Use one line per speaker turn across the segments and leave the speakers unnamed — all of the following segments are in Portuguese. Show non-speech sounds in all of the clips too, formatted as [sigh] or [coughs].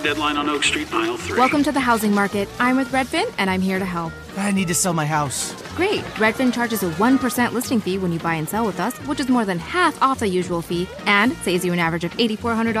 deadline on Oak Street, mile three.
Welcome to the housing market. I'm with Redfin, and I'm here to help.
I need to sell my house.
Great. Redfin charges a 1% listing fee when you buy and sell with us, which is more than half off the usual fee and saves you an average of $8,400.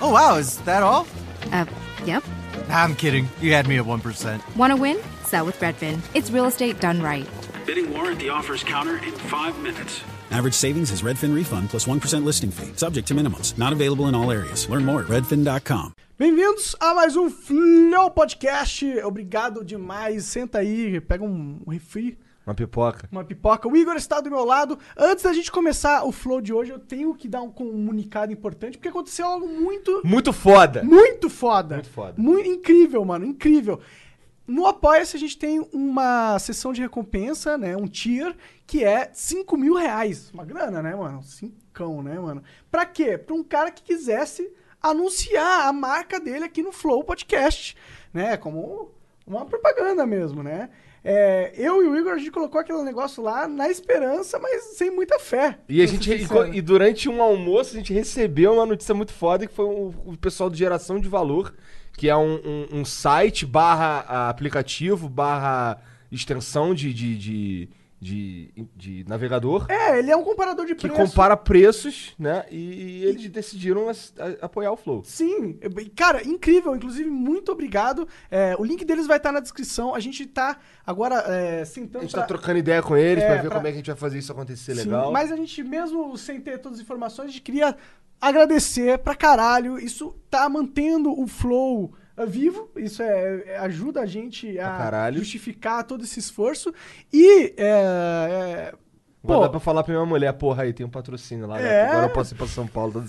Oh, wow, is that all?
Uh, yep.
I'm kidding. You had me at 1%.
Want to win? Sell with Redfin. It's real estate done right.
Bidding war at the offers counter in five minutes.
Average savings is Redfin refund plus 1% listing fee. Subject to minimums. Not available in all areas. Learn more at redfin.com.
Bem-vindos a mais um Flow Podcast. Obrigado demais. Senta aí, pega um refri,
Uma pipoca.
uma pipoca. O Igor está do meu lado. Antes da gente começar o Flow de hoje, eu tenho que dar um comunicado importante, porque aconteceu algo muito
Muito foda.
Muito foda.
Muito foda.
Mu- incrível, mano, incrível. No Apoia-se a gente tem uma sessão de recompensa, né? Um tier, que é 5 mil reais. Uma grana, né, mano? Cincão, né, mano? Pra quê? Pra um cara que quisesse anunciar a marca dele aqui no Flow Podcast, né? Como uma propaganda mesmo, né? É, eu e o Igor, a gente colocou aquele negócio lá na esperança, mas sem muita fé.
E, a
Pra
gente,
ser
e,
sincero.
co- e durante um almoço a gente recebeu uma notícia muito foda que foi o, o pessoal do Geração de Valor, que é um, um- um site barra ah, aplicativo barra extensão de, de, de, de- de navegador
É, ele é um comparador de
que
preço.
compara preços, né? E, e eles decidiram as- a- apoiar o
Então,
Flow.
Sim, eu- e, cara, incrível. Inclusive, muito obrigado. É, o link deles vai estar na descrição. A gente tá agora é,
A
sentando
gente tá
pra-
trocando ideia com eles
É,
pra ver
pra-
como é que a gente vai fazer isso acontecer
Sim,
legal.
Mas a gente, mesmo sem ter todas as informações, a gente queria agradecer pra caralho. Isso tá mantendo o flow eh, vivo. Isso é, é- ajuda a gente
Pra
a
caralho.
justificar todo esse esforço. E é, é,
Agora
pô.
dá pra falar pra minha mulher, porra, aí tem um patrocínio lá, né?
É.
agora eu posso ir pra São Paulo toda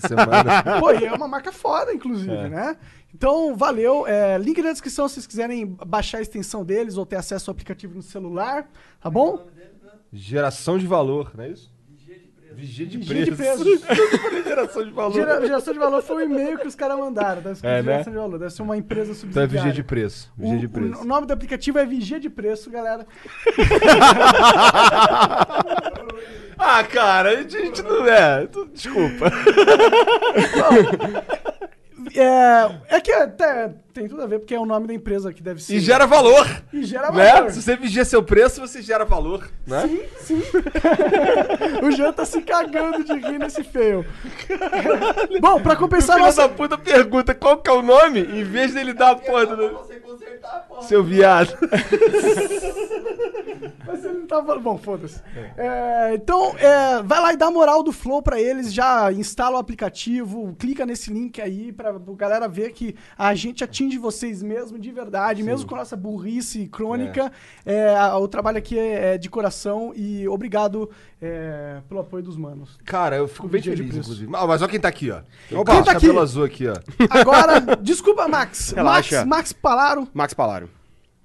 [laughs]
semana.
Pô, e é uma marca foda, inclusive,
É.
né? Então, valeu. É, link na descrição se vocês quiserem baixar a extensão deles ou ter acesso ao aplicativo no celular, tá bom?
Geração de valor, não é isso? Vigia de
Vigia
preço.
de preço.
Eu falei geração de valor.
Gera- geração de valor foi o e-mail que os caras mandaram. Deve ser
É, né?
geração de valor, deve ser uma empresa
Então é
subsidiária.
vigia de preço. Vigia
O-
de
O,
preço.
nome do aplicativo é Vigia de Preço, galera.
Ah, cara, a gente, a gente não é. tu- Desculpa.
É, é que até tem tudo a ver, porque é o nome da empresa que deve ser.
E gera valor,
E gera
né?
valor.
Se você vigia seu preço, você gera valor, né?
Sim. o Jean tá se cagando de rir nesse feio. Bom, pra compensar
Filho
nossa
da puta pergunta qual que é o nome, em vez dele dar a porra do nome. Seu viado.
Mas ele não tá falando. Bom, foda-se. É, então, é, vai lá e dá moral do Flow pra eles, já instala o aplicativo, clica nesse link aí pra a galera ver que a gente atinge vocês mesmo, de verdade, mesmo com a nossa burrice crônica. é, a- o trabalho aqui é, é de coração e obrigado é, pelo apoio dos manos.
Cara, eu fico bem
Vigia de
feliz,
preço.
inclusive. Ah, mas olha quem tá aqui, ó.
Opa,
Olha o
tá aqui?
cabelo azul [laughs] aqui, ó.
Agora, desculpa, Max.
Relaxa.
Max, Max Palaro,
Max Palaro.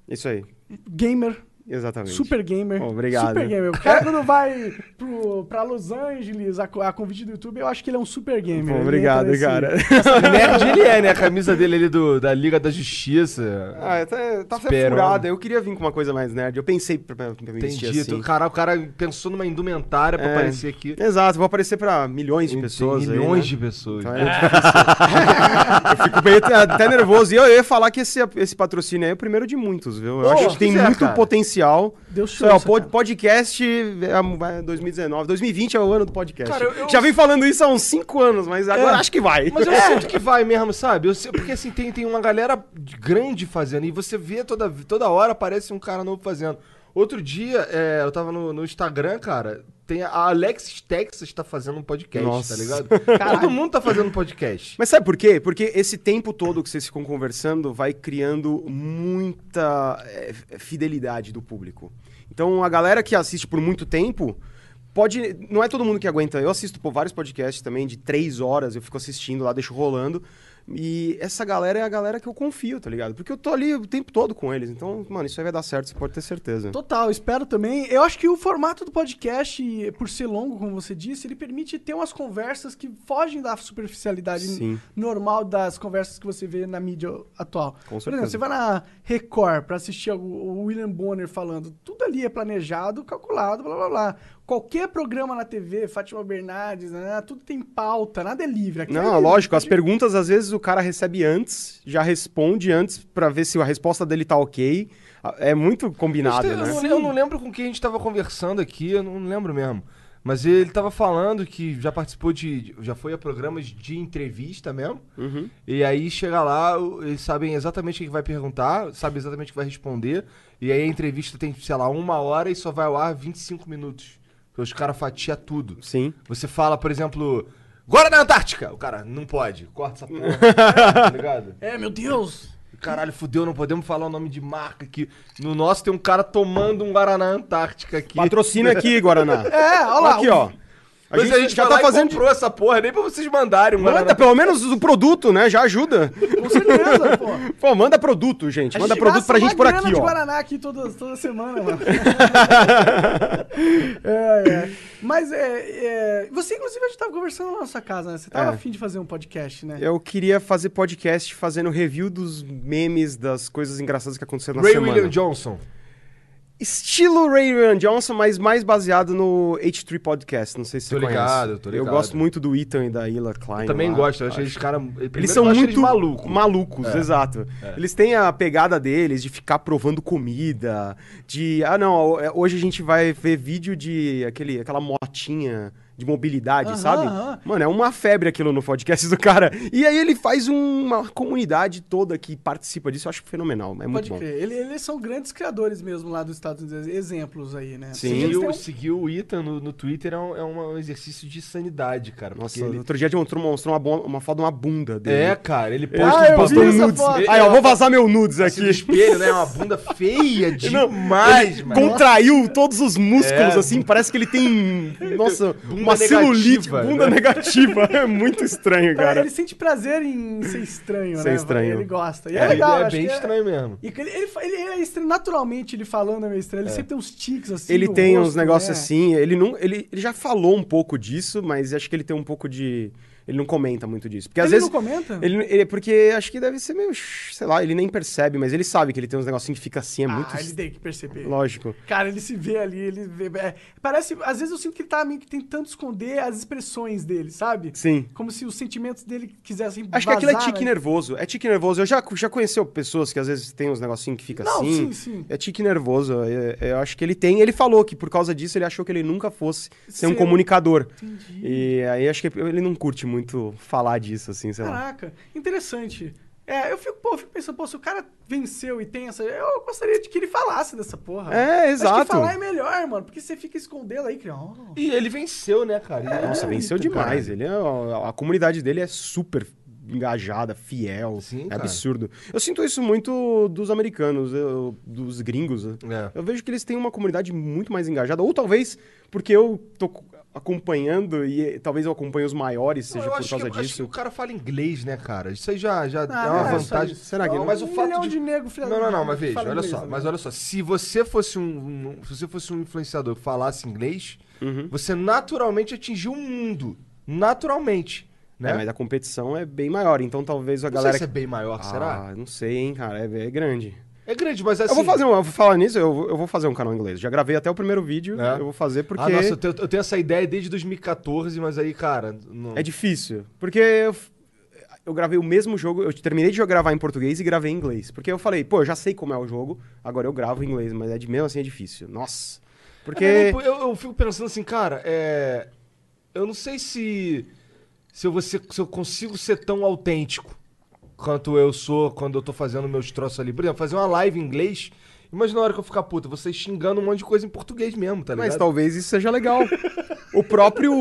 Isso aí,
gamer.
exatamente.
Super gamer.
Obrigado.
Super gamer. O cara quando vai pro, pra Los Angeles a, co- a convite do YouTube, eu acho que ele é um super gamer.
Pô,
Ele
obrigado,
entra nesse-
cara.
Nerd ele é, né? A camisa dele ali do, da Liga da Justiça.
ah, tá, tá até
Esperou.
furada. Eu queria vir com uma coisa mais nerd. Eu pensei pra, pra pra me vestir
Entendi.
assim.
Tu- cara, o cara pensou numa indumentária pra
É.
aparecer aqui.
Exato, vou aparecer pra milhões de
Tem
pessoas aí,
milhões
né?
de pessoas.
[laughs] Então é difícil. eu fico bem até, até nervoso. E eu, eu ia falar que esse, esse patrocínio aí é o primeiro de muitos, viu?
Pô,
Eu acho que tem
quiser,
muito
cara.
potencial.
Deus te
Isso aí, ó,
ouça,
pod-
cara.
podcast é, é 2019. 2020 é o ano do podcast.
Cara, eu- eu-
Já vem falando isso há uns 5 anos, mas agora acho que vai.
Mas eu sinto que vai mesmo, sabe? Eu sei- porque assim, tem, tem uma galera grande fazendo e você vê toda, toda hora aparece um cara novo fazendo. Outro dia, é, eu tava no, no Instagram, cara, tem a Alexis Texas tá fazendo um podcast,
Nossa.
tá ligado? Todo mundo tá fazendo um podcast.
Mas sabe por quê? Porque esse tempo todo que vocês ficam conversando vai criando muita eh, fidelidade do público. Então a galera que assiste por muito tempo pode. Não é todo mundo que aguenta. Eu assisto pô, vários podcasts também de três horas, eu fico assistindo lá, deixo rolando. E essa galera é a galera que eu confio, tá ligado? Porque eu tô ali o tempo todo com eles. Então, mano, isso aí vai dar certo, você pode ter certeza.
Total, espero também. Eu acho que o formato do podcast, por ser longo, como você disse, ele permite ter umas conversas que fogem da superficialidade
Sim.
normal das conversas que você vê na mídia atual. Por
Com
exemplo,
certeza.
você vai na Record pra assistir o o William Bonner falando, tudo ali é planejado, calculado, blá blá blá. Qualquer programa na TV, Fátima Bernardes, né, tudo tem pauta, nada é livre. Aqui é
Não,
livre,
lógico, as
pode-
perguntas às vezes o cara recebe antes, já responde antes pra ver se a resposta dele tá ok. Ah, É muito combinado,
eu,
né?
não, eu não lembro com quem a gente tava conversando aqui, eu não lembro mesmo. Mas ele tava falando que já participou de. de- já foi a programas de entrevista mesmo.
Uhum.
E aí chega lá, o- eles sabem exatamente o que que vai perguntar, sabem exatamente o que vai responder. E aí a entrevista tem, sei lá, uma hora e só vai ao ar 25 minutos. Porque os caras fatiam tudo.
Sim.
Você fala, por exemplo, agora na Antártica! O cara, não pode, corta essa
[laughs]
porra. tá ligado?
É, meu Deus!
Caralho, fudeu, não podemos falar o nome de marca aqui. No nosso tem um cara tomando um Guaraná Antártica aqui.
[laughs] Patrocina aqui, Guaraná.
É, olha lá.
Aqui, ó. A
Mas
gente, já tá fazendo. de-
comprou essa porra, nem pra vocês mandarem um
Manda
Guaraná.
pelo menos o produto, né? Já
[laughs]
ajuda.
Com certeza, pô.
Pô, manda produto, gente.
A
Manda
gente
produto
gasta
pra
uma
gente por
grana
aqui,
de
ó.
Guaraná aqui toda, toda semana,
[laughs]
mano. é, é. Mas é, é, Você, inclusive, a gente tava conversando na nossa casa, né? Você tava
É.
afim de fazer um podcast, né?
Eu queria fazer podcast fazendo review dos memes, das coisas engraçadas que aconteceram na
Ray
semana.
William Johnson.
Estilo Ray Run Johnson, mas mais baseado no H3 Podcast. Não sei se
Tô
você conhece.
ligado, tô ligado.
Eu gosto muito do Ethan e da Ila Klein.
Também
lá.
gosto, eu achei esses caras.
Eles são muito
malucos.
malucos,
É,
exato. Eles têm a pegada deles de ficar provando comida, de ah não, ho- é, hoje a gente vai ver vídeo de aquele aquela motinha de mobilidade,
Aham,
sabe?
aham.
Mano, é uma febre aquilo no podcast do cara. E aí ele faz uma comunidade toda que participa disso, eu acho fenomenal, é muito
Pode
bom.
crer. Ele- eles são grandes criadores mesmo lá dos Estados Unidos. Exemplos aí, né?
Sim.
Eles têm
Seguir,
um-
o- seguir o Ethan no, no Twitter é um, é um exercício de sanidade, cara.
Nossa,
porque ele...
outro dia mostrou, mostrou uma, bo- uma foto de uma bunda dele.
É, cara, ele
Ele
Ah, eu
posta
vi essa
nudes.
foto.
Aí, ó, vou vazar meu nudes
assim no
aqui.
espelho, né? Uma [laughs] bunda feia demais, mano.
Contraiu todos os músculos,
É.
assim, parece que ele tem. [laughs] Nossa,
Bunda
uma celulite,
negativa,
bunda
né?
negativa. É muito estranho,
pra-
cara.
Ele sente prazer em ser estranho,
Ser
né?
estranho.
Ele gosta. E é,
É,
legal,
ele é
acho
bem
que
estranho mesmo.
E que ele, ele, fa- ele é estranho, naturalmente ele falando é meio estranho. Ele sempre tem uns tics assim.
Ele
no
tem uns
rosto,
negócios
né?
assim, ele não. Ele, ele já falou um pouco disso, mas acho que ele tem um pouco de. Ele não comenta muito disso. Porque às
Ele
vezes.
não comenta?
Ele, ele- porque acho que deve ser meio. Sei lá, ele nem percebe, mas ele sabe que ele tem uns negocinhos que fica assim, é muito.
Ah, ele tem que perceber.
Lógico.
Cara, ele se vê ali, ele vê. é, parece. Às vezes eu sinto que ele tá meio que tentando esconder as expressões dele, sabe?
Sim.
Como se os sentimentos dele quisessem.
Acho que aquilo é
vazar,
tique
né?
nervoso. É tique nervoso. Eu já, já conheceu pessoas que às vezes tem uns negocinhos que fica
Não, sim,
assim.
sim.
É tique nervoso. É- é- Eu acho que ele tem. Ele falou que por causa disso ele achou que ele nunca fosse ser um
Ser-
comunicador. E aí acho que ele não curte muito falar disso, assim, sei lá.
Caraca, interessante. É, eu fico, pô, eu fico pensando, pô, se o cara venceu e tem essa. Eu gostaria de que ele falasse dessa porra.
É,
Acho
exato.
que falar é melhor, mano, porque você fica escondendo aí, "Oh, crião.
é. E ele venceu, né, cara?
é
E-
Nossa, venceu
Eita,
demais.
cara.
Ele é- a, a comunidade dele é super engajada, fiel.
Sim,
é
cara.
absurdo. Eu sinto isso muito dos americanos, eu- dos gringos. né?
É.
Eu vejo que eles têm uma comunidade muito mais engajada. Ou talvez porque eu tô c- acompanhando e eh, talvez eu acompanho os maiores, seja
eu
por
acho
causa
que, acho que
disso.
o cara fala inglês, né, cara? Isso aí já, já
Ah,
é uma
não,
vantagem.
isso aí-
será que não?
Mas o
Um
fato
milhão
de...
de nego, filha
Não,
da
não, não,
puta,
mas
que
veja,
fala
olha
inglês,
só.
né?
Mas olha só, se você fosse um, um- se você fosse um influenciador que falasse inglês,
Uhum.
você naturalmente atingiu o mundo, naturalmente, né?
É, mas a competição é bem maior, então talvez a
Não
galera.
sei se é bem maior,
Ah,
será?
não sei, hein, cara. É, é grande.
É grande, mas assim...
eu vou fazer um. Eu vou falar nisso, eu, vou- eu vou fazer um canal em inglês. Já gravei até o primeiro vídeo,
É.
eu vou fazer porque.
Ah, nossa, eu tenho, eu tenho essa ideia desde 2014, mas aí, cara... Não...
É difícil. Porque eu, f- eu gravei o mesmo jogo, eu terminei de jo- gravar em português e gravei em inglês. Porque eu falei, pô, eu já sei como é o jogo, agora eu gravo em inglês, mas é de mesmo assim é difícil. Nossa. Porque.
É, não, Eu, eu fico pensando assim, cara, é, eu não sei se se eu, vou ser- se eu consigo ser tão autêntico quanto eu sou quando eu tô fazendo meus troços ali. Por exemplo, fazer uma live em inglês, imagina a hora que eu ficar puta, vocês xingando um monte de coisa em português mesmo, tá ligado?
Mas talvez isso seja legal. o próprio.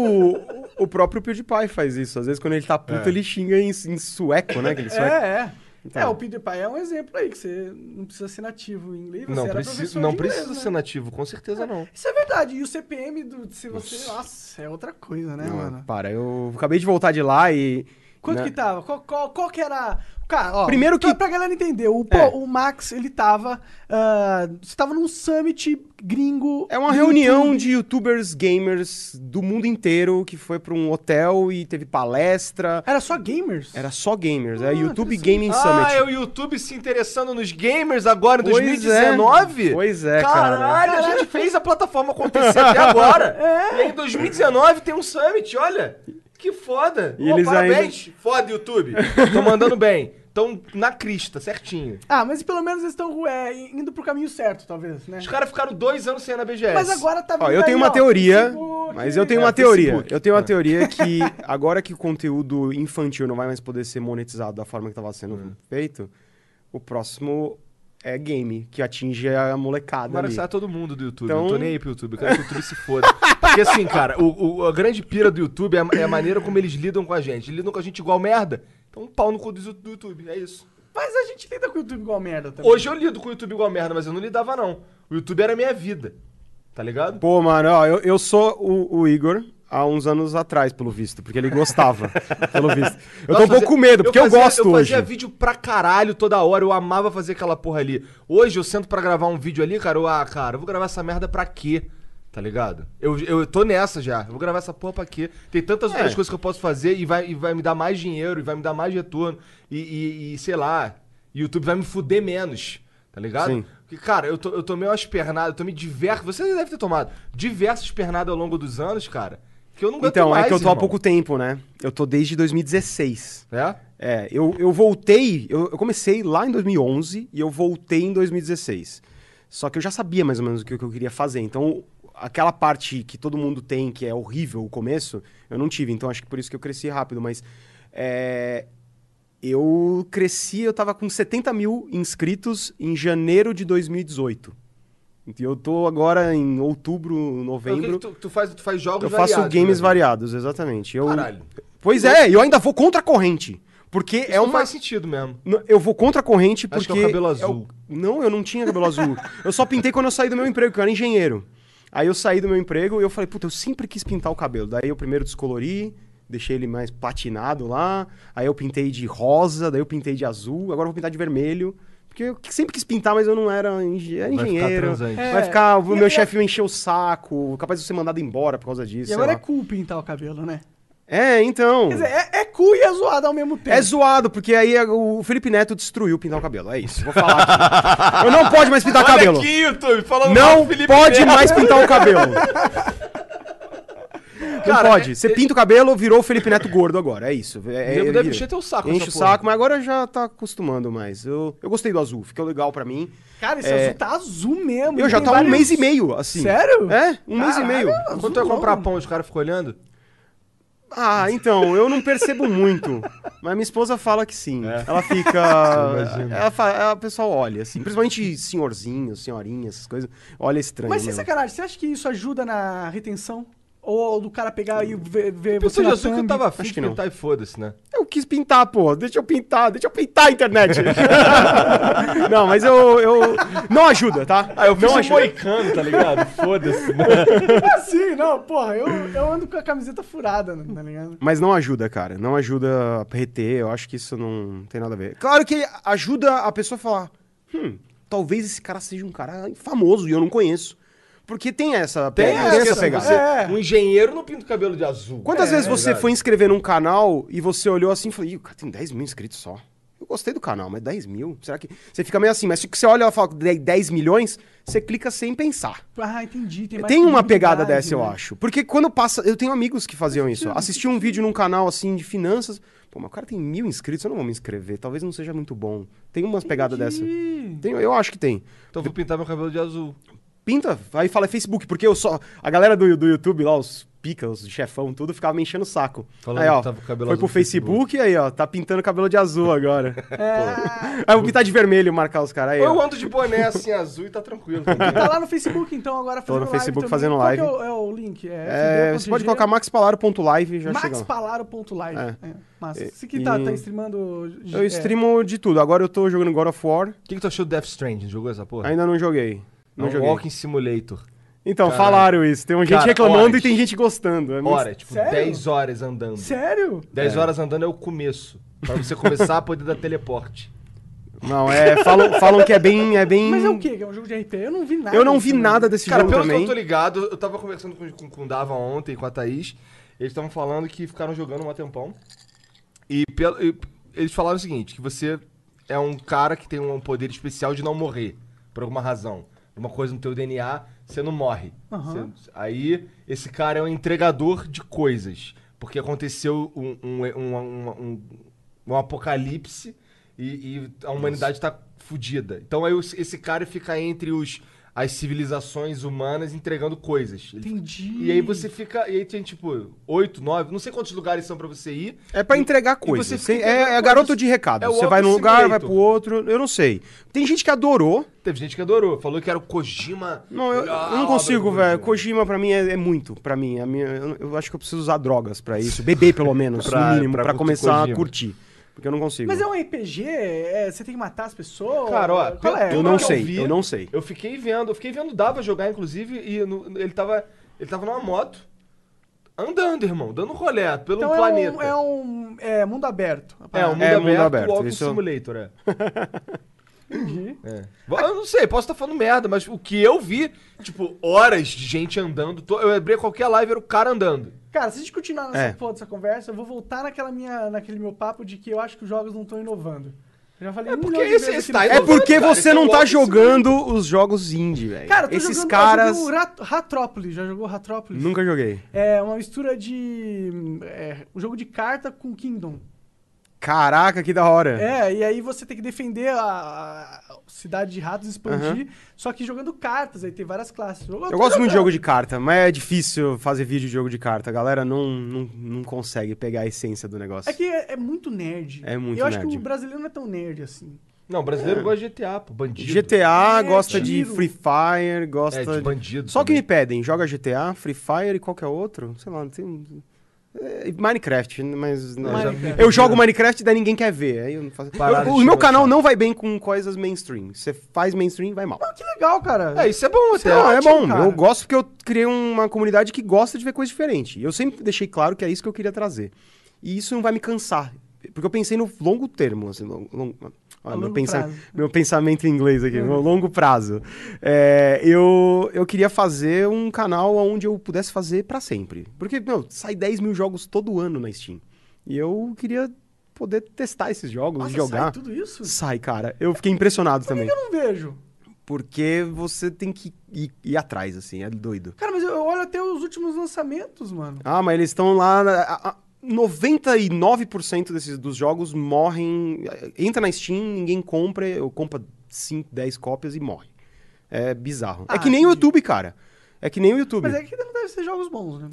O próprio PewDiePie faz isso. Às vezes, quando ele tá puto, ele xinga em, em sueco, né? Aquele sueco.
É, é.
Então.
É, o PewDiePie é um exemplo aí, que você não precisa ser nativo em inglês, você
Não,
era
precisa,
professor
não
de inglês,
precisa
né?
ser nativo, com certeza não.
Isso é verdade. E o CPM, do, se você... Nossa, é outra coisa, né,
Não,
mano?
Para, eu acabei de voltar de lá e,
Quanto
Né?
que tava? Qual, qual, qual que era. Cara, ó,
Primeiro
pra-
que-
Pra galera entender, o, pô,
É.
o Max, ele tava. ah, você tava num summit gringo.
É uma
do
reunião
YouTube.
de youtubers gamers do mundo inteiro que foi pra um hotel e teve palestra.
Era só gamers?
Era só gamers,
Ah,
é YouTube
interessante.
Gaming
Ah,
Summit.
é o YouTube se interessando nos gamers agora em
Pois
2019?
é. Pois é, cara.
Caralho, a gente fez a plataforma acontecer
[laughs]
até agora.
É.
E aí em 2019 tem um summit, olha. Que foda.
E eles
parabéns. Foda, YouTube. Tão mandando bem. Tão na crista, certinho.
Ah, mas pelo menos eles estão é, indo pro caminho certo, talvez, né?
Os caras ficaram dois anos sem ir na BGS.
Mas agora tá
é. Ó,
vindo
eu tenho
aí,
uma
ó, tipo,
teoria,
Facebook.
mas eu tenho
É,
uma teoria.
Facebook.
Eu tenho
[laughs]
uma teoria que agora que o conteúdo infantil não vai mais poder ser monetizado da forma que estava sendo
Hum.
feito, o próximo é game, que atinge a molecada
Agora
ali.
sai todo mundo do YouTube.
Então-
Eu tô nem aí pro YouTube. Eu quero que o YouTube se foda. Porque assim, cara, o, o- a grande pira do YouTube é a, é a maneira como eles lidam com a gente. Eles lidam com a gente igual merda. Então, um pau no cu do do YouTube. É isso.
Mas a gente lida com o YouTube igual merda também.
Hoje eu lido com o YouTube igual merda, mas eu não lidava, não. O YouTube era a minha vida. Tá ligado?
Pô, mano, ó, eu, eu sou o, o Igor há uns anos atrás, pelo visto, porque ele gostava,
[laughs]
pelo visto. Eu
Nossa,
tô um pouco com
fazia-
medo, porque eu,
fazia-
gosto
Eu
hoje.
fazia vídeo pra caralho toda hora, eu amava fazer aquela porra ali. Hoje eu sento pra gravar um vídeo ali, cara, eu, ah, cara, eu vou gravar essa merda pra quê? Tá ligado? Eu, eu tô nessa já. Eu vou gravar essa porra pra quê? Tem
É.
tantas outras coisas que eu posso fazer e vai, e vai me dar mais dinheiro, e vai me dar mais retorno, e, e- e sei lá, e o YouTube vai me fuder menos. Tá ligado?
Sim.
Porque, cara, eu, to, eu tomei umas pernadas, eu tomei diversas. Você deve ter tomado diversas pernadas ao longo dos anos, cara. Que eu não aguento
Então,
mais,
é que eu tô há
irmão.
pouco tempo, né? Eu tô desde 2016.
É?
É, eu, eu voltei, eu, eu comecei lá em 2011 e eu voltei em 2016. Só que eu já sabia mais ou menos o que, o que eu queria fazer. Então, aquela parte que todo mundo tem, que é horrível o começo, eu não tive. Então, acho que por isso que eu cresci rápido. Mas é, eu cresci, eu tava com 70 mil inscritos em janeiro de 2018. E eu tô agora em outubro,
Então,
novembro.
É, O que que tu, tu faz, tu faz jogos
Eu faço
variados,
games
né?
variados, exatamente. Eu,
Caralho.
Pois é, e eu ainda vou contra a corrente. Porque
Isso
é
não
uma.
faz sentido mesmo.
N- Eu vou contra a corrente
Acho
porque.
que é o cabelo
eu-
azul.
Não, eu não tinha cabelo azul. Eu só pintei quando eu saí do meu emprego, que eu era engenheiro. Aí eu saí do meu emprego e eu falei, puta, eu sempre quis pintar o cabelo. Daí eu primeiro descolori, deixei ele mais platinado lá. Aí eu pintei de rosa, daí eu pintei de azul, agora eu vou pintar de vermelho. Porque eu sempre quis pintar, mas eu não era, engen- era
Vai ficar
engenheiro.
transante.
Vai ficar, o
É. E-
meu
e-
chefe me encheu o saco, capaz de eu ser mandado embora por causa disso.
E
sei
agora
lá.
é cool pintar o cabelo, né?
É, então.
Quer dizer, é, é cool e é zoado ao mesmo tempo.
É zoado, porque aí o Felipe Neto destruiu pintar o cabelo. É isso, vou falar aqui. Eu não pode mais pintar o cabelo.
YouTube, falando
Não pode mais pintar o cabelo.
Cara,
não pode.
é-
Você
é-
pinta o cabelo, virou o Felipe Neto gordo agora. É isso. É,
Nego
é-
deve
é-
encher teu saco essa
Enche o
porra.
saco, mas agora já tá acostumando mais. Eu, eu gostei do azul, ficou legal pra mim.
Cara, esse
É.
azul tá azul mesmo.
Eu
e
já
tem
tava um
vários-
mês e meio, assim.
Sério?
É, um mês e meio.
Quando tu ia comprar pão, os caras ficam olhando?
Ah, então, eu não percebo muito. Mas minha esposa fala que sim. Ela fica. Ela fa- ela- O pessoal olha, assim. Principalmente senhorzinho, senhorinha, essas coisas. Olha estranho. né?
Mas sem
mesmo.
sacanagem, você acha que isso ajuda na retenção? Ou do cara pegar e ver, ver
Pensou
você
de
na
azul que eu
thumb? [laughs]
tava afim
Acho
de
que não.
pintar e foda-se, né?
Eu quis pintar, pô. Deixa eu pintar, deixa eu pintar a internet. [laughs] não, mas eu, eu. Não ajuda, tá? eu
um
não
moicano, tá ligado? Foda-se.
Assim, não, porra, eu, eu ando com a camiseta furada, né, tá ligado?
Mas não ajuda, cara. Não ajuda a reter. Eu acho que isso não tem nada a ver. Claro que ajuda a pessoa a falar: hum, talvez esse cara seja um cara famoso e eu não conheço. Porque tem essa,
Tem
tem
essa
essa pegada.
Você,
É.
Um engenheiro não pinta o cabelo de azul.
Quantas
É,
vezes
tá
você
ligado?
foi inscrever num canal e você olhou assim e falou: Ih, o cara tem 10 mil inscritos só. Eu gostei do canal, mas 10 mil? Será que. Você fica meio assim, mas se você olha e fala 10 milhões, você clica sem pensar.
Ah, entendi. Tem, mais
Tem uma
credibilidade,
pegada dessa, eu
né?
acho. Porque quando passa. Eu tenho amigos que faziam isso. Assisti um vídeo num canal assim de finanças. Pô, mas o cara tem mil inscritos, eu não vou me inscrever. Talvez não seja muito bom. Tem umas pegadas dessa. Tem- eu acho que tem.
Então eu vou pintar meu cabelo de azul.
Pinta, aí fala é Facebook, porque eu só. A galera do, do YouTube lá, os pica, os chefão, tudo, ficava me enchendo o saco.
Falando
aí, ó,
que tava com o cabelo
foi
azul
pro
no
Facebook, aí, ó, tá pintando cabelo de
[laughs]
azul agora. Aí eu vou pintar de vermelho marcar os caras aí.
Ou eu
ó.
ando de boné assim azul e tá
[laughs]
tranquilo.
Tá lá no Facebook, então, agora fazendo
no Facebook
live
fazendo
também.
live.
Qual que é o, é o link?
É, você pode colocar maxpalaro.live e já chega. lá.
maxpalaro.live.
É.
É. massa.
E-
Você que tá,
e-
tá streamando...
Eu streamo de tudo. Agora eu tô jogando God of War,
O que, que tu achou do Death Stranding? Jogou essa porra?
ainda não joguei. Não
É um
joguei.
Walking Simulator.
Então, falaram isso. Tem gente
Cara,
reclamando
horas.
e tem gente gostando. É meio-
Hora, tipo,
Sério?
10 horas andando.
Sério?
10 horas andando é o começo. Pra você começar a
[laughs]
poder dar teleporte.
Não,
[laughs]
é. Falam, falam que é bem. É bem...
Mas é o quê? Que É um jogo de RP? Eu não vi nada.
Eu não
disso,
vi
né?
nada desse
Cara,
jogo
pelo que
também.
eu tô ligado, eu tava conversando com, com, com o Dava ontem, com a Thaís. Eles estavam falando que ficaram jogando um tempão. E, pelo- e eles falaram o seguinte: que você é um cara que tem um poder especial de não morrer, por alguma razão. Uma coisa no teu DNA, você não morre.
Aham.
Você- aí, esse cara é um entregador de coisas. Porque aconteceu um, um, um, um, um- um apocalipse e, e a humanidade tá fudida. Então aí os- esse cara fica entre os, as civilizações humanas entregando coisas. Ele-
Entendi.
E aí você fica. E aí tem tipo oito, nove, não sei quantos lugares são pra você ir.
É pra entregar
E
coisas.
você fica
Tem-
entregando
é, é
coisas.
garoto de recado.
É o
você vai num
Walking
lugar, vai
Simulator.
pro outro. Eu não sei. Tem gente que adorou.
Teve gente que adorou, falou que era o Kojima.
Não, eu, eu
Ah,
não
obra
consigo,
do
velho.
Kojima.
Kojima pra mim é, é muito. Pra mim, a minha, eu, eu acho que eu preciso usar drogas pra isso. Beber,
[laughs]
pelo menos,
Pra-
no mínimo,
pra
pra,
curtir
começar
Kojima.
a curtir. Porque eu não consigo.
Mas é um RPG? É, você tem que matar as pessoas?
Cara, ó,
Qual é?
eu
pelo
não
que
sei,
vi,
eu não sei.
Eu fiquei vendo, eu fiquei vendo o Dava jogar, inclusive, e no- ele tava. Ele tava numa moto. Andando, irmão, dando rolé pelo
Então é
planeta.
um, é um é, mundo aberto. a
É,
parada.
o mundo
É,
aberto,
mundo aberto,
Walking
isso-
Simulator,
[laughs]
é. É. Eu não sei, posso estar falando merda, mas o que eu vi, tipo, horas de gente andando. to- Eu abri qualquer live, era o cara andando.
Cara, se a gente continuar nessa
É.
porra dessa conversa, eu vou voltar naquela minha, naquele meu papo de que eu acho que os jogos não estão inovando. Eu já falei
É
um
porque
milhão de
esse-
vezes
esse
aqui no
tá
É
podcast.
inovando.
porque
Cara,
você
esse é
não
o
tá
Walking
jogando os jogos indie, velho.
Cara, eu tô
É, Esses
jogando,
caras.
Eu jogo Rat- Ratrópolis, já jogou Ratrópolis?
Nunca joguei.
É uma mistura de. hum, É, um jogo de carta com Kingdom.
Caraca, que da hora.
É, e aí você tem que defender a, a cidade de ratos expandir, só que jogando cartas, aí tem várias classes.
Eu gosto muito de jogo de carta, mas é difícil fazer vídeo de jogo de carta. A galera não, não, não consegue pegar a essência do negócio.
É que é, é muito nerd.
É muito
Eu acho que
nerd.
o brasileiro não é tão nerd assim.
Não,
É.
brasileiro gosta de GTA, pô, bandido.
GTA
É,
gosta
tiro.
de Free Fire, gosta
É, de bandido
Só o que
também.
me pedem, joga GTA, Free Fire e qualquer outro, sei lá, não tem é, Minecraft, mas não.
Minecraft.
Eu já- Eu jogo Minecraft e daí ninguém quer ver. Aí eu não faço...
Parada de
Eu- o meu
jogar.
canal não vai bem com coisas mainstream. Você faz mainstream, vai mal.
Ah, que legal, cara.
É, isso é bom até.
Não, é
ótimo,
bom.
cara.
Eu gosto porque eu criei uma comunidade que gosta de ver coisa diferente. E Eu sempre deixei claro que é isso que eu queria trazer. E isso não vai me cansar. Porque eu pensei no longo termo, assim, long- long- olha, meu,
longo
pensa-
prazo. Hum.
meu pensamento em inglês aqui, meu longo prazo. É, eu, eu queria fazer um canal onde eu pudesse fazer pra sempre. Porque, meu, sai 10 mil jogos todo ano na Steam. E eu queria poder testar esses jogos,
Nossa, sai
jogar.
tudo isso?
Sai, cara. Eu fiquei impressionado também.
Eu não vejo.
Porque você tem que ir, ir atrás, assim, é doido.
Cara, mas eu eu olho até os últimos lançamentos, mano.
Ah, mas eles estão lá. na- a- a- 99% desses, dos jogos morrem. eh, Entra na Steam, ninguém compra, ou compra 5, 10 cópias e morre. É bizarro. é
Ah,
que nem o YouTube, cara. É que nem o YouTube.
Mas é que não deve ser jogos bons, né?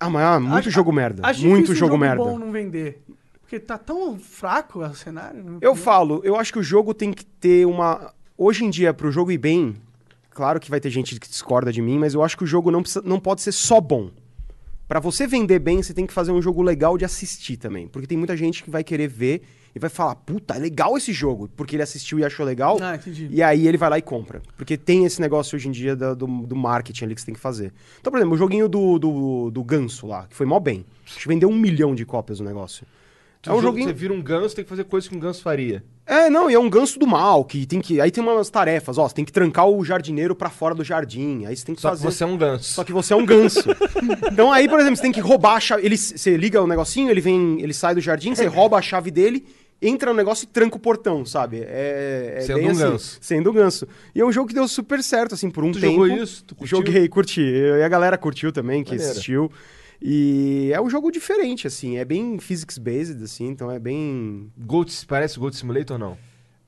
Ah, mas ah, muito
Acho-
jogo merda.
Acho
Muito
difícil um
jogo, merda.
bom não vender. Porque tá tão fraco o cenário. né?
Eu falo, eu acho que o jogo tem que ter uma. Hoje em dia, pro jogo ir bem, claro que vai ter gente que discorda de mim, mas eu acho que o jogo não, precisa- não pode ser só bom. Pra você vender bem, você tem que fazer um jogo legal de assistir também. Porque tem muita gente que vai querer ver e vai falar, puta, é legal esse jogo, porque ele assistiu e achou legal.
Ah, entendi.
E aí ele vai lá e compra. Porque tem esse negócio hoje em dia da- do, do marketing ali que você tem que fazer. Então, por exemplo, o joguinho do, do, do Ganso lá, que foi mó bem. Acho que vendeu um milhão de cópias o negócio.
Tu joga- Você vira um ganso, tem que fazer coisas que um ganso faria.
É, não, e é um ganso do mal, que tem que. Aí tem umas tarefas, ó, você tem que trancar o jardineiro pra fora do jardim, aí você tem que
Só
fazer.
que você é um ganso.
Só que você é
[laughs]
um ganso. então aí, por exemplo, você tem que roubar a chave. Ele, você liga o negocinho, ele vem, ele sai do
[laughs]
jardim, você rouba a chave dele, entra no negócio e tranca o portão, sabe? É, é
Sendo
bem
um
assim,
ganso.
Sendo um ganso. E é um jogo que deu super certo, assim, por um
Tu
tempo.
jogou isso? Tu curtiu?
Joguei, curti. E a galera curtiu também, que
Maneiro.
assistiu. E é um jogo diferente, assim, é bem physics-based, assim, então é bem.
Goat, parece Goat Simulator ou não?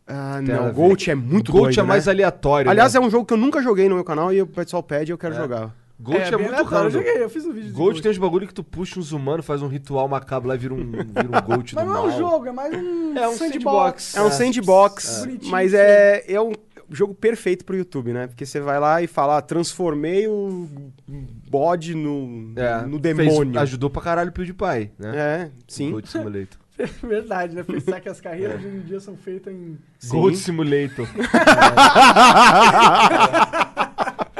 Ah,
Tem nada a
não.
ver.
Gold é muito
Goat
doido,
é mais
né?
aleatório.
Aliás,
né?
é um jogo que eu nunca joguei no meu canal e o pessoal pede e eu quero jogar.
Goat é,
bem
muito
aleatório, Eu
raro.
joguei, eu fiz um vídeo de
Gold tem uns bagulho que tu puxa uns humanos, faz um ritual macabro lá e vira um, vira um Gold do
Mas não é
mal.
um jogo, é mais um,
É um sandbox.
É um
É.
sandbox,
Bonitinho,
mas é, é um jogo perfeito pro YouTube, né? Porque você vai lá e fala, "Ah, transformei o bode no,
É,
no
fez-
demônio.
ajudou pra caralho o PewDiePie, né?
É, sim.
Gold
[laughs]
Simulator.
[laughs] Verdade, né? Pensar que as carreiras de hoje em dia são feitas em.
[laughs]
Gold Simulator.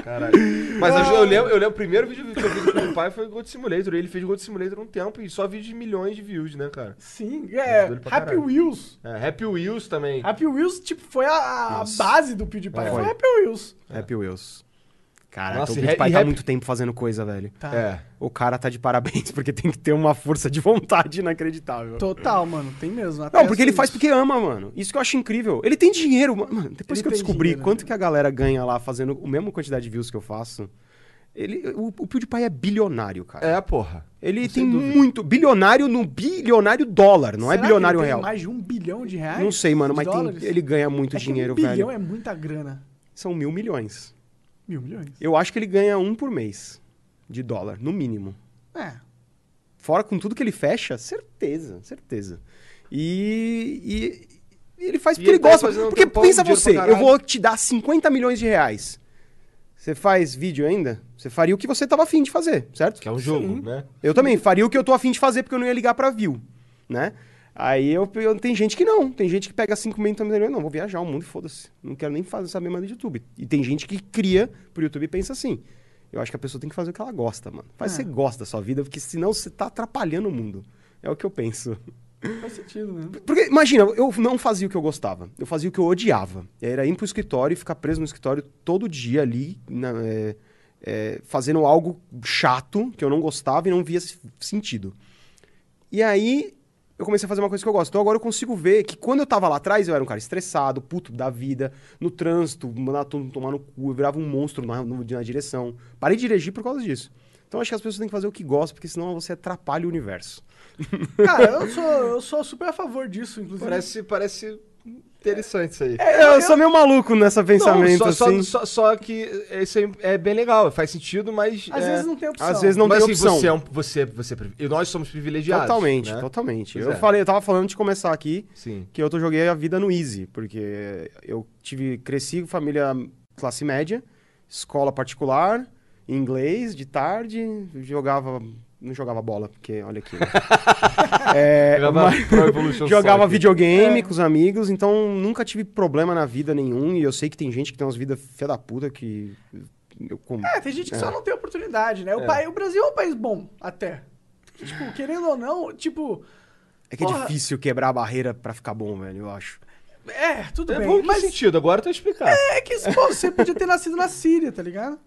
Caralho. Mas eu, eu lembro, eu lembro, o primeiro vídeo que eu vi com meu pai foi o Gold Simulator. Ele fez Gold Simulator um tempo e só vídeo de milhões de views, né, cara?
Sim, é.
Doido pra
Happy
caralho.
Wheels.
É, Happy Wheels também.
Happy Wheels, tipo, foi a- a,
Nossa.
base do PewDiePie.
É.
Foi
Foi.
Happy Wheels.
Happy Wheels. Caraca,
é. Nossa,
o
e
PewDiePie
rap- e
tá há
rap-
muito tempo fazendo coisa, velho.
Tá.
É.
O cara tá de parabéns, [laughs] porque tem que ter uma força de vontade inacreditável.
Total, mano. Tem mesmo. até
Não, porque ele
isso.
faz porque ama, mano. Isso que eu acho incrível. Ele tem dinheiro, ma- mano. Depois
Ele
que eu
tem
descobri
dinheiro,
quanto
né?
que a galera ganha lá fazendo a mesma quantidade de views que eu faço, ele, o, o PewDiePie é bilionário, cara.
É, porra.
Ele
Sem
tem
dúvida.
muito. Bilionário no bilionário dólar, não é
Será que
bilionário
ele tem
real.
mais de um bilhão de reais?
Não sei, mano,
De
mas tem-
dólares?
ele ganha
É
muito
que
dinheiro,
um bilhão
velho.
é muita grana.
São mil milhões.
Mil milhões?
Eu acho que ele ganha um por mês de dólar, no mínimo.
É.
Fora com tudo que ele fecha, certeza, certeza. E, e- e ele faz
E
porque ele,
ele tá
gosta.
fazendo um
Porque
tempão,
pensa
dinheiro
você,
pra
eu
caralho.
vou te dar 50 milhões de reais. Você faz vídeo ainda? Você faria o que você tava afim de fazer, certo?
Que é um jogo, né?
Eu também faria o que eu tô afim de fazer, porque eu não ia ligar pra view, né? Aí eu, eu- tem gente que não, tem gente que pega 50 milhões, não, vou viajar o mundo, foda-se. Não quero nem fazer, saber mais do YouTube. E tem gente que cria pro YouTube e pensa assim. Eu acho que a pessoa tem que fazer o que ela gosta, mano. Faz o que você gosta da sua vida, porque senão você tá atrapalhando o mundo. É o que eu penso.
Faz sentido, né?
Porque, imagina, eu não fazia o que eu gostava. Eu fazia o que eu odiava. Era ir pro escritório e ficar preso no escritório todo dia ali, na- é, é, fazendo algo chato que eu não gostava e não via s- sentido. E aí eu comecei a fazer uma coisa que eu gosto. Então agora eu consigo ver que quando eu tava lá atrás, eu era um cara estressado, puto da vida, no trânsito, mandava todo mundo tomar no cu, eu virava um monstro na, no- na direção. Parei de dirigir por causa disso. Então acho que as pessoas têm que fazer o que gostam, porque senão você atrapalha o universo.
[laughs] Cara, eu sou, eu sou super a favor disso, inclusive.
Parece, parece interessante isso aí.
É, Eu, sou meio maluco nessa pensamento,
É, Não, só,
assim.
só, só, só que isso aí é bem legal, faz sentido, mas.
Às
é...
vezes não tem opção.
Às vezes não
mas
tem
assim,
opção.
Você é um, você, você é privi- e nós somos privilegiados.
Totalmente,
né?
totalmente.
Pois
eu
é.
falei, eu tava falando de começar aqui
Sim.
que eu tô- joguei a vida no easy, porque eu tive cresci com família classe média, escola particular, inglês de tarde, jogava não jogava bola, porque olha aqui. né? É,
Jogava
mas-
Pro Evolution
[laughs] jogava
Soccer.
videogame com os amigos, então nunca tive problema na vida nenhum, e eu sei que tem gente que tem umas vidas fé da puta que eu com-
É, tem gente que só não tem oportunidade, né? O, pai, o Brasil é um país bom, até. Tipo, querendo ou não, tipo...
É que é
Porra.
difícil quebrar a barreira pra ficar bom, velho, eu acho.
É, tudo
É
bem.
bom que
mas
sentido, agora eu tô explicando.
é que pô, você podia ter nascido na Síria, tá ligado?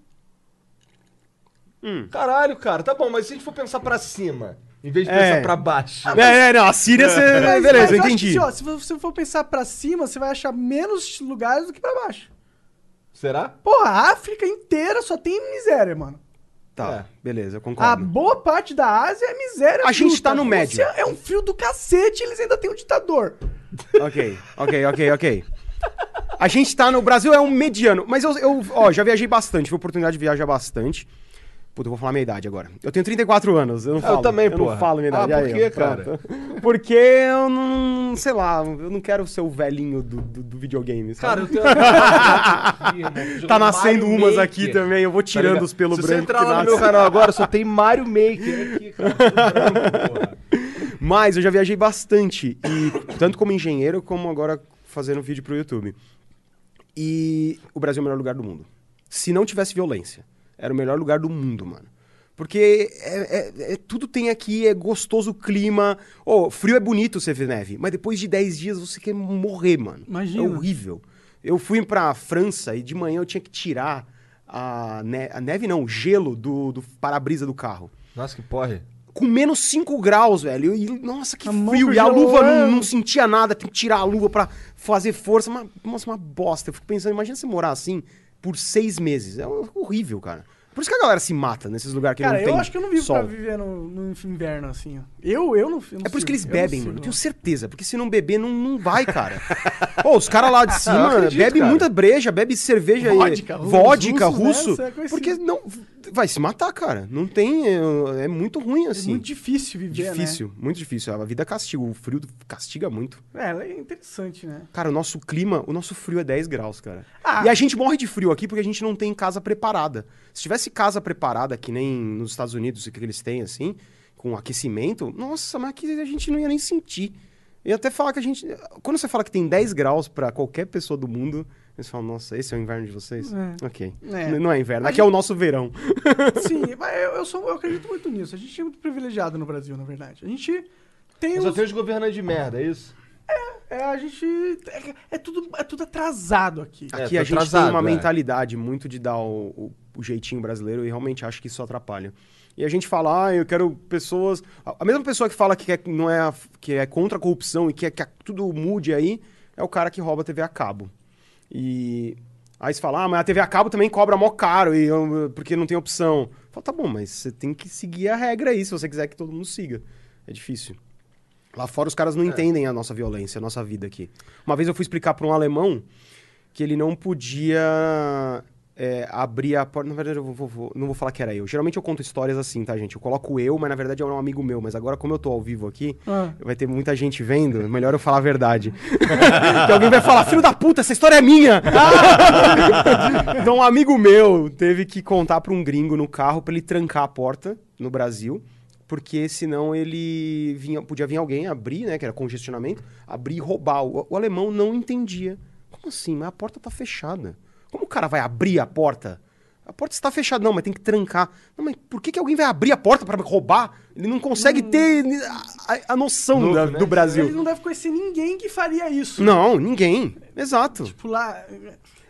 Caralho, cara, tá bom, mas se a gente for pensar pra cima, em vez de
É.
pensar pra
[laughs]
baixo.
É, é, não, a Síria você.
Mas-
Beleza,
mas eu acho
entendi.
que, assim, ó, se você for pensar pra cima, você vai achar menos lugares do que pra baixo.
Será?
Porra, a África inteira só tem miséria, mano.
É.
Tá, beleza, eu
A
Ah,
concordo.
boa parte da Ásia é miséria.
A gente
bruta.
tá no médio.
Você É um frio do cacete, eles ainda têm um ditador.
Ok, ok, ok, ok. A gente tá no. Brasil é um mediano. Mas eu, eu ó, já viajei bastante, tive a oportunidade de viajar bastante. Puta, eu vou falar minha idade agora. Eu tenho 34 anos, eu não falo.
também,
eu não
porra.
falo minha idade.
Ah, por
aí, ó,
quê, cara?
pronto. Porque eu não. Sei lá, eu não quero ser o velhinho do, do, do videogame. Sabe?
Cara, eu [laughs] tenho. Jogando
tá nascendo
Mario
umas
Maker.
aqui também, eu vou
Tá
tirando
ligado?
os pelos
Se
brancos.
você entrar
que
lá no meu
nascem.
canal agora, só tem Mario Maker aqui,
[laughs]
cara. tudo branco, porra.
Mas eu já viajei bastante, e tanto como engenheiro, como agora fazendo vídeo pro YouTube. E o Brasil é o melhor lugar do mundo. Se não tivesse violência, era o melhor lugar do mundo, mano. Porque é- é- é- tudo tem aqui, é gostoso o clima. Ô, frio é bonito você ver neve, mas depois de 10 dias você quer morrer, mano.
Imagina.
É horrível. Eu fui pra França e de manhã eu tinha que tirar a, ne- a neve, não, o gelo do, do para-brisa do carro
Nossa, que porra.
com menos 5 graus, velho. E, nossa, que
A mão
frio. E a
gelando.
luva não, não sentia nada, tem que tirar a luva pra fazer força. Uma, nossa, uma bosta. Eu fico pensando, imagina você morar assim por seis meses. É horrível, cara. Por isso que a galera se mata nesses lugares que
Cara,
não
eu
tem
acho que eu não vivo
sol.
pra viver no, no inverno assim. ó. Eu, eu não, eu não
É por isso
sigo,
que eles
eu não
bebem,
sigo,
mano. Eu tenho certeza. Porque se não beber, não, não vai, cara.
[laughs]
Pô, os caras
Ah,
lá de
eu
cima
acredito,
bebem
cara.
muita breja, bebe cerveja
Vodka,
e...
os
vodka
russos, né?
russo.
Isso é conhecido.
porque não... Vai se matar, cara. Não tem... É, é muito ruim,
É
assim.
muito difícil viver, né?
Difícil, muito difícil. A vida castiga, o frio castiga muito.
É, ela é interessante, né? [laughs]
Cara, o nosso clima, o nosso frio é 10 graus, cara.
Ah.
E a gente morre de frio aqui porque a gente não tem casa preparada. Se tivesse casa preparada, que nem nos Estados Unidos, o que eles têm, assim, com aquecimento, nossa, mas aqui a gente não ia nem sentir. E até falar que a gente. Quando você fala que tem 10 graus pra qualquer pessoa do mundo, eles falam, nossa, esse é o inverno de vocês?
É.
Ok.
É.
N- Não é inverno,
A
aqui é o nosso verão.
Sim, mas eu, eu sou, eu acredito muito nisso. A gente é muito privilegiado no Brasil, na verdade. A gente tem.
Só
uns-
tem os governantes de merda, é [laughs] isso?
É, a gente. É, é tudo, é tudo atrasado aqui.
É,
Aqui
tá
a gente
atrasado,
tem uma
é.
mentalidade muito de dar o, o- o jeitinho brasileiro e realmente acho que isso atrapalha. E a gente fala, ah, eu quero pessoas. A a mesma pessoa que fala que, quer- não é, a- que é contra a corrupção e quer que a- tudo mude aí é o cara que rouba a TV a cabo. E aí você fala, ah, mas a TV a cabo também cobra mó caro e eu- porque não tem opção. Fala, tá bom, mas você tem que seguir a regra aí se você quiser que todo mundo siga. É difícil. Lá fora os caras não entendem a nossa violência, a nossa vida aqui. Uma vez eu fui explicar pra um alemão que ele não podia é, abrir a porta. Na verdade, eu vou- vou- vou- não vou falar que era eu. Geralmente eu conto histórias assim, tá, gente? Eu coloco eu, mas na verdade é um amigo meu. Mas agora, como eu tô ao vivo aqui,
Ah.
vai ter muita gente vendo. Melhor eu falar a verdade. [laughs] que alguém vai falar, filho da puta, essa história é minha! [laughs] então, um amigo meu teve que contar pra um gringo no carro pra ele trancar a porta no Brasil. Porque senão ele vinha, podia vir alguém abrir, né? Que era congestionamento, abrir e roubar. O, o alemão não entendia. Como assim? Mas a porta tá fechada. Como o cara vai abrir a porta? A porta está fechada, não, mas tem que trancar. Não, mas por que, que alguém vai abrir a porta pra roubar? Ele não consegue ter a, a- a noção
Novo,
da-
né?
do Brasil.
Ele não deve conhecer ninguém que faria isso.
Não, ninguém. Exato.
Tipo, lá.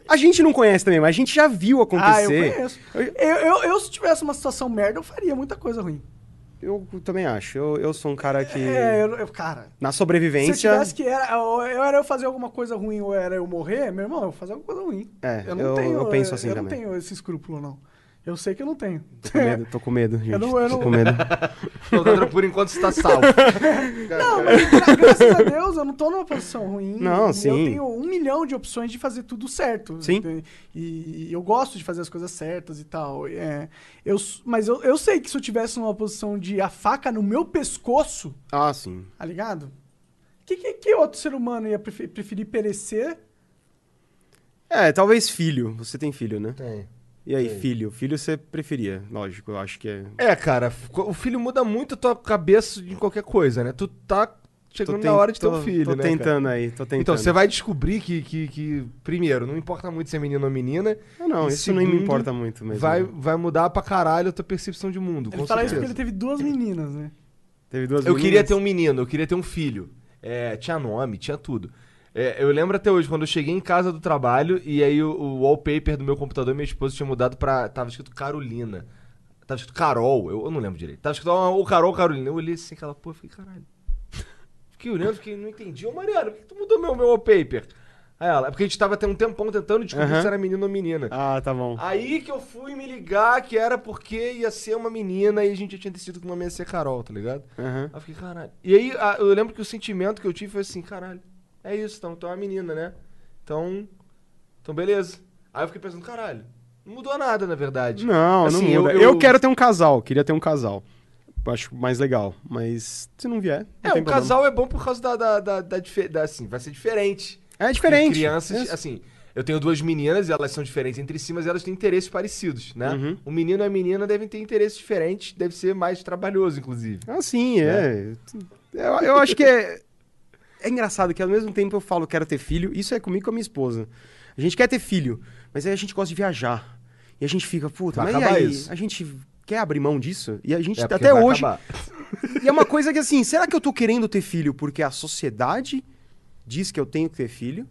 A gente não conhece também, mas a gente já
Ah,
viu
eu
acontecer.
conheço. Eu, eu, eu, se tivesse uma situação merda, eu faria muita coisa ruim.
eu, eu também acho. Eu, eu sou um cara que.
É, eu, eu- cara.
Na
Se eu
sobrevivência.
tivesse que era, ou eu era eu fazer alguma coisa ruim ou era eu morrer, meu irmão, eu vou fazer alguma coisa ruim.
É, eu- eu penso assim
eu
também.
não tenho esse escrúpulo, não. Eu sei que eu não tenho.
Tô
[laughs]
com medo, tô com medo, gente.
não- eu
tô
não-
com medo.
[laughs]
Então, tá, por enquanto você tá [laughs] salvo.
Não, mas gra-
[laughs]
graças a Deus eu não tô numa posição ruim.
Não,
E
sim.
Eu tenho um milhão de opções de fazer tudo certo.
Sim.
entende? E, e eu gosto de fazer as coisas certas e tal. É, eu, s- mas eu, eu sei que se eu tivesse numa posição de a faca no meu pescoço,
Ah, sim.
tá ligado? Que, que, que outro ser humano ia prefe- preferir perecer?
É, talvez filho. Você tem filho, né?
Tem.
E aí, filho? Filho você preferia, lógico, eu acho que é.
É, cara, f- o filho muda muito a tua cabeça em qualquer coisa, né? Tu tá
Tô
chegando
ten-
na hora de ter
tô-
um filho,
Tô
né? cara?
tentando aí, tô tentando.
Então, você vai descobrir que, que, que, primeiro, não importa muito se é menino ou menina.
Não, Ah, não,
e
isso nem me
segundo,
importa muito mesmo.
Vai, vai mudar pra caralho a tua percepção de mundo.
Ele
com
fala isso
certeza.
porque ele teve duas meninas, né?
Teve duas
Eu queria
meninas.
ter um menino, eu queria ter um filho. É, tinha nome, tinha tudo. É, eu lembro até hoje, quando eu cheguei em casa do trabalho, e aí o, o wallpaper do meu computador, minha esposa tinha mudado pra. Tava escrito Carolina. Tava escrito Carol, eu, eu não lembro direito. Tava escrito ou Carol Carolina. Eu olhei assim, aquela porra, fiquei, caralho. [laughs] Fiquei olhando, fiquei, não entendi. Ô, Mariana, por que tu mudou meu, meu wallpaper? Aí ela, é porque a gente tava até um tempão tentando descobrir
Aham.
se era menino ou menina.
Ah, tá bom.
Aí que eu fui me ligar que era porque ia ser uma menina e a gente já tinha decidido que o nome ia ser Carol, tá ligado?
Aham.
Aí eu fiquei, caralho. E aí a- eu lembro que o sentimento que eu tive foi assim, caralho, é isso, então, então é uma menina, né? Então. Então beleza. Aí eu fiquei pensando, caralho, não mudou nada, na verdade.
Não,
Assim,
não muda. Eu,
eu- eu-
quero ter um casal, queria ter um casal. Acho mais legal, mas se não
É,
vier, não
o
tem problema.
casal é bom por causa da. da, da, da dife- da, assim, vai ser diferente.
é diferente.
E crianças,
Isso.
assim, eu tenho duas meninas e elas são diferentes entre si, mas elas têm interesses parecidos, né?
Uhum.
O menino e a menina devem ter interesses diferentes, deve ser mais trabalhoso, inclusive.
Ah, sim,
Né?
é. Eu, eu acho que é. É engraçado que ao mesmo tempo eu falo quero ter filho, isso é comigo e com a minha esposa. A gente quer ter filho, mas aí a gente gosta de viajar. E a gente fica, puta,
Vai
mas e
acabar
aí?
isso.
A gente quer abrir mão disso? E a gente tá
É, porque
até
vai
hoje.
acabar.
[laughs] E é uma coisa que assim, será que eu tô querendo ter filho porque a sociedade diz que eu tenho que ter filho?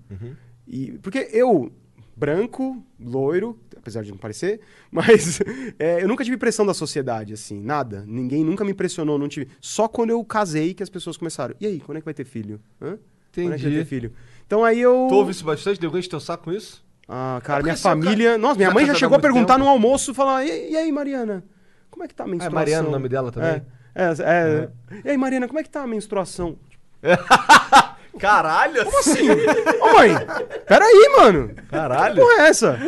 E porque eu branco, loiro, apesar de não parecer, [laughs] mas é, eu nunca tive pressão da sociedade assim, nada. Ninguém nunca me pressionou, não tive. Só quando eu casei que as pessoas começaram. E aí, quando é que vai ter filho? Hã? Quando é que vai
Entendi.
ter filho? Então aí eu
Tu ouve isso bastante? Deu enche teu saco com isso?
ah, cara,
É porque
minha
se eu ca-
família. Nossa, minha
já
mãe já
casado há
chegou a
muito
perguntar
tempo?
no almoço, falar: e, e aí, Mariana? Como é que tá a menstruação?
Ah, Mariana o nome dela também?
É, é, é. E aí, Mariana, como é que tá a menstruação?
Caralho!
Como assim? [laughs] Ô, mãe, peraí, mano.
Caralho.
Que porra é essa?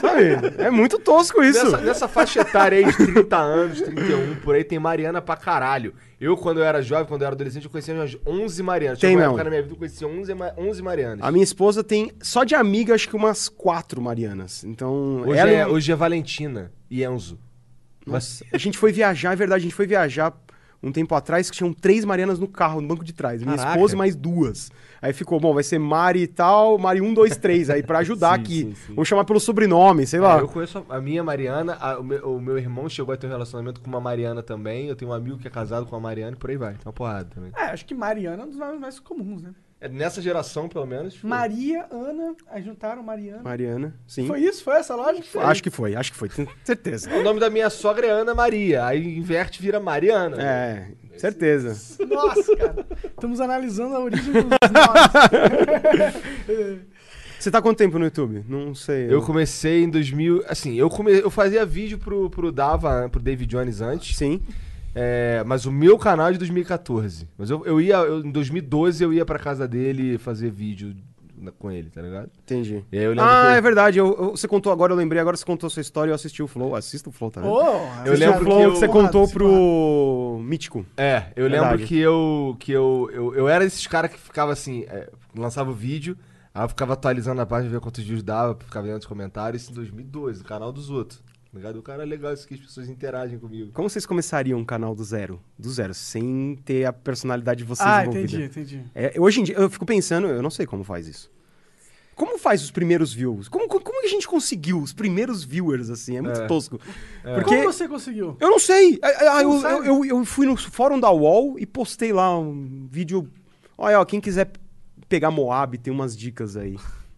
Sabe? É muito tosco isso.
Nessa, nessa faixa etária aí de 30 anos, 31, por aí, tem Mariana pra caralho. Eu, quando eu era jovem, quando eu era adolescente, eu conhecia umas 11 Marianas.
Tem
Chegou uma
mesmo. Ah,
época na minha vida, que eu conhecia 11, ma- 11 Marianas.
A minha esposa tem, só de amiga, acho que umas quatro Marianas. Então,
Hoje,
ela e-
é, hoje é Valentina e Enzo. Mas
A gente foi viajar, é verdade, a gente foi viajar um tempo atrás que tinham três Marianas no carro, no banco de trás. Minha
Caraca.
esposa e mais duas. Aí ficou, bom, vai ser Mari e tal, Mari 1, 2, 3. Aí pra ajudar
[laughs] Sim,
aqui.
sim, sim.
Vamos chamar pelo sobrenome, sei lá.
É, eu conheço a minha Mariana, a- o, meu, o meu irmão chegou a ter um relacionamento com uma Mariana também. Eu tenho um amigo que é casado com uma Mariana e por aí vai. Tá uma porrada também.
É, acho que Mariana é um dos nomes mais comuns, né?
É, nessa geração, pelo menos. foi.
Maria, Ana, aí juntaram Mariana.
Mariana, sim.
Foi isso? Foi essa lógica?
Acho que foi, acho que foi, tenho certeza.
O nome da minha sogra é Ana Maria. Aí inverte vira Mariana.
É, certeza.
Nossa, cara. Estamos analisando a
[laughs]
origem dos nomes.
Você tá quanto tempo no YouTube? Não sei.
Eu comecei em 2000. Assim, eu, come, eu fazia vídeo pro, pro Dava, pro David Jones antes.
Sim.
É, mas o meu canal é de 2014. Mas eu, eu ia. eu- em 2012 eu ia pra casa dele fazer vídeo na- com ele, tá ligado?
Entendi.
E aí eu lembro
ah,
que eu-
é verdade. eu- eu- você contou agora, eu lembrei, agora você contou a sua história, eu assisti o Flow, assisto o Flow também.
Ô,
Eu
Assisti o
lembro que
Flow que,
eu-
você contou pro Mítico.
É, eu
Verdade.
lembro que eu. que eu, eu, eu era esses caras que ficava assim, é, lançava o vídeo, aí eu ficava atualizando a página, ver quantos views dava, ficava vendo os comentários, isso em 2012, no canal dos outros. tá Ligado? O cara é legal isso que as pessoas interagem comigo.
Como vocês começariam um canal do zero? Do zero, sem ter a personalidade de vocês
Ah,
envolvida.
entendi, entendi.
É, hoje em dia, eu fico pensando, eu não sei como faz isso. Como faz os primeiros views? Como, como, como a gente conseguiu os primeiros viewers, assim? É muito tosco. Porque...
É. Como você conseguiu?
Eu não sei. Ah, ah, Eu,
sabe?
eu, eu, eu fui no fórum da UOL e postei lá um vídeo. Olha, ó, quem quiser pegar Moab, tem umas dicas aí.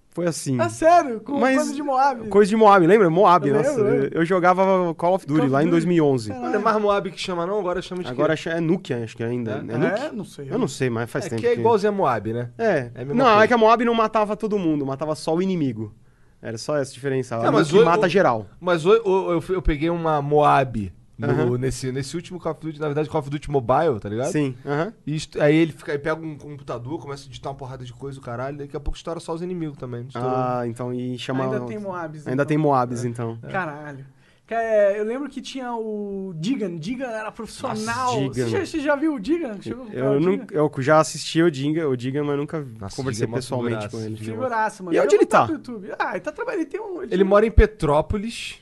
Foi assim.
Ah, sério? Com
Mas-
coisa de Moab?
Coisa de Moab, lembra? Moab,
Eu
nossa.
lembro,
eu- Eu jogava Call of Duty
Call of
lá em
Duty.
2011.
Caralho.
Não é mais Moab que chama, não? Agora chama de.
Agora
quê?
acho- é Nukia, acho que ainda. É,
É,
Nukia?
não sei.
Eu não sei, mas faz
é
tempo.
que é igual o Zé Moab, né?
É.
É a mesma
não,
coisa.
é que a Moab não matava todo mundo, matava só o inimigo. Era só essa diferença.
Não,
Ela
mas
que
o-
mata
o-
geral.
Mas eu, eu, eu fui- eu peguei uma Moab no-
Aham.
nesse, nesse último Call of Duty, na verdade, Call of Duty Mobile, tá ligado?
Sim. aham.
E est- aí ele fica, aí pega um computador, começa a digitar uma porrada de coisa, o caralho, daqui a pouco estoura só os inimigos também. não estourou.
Ah, então e chama.
Ainda tem Moabs,
Ainda
então.
tem Moabs,
É.
então.
Caralho. Cara, é, eu lembro que tinha o Digan. Digan era profissional.
Nossa, Digan.
Você, já, você já viu o Digan? Chegou a comprar
Eu,
o
nun-
Digan?
eu já assisti o Diga, o Diga, mas nunca
Nossa,
conversei
Diga é uma
pessoalmente
figuraça,
com ele.
Diga.
Figuraça,
é
mano.
E onde
Eu vou
ele
botar
tá?
pro YouTube. Ah, ele tá trabalhando. Ele tem um.
Ele mora em Petrópolis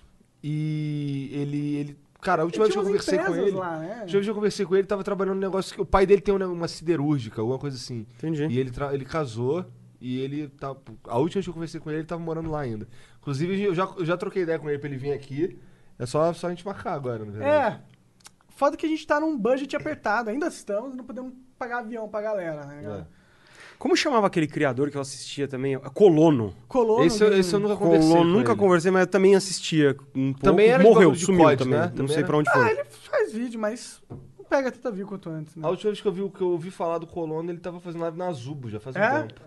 e ele. ele cara, a última
ele
vez que
tinha
eu
umas
conversei com
empresas
ele.
Lá, né?
A última vez que eu conversei com ele, ele tava trabalhando num negócio que. O pai dele tem uma uma siderúrgica, alguma coisa assim.
Entendi.
E ele, tra- ele casou e ele tá. A última vez que eu conversei com ele, ele tava morando lá ainda. Inclusive, eu já, eu já troquei ideia com ele pra ele vir aqui. É só, só a gente marcar agora, né? na verdade.
É. Foda que a gente tá num budget apertado. Ainda estamos, não podemos pagar avião pra galera, né,
É.
galera?
Como chamava aquele criador que eu assistia também? É Colono.
Colono.
Esse, eu-
do-
esse eu nunca conversei.
Colono,
com
nunca
ele.
conversei, mas eu também assistia um pouco.
Também era de
Morreu,
bagulho de
sumiu
COD,
também.
né?
Não
Também
sei
era.
pra onde
Ah,
foi.
ele faz vídeo, mas não pega tanta view quanto antes, né?
A última vez que eu vi o que eu ouvi falar do Colono, ele tava fazendo live na Azubo, já faz um
É?
tempo.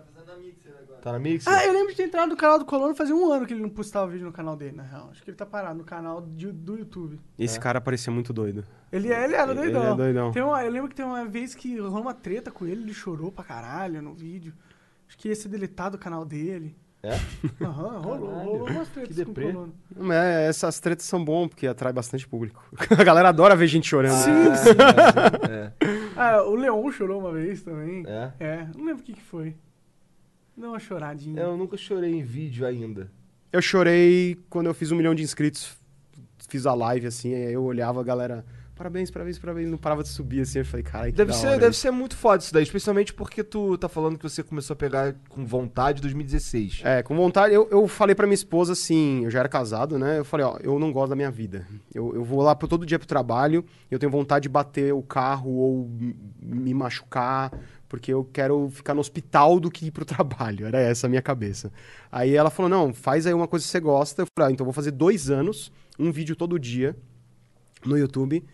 Tá na Mixer?
Ah, eu lembro de ter entrado no canal do Colono fazia um ano que ele não postava vídeo no canal dele, na real. Acho que ele tá parado no canal de- do YouTube.
É.
Esse cara parecia muito doido.
Ele, ele era
Ele
doidão.
é doidão.
Tem uma, eu lembro que tem uma vez que rolou uma treta com ele, ele chorou pra caralho no vídeo. Acho que ia ser deletado o canal dele.
É?
[laughs] Aham, rolou,
Caralho,
rolou umas
que
tretas com o
deprê.
Colono.
Mas é, essas tretas são bom porque atrai bastante público. [laughs] A galera adora ver gente chorando. né?
Sim, sim.
É,
Ah, o Leon chorou uma vez também.
é.
É, não lembro o que, que foi. Deu uma choradinha.
Eu nunca chorei em vídeo ainda.
Eu chorei quando eu fiz um milhão de inscritos. Fiz a live, assim, aí eu olhava a galera. Parabéns, parabéns, parabéns. Não parava de subir, assim. Eu falei, caralho, que
Deve,
da
ser,
hora
deve
isso."
ser muito foda isso daí, especialmente porque tu tá falando que você começou a pegar com vontade em 2016.
É, com vontade. Eu, eu falei pra minha esposa, assim, eu já era casado, né? Eu falei, ó, eu não gosto da minha vida. Eu, eu vou lá pro- todo dia pro trabalho, eu tenho vontade de bater o carro ou m- me machucar, porque eu quero ficar no hospital do que ir pro [laughs] trabalho. Era essa a minha cabeça. Aí ela falou, não, faz aí uma coisa que você gosta. Eu falei, ah, então eu vou fazer dois anos, um vídeo todo dia no YouTube.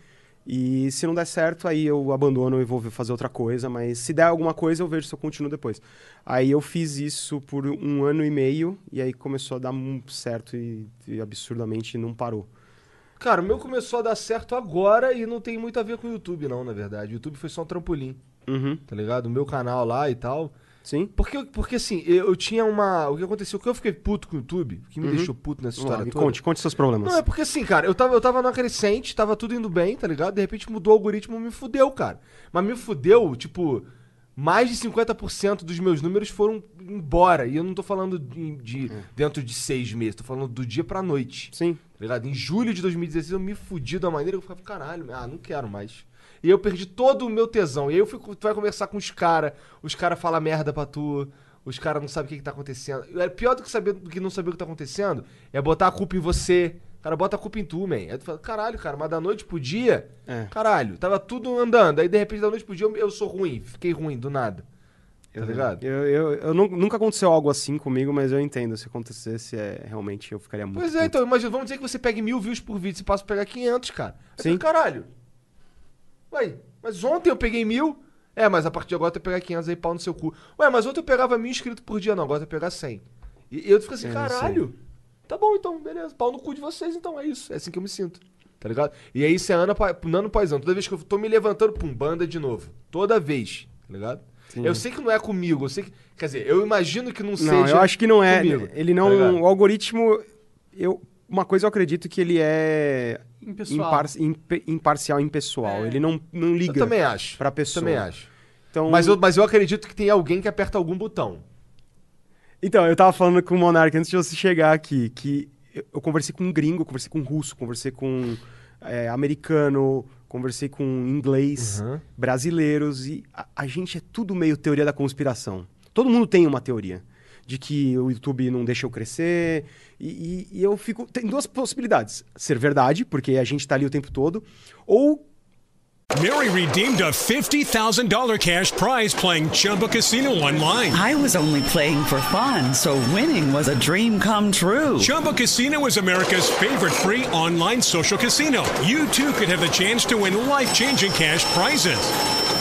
E se não der certo, aí eu abandono e vou fazer outra coisa. Mas se der alguma coisa, eu vejo se eu continuo depois. Aí eu fiz isso por um ano e meio. E aí começou a dar muito certo e, e absurdamente não parou.
Cara, o meu começou a dar certo agora e não tem muito a ver com o YouTube, não, na verdade. O YouTube foi só um trampolim,
Uhum.
tá ligado? O meu canal lá e tal.
Sim?
Porque, porque assim, eu, eu tinha uma. O que aconteceu? O que eu fiquei puto com o YouTube, o que me deixou puto nessa
Vamos lá,
história
Uhum. me
toda.
conte, conte seus problemas.
Não, é porque assim, cara, eu tava, eu tava na crescente, tava tudo indo bem, tá ligado? De repente mudou o algoritmo, me fudeu, cara. Mas me fudeu, tipo, mais de 50% dos meus números foram embora. E eu não tô falando de, de- dentro de seis meses, tô falando do dia pra noite.
Sim.
Tá ligado? Em julho de 2016 eu me fudi da maneira que eu falei, caralho, ah, não quero mais. E eu perdi todo o meu tesão. E aí eu fui, tu vai conversar com os caras, os caras falam merda pra tu, os caras não sabem o que, que tá acontecendo. É pior do que, saber, do que não saber o que tá acontecendo, é botar a culpa em você. O cara bota a culpa em tu, man. Aí tu fala, caralho, cara, mas da noite pro dia,
É.
caralho, tava tudo andando. Aí de repente da noite pro dia eu, eu sou ruim, fiquei ruim do nada. Tá ligado?
Eu, eu, eu nu- nunca aconteceu algo assim comigo, mas eu entendo. Se acontecesse, é, realmente eu ficaria muito.
Pois é,
puto.
então, imagina, vamos dizer que você pegue mil views por vídeo, você passa a pegar 500, cara. Aí
Sim.
Sim. caralho. Ué, mas ontem eu peguei mil. É, mas a partir de agora tu vai pegar 500 aí, pau no seu cu. Ué, mas ontem eu pegava mil inscritos por dia, não, agora tu vai pegar 100. E eu fico assim,
É,
caralho. Tá bom, então, beleza. Pau no cu de vocês, então, é isso. É assim que eu me sinto. Tá ligado? E aí isso é ano, pa- ano após ano. Toda vez que eu tô me levantando, pum, banda de novo. Toda vez, tá ligado? Eu sei que não é comigo, eu sei que. Quer dizer, eu imagino que não, seja.
Não, eu acho que não é.
comigo,
Ele
tá
não.
ligado?
o algoritmo. Eu, uma coisa eu acredito que ele é
Impessoal.
impar- impe- imparcial, impessoal. Ele não, não liga.
Eu também acho.
pra pessoa.
Também acho.
Então,
Mas eu, mas eu acredito que tem alguém que aperta algum botão.
Então, eu tava falando com o Monark antes de você chegar aqui, que eu, eu conversei com um gringo, conversei com um russo, conversei com é, americano, conversei com inglês,
Uhum.
brasileiros, e a, a gente é tudo meio teoria da conspiração. Todo mundo tem uma teoria de que o YouTube não deixa eu crescer, e, e- e eu fico... Tem duas possibilidades. Ser verdade, porque a gente tá ali o tempo todo, ou
Mary redeemed a $50,000 cash prize playing Chumba Casino online.
I was only playing for fun, so winning was a dream come true.
Chumba Casino is America's favorite free online social casino. You too could have the chance to win life changing cash prizes.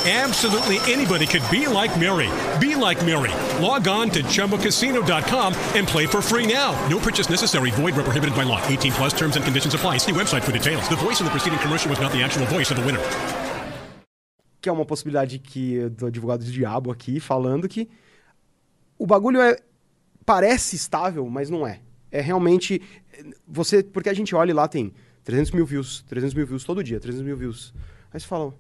Absolutely anybody could be like Mary. Be like Mary. Log on to chumbacasino.com and play for free now. No purchase necessary. Void where prohibited by law. 18 plus terms and conditions apply. See website for details. The voice in the preceding commercial was not the actual voice of the winner.
que é uma possibilidade que eu do advogado do diabo aqui falando que o bagulho é parece estável, mas não é. É realmente eh, você, porque a gente olha e lá tem 300 mil views, 300 mil views todo dia, 300 mil views. Aí você fala,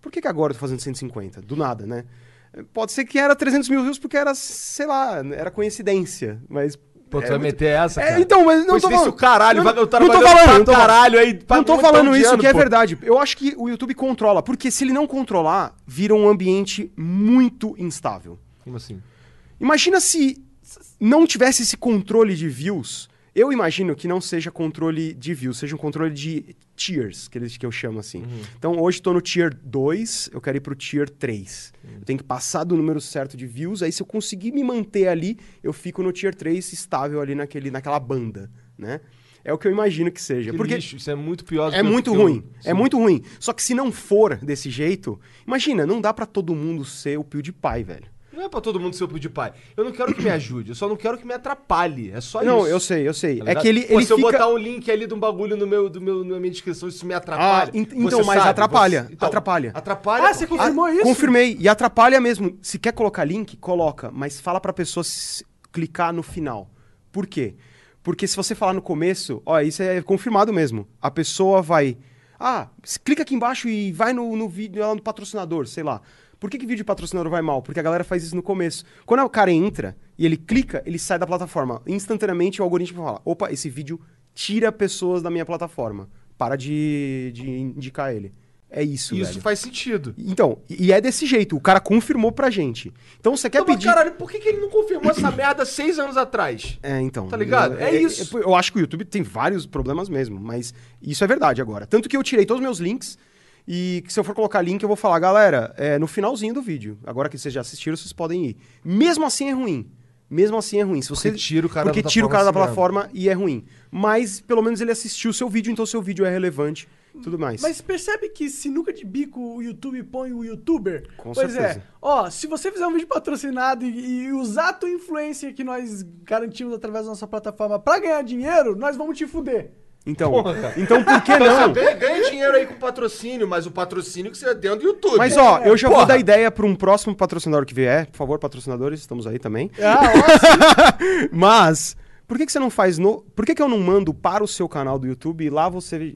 por que, que agora eu tô fazendo 150? Do nada, né? Eh, Pode ser que era 300 mil views porque era, sei lá, era coincidência, mas
Pô, tu
é
vai
muito-
meter essa,
É,
cara.
então, mas não tô
Coincidência
falando-
o caralho,
não-
vai- eu tava
não tô
trabalhando
falando,
pra
não tô falando.
caralho aí, pra
Não tô
um montão
falando
de
isso
ano,
que é
pô.
verdade. Eu acho que o YouTube controla, porque se ele não controlar, vira um ambiente muito instável.
Como assim?
Imagina se não tivesse esse controle de views. Eu imagino que não seja controle de views, seja um controle de tiers, que, eles, que eu chamo assim.
Uhum.
Então hoje tô no tier 2, eu quero ir pro tier 3.
Uhum.
Eu tenho que passar do número certo de views, aí se eu conseguir me manter ali, eu fico no tier 3 estável ali naquele, naquela banda, né? É o que eu imagino que seja.
Que
porque
lixo, isso é muito pior do
é
que eu-
muito
que eu-
ruim. É
Sim.
muito ruim. Só que se não for desse jeito, imagina, não dá pra todo mundo ser o PewDiePie, velho.
Não é pra todo mundo ser o PewDiePie. Eu não
[coughs]
quero que me ajude, eu só não quero que me atrapalhe. É só
Não,
isso.
eu sei, eu sei.
tá
é
ligado?
que ele,
Pô,
ele
se eu
fica...
botar um link ali de um bagulho no meu, do meu, na minha descrição, isso me atrapalha.
Ah, en-
Você
então, mas atrapalha,
Você-
atrapalha.
Atrapalha.
Ah, você
porque-
confirmou isso?
Confirmei. E atrapalha mesmo. Se quer colocar link, coloca. Mas fala pra pessoa s- clicar no final. Por quê? Porque se você falar no começo, ó, isso é confirmado mesmo. A pessoa vai. Ah, s- clica aqui embaixo e vai no, no vídeo lá no patrocinador, sei lá. Por que, que vídeo de patrocinador vai mal? Porque a galera faz isso no começo. Quando o cara entra e ele clica, ele sai da plataforma. Instantaneamente o algoritmo fala: opa, esse vídeo tira pessoas da minha plataforma. Para de, de indicar ele. É isso,
Isso
velho.
faz sentido.
Então, e é desse jeito. O cara confirmou pra gente. Então você quer
Então, mas
pedir.
caralho, por que, que ele não confirmou
[coughs]
essa merda seis anos atrás?
É, então.
Tá ligado?
Eu-
É
eu-
isso.
Eu, eu acho que o YouTube tem vários problemas mesmo, mas isso é verdade agora. Tanto que eu tirei todos os meus links e que se eu for colocar link eu vou falar, galera, é no finalzinho do vídeo. Agora que vocês já assistiram, vocês podem ir. Mesmo assim é ruim. Mesmo assim é ruim. Se você
Porque tira o cara da
porque tira o cara da
plataforma
plataforma e é ruim. Mas pelo menos ele assistiu o seu vídeo, então seu vídeo é relevante, tudo mais.
Mas percebe que sinuca de bico o YouTube põe o youtuber?
Com
pois
certeza.
é. Ó, se você fizer um vídeo patrocinado e, e usar a tua influência que nós garantimos através da nossa plataforma pra ganhar dinheiro, nós vamos te fuder.
Então, então por que
Então,
não?
você ganha- ganha dinheiro aí com patrocínio, mas o patrocínio que você é dentro do YouTube.
Mas ó, eu já vou
Porra.
dar ideia pra um próximo patrocinador que vier. Por favor, patrocinadores, estamos aí também.
Ah,
[laughs] Mas por que, que você não faz no? Por que, que eu não mando para o seu canal do YouTube e lá você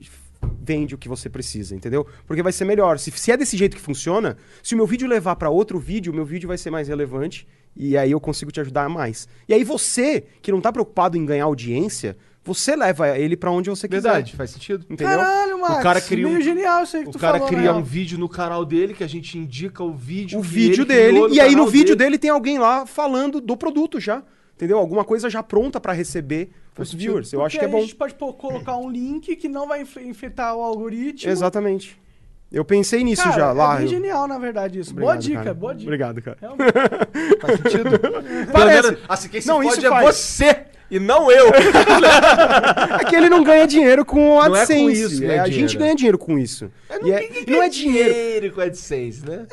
vende o que você precisa, entendeu? Porque vai ser melhor. Se, se é desse jeito que funciona, se o meu vídeo levar para outro vídeo, o meu vídeo vai ser mais relevante e aí eu consigo te ajudar mais. E aí você, que não tá preocupado em ganhar audiência, você leva ele para onde você quiser.
Verdade, faz sentido.
Entendeu?
Caralho, Max.
O cara cria
meio
um-
genial isso aí que
O
tu
cara
falou, né?
cria um vídeo no canal dele que a gente indica o vídeo.
o
um que
vídeo
ele criou
dele e aí no
canal
vídeo dele. tem alguém lá falando do produto já, entendeu? Alguma coisa já pronta pra receber os viewers. Eu acho
Porque
que é
aí
bom.
A gente pode pô, colocar um link que não vai inf- infectar o algoritmo.
Exatamente. Eu pensei nisso
Cara,
já lá.
É bem
eu-
genial, na verdade, isso. boa
Obrigado,
dica,
cara.
boa dica. É
Obrigado, cara.
Realmente.
Faz sentido.
[laughs] Parece.
Pelo menos, Assim, quem se
Não,
fode
isso
é
faz.
você e não eu.
É que ele não ganha dinheiro com
Não é com
AdSense.
isso que
é,
ganha
a gente
dinheiro.
ganha dinheiro com isso. E é- [laughs] não é dinheiro. É,
com AdSense, né?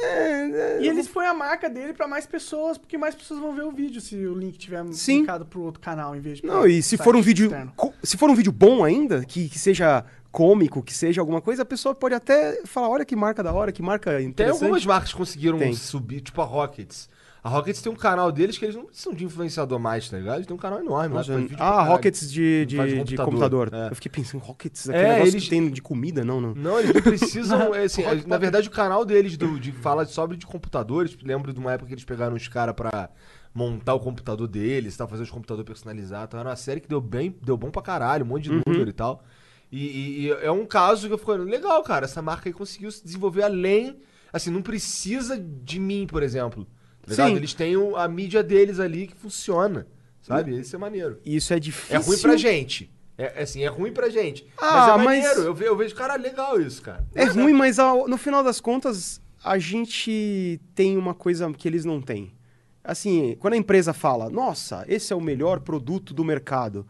E eles põem a marca dele pra mais pessoas, porque mais pessoas vão ver o vídeo se o link tiver
Sim.
linkado pro outro canal em vez de.
Não,
pro
e se
site
for um vídeo.
Tá externo.
co- Se for um vídeo bom ainda, que, que seja cômico, que seja alguma coisa, a pessoa pode até falar: olha que marca da hora, que marca
Tem
interessante.
algumas marcas que conseguiram
Tem.
subir, tipo a Rockets. A Rockets tem um canal deles que eles não são de influenciador mais, tá ligado? Eles têm um canal enorme. lá,
Nossa,
faz vídeo pra
ah,
caralho.
rockets de, de,
Faz
de computador. Eu fiquei pensando, rockets, aquele
É,
negócio
eles-
que tem de comida? Não, não.
Não, eles não precisam. é, assim, é, na verdade, o canal deles do, de fala sobre de computadores. Lembro de uma época que eles pegaram os caras pra montar o computador deles, tal, fazer os computadores personalizados. Então, era uma série que deu bem, deu bom pra caralho, um monte de número e tal. E, e- e é um caso que eu fico olhando, legal, cara. Essa marca aí conseguiu se desenvolver além. Assim, não precisa de mim, por exemplo. Tá ligado?
Sim.
Eles têm o- a mídia deles ali que funciona. Sabe? Isso é maneiro.
E Isso é difícil.
É ruim pra gente. É, assim, é ruim pra gente. mas
Ah,
é
mas-
maneiro. Eu, ve- eu vejo, cara, legal isso, cara.
É ruim, mas ao- no final das contas, a gente tem uma coisa que eles não têm. Assim, quando a empresa fala, nossa, esse é o melhor produto do mercado,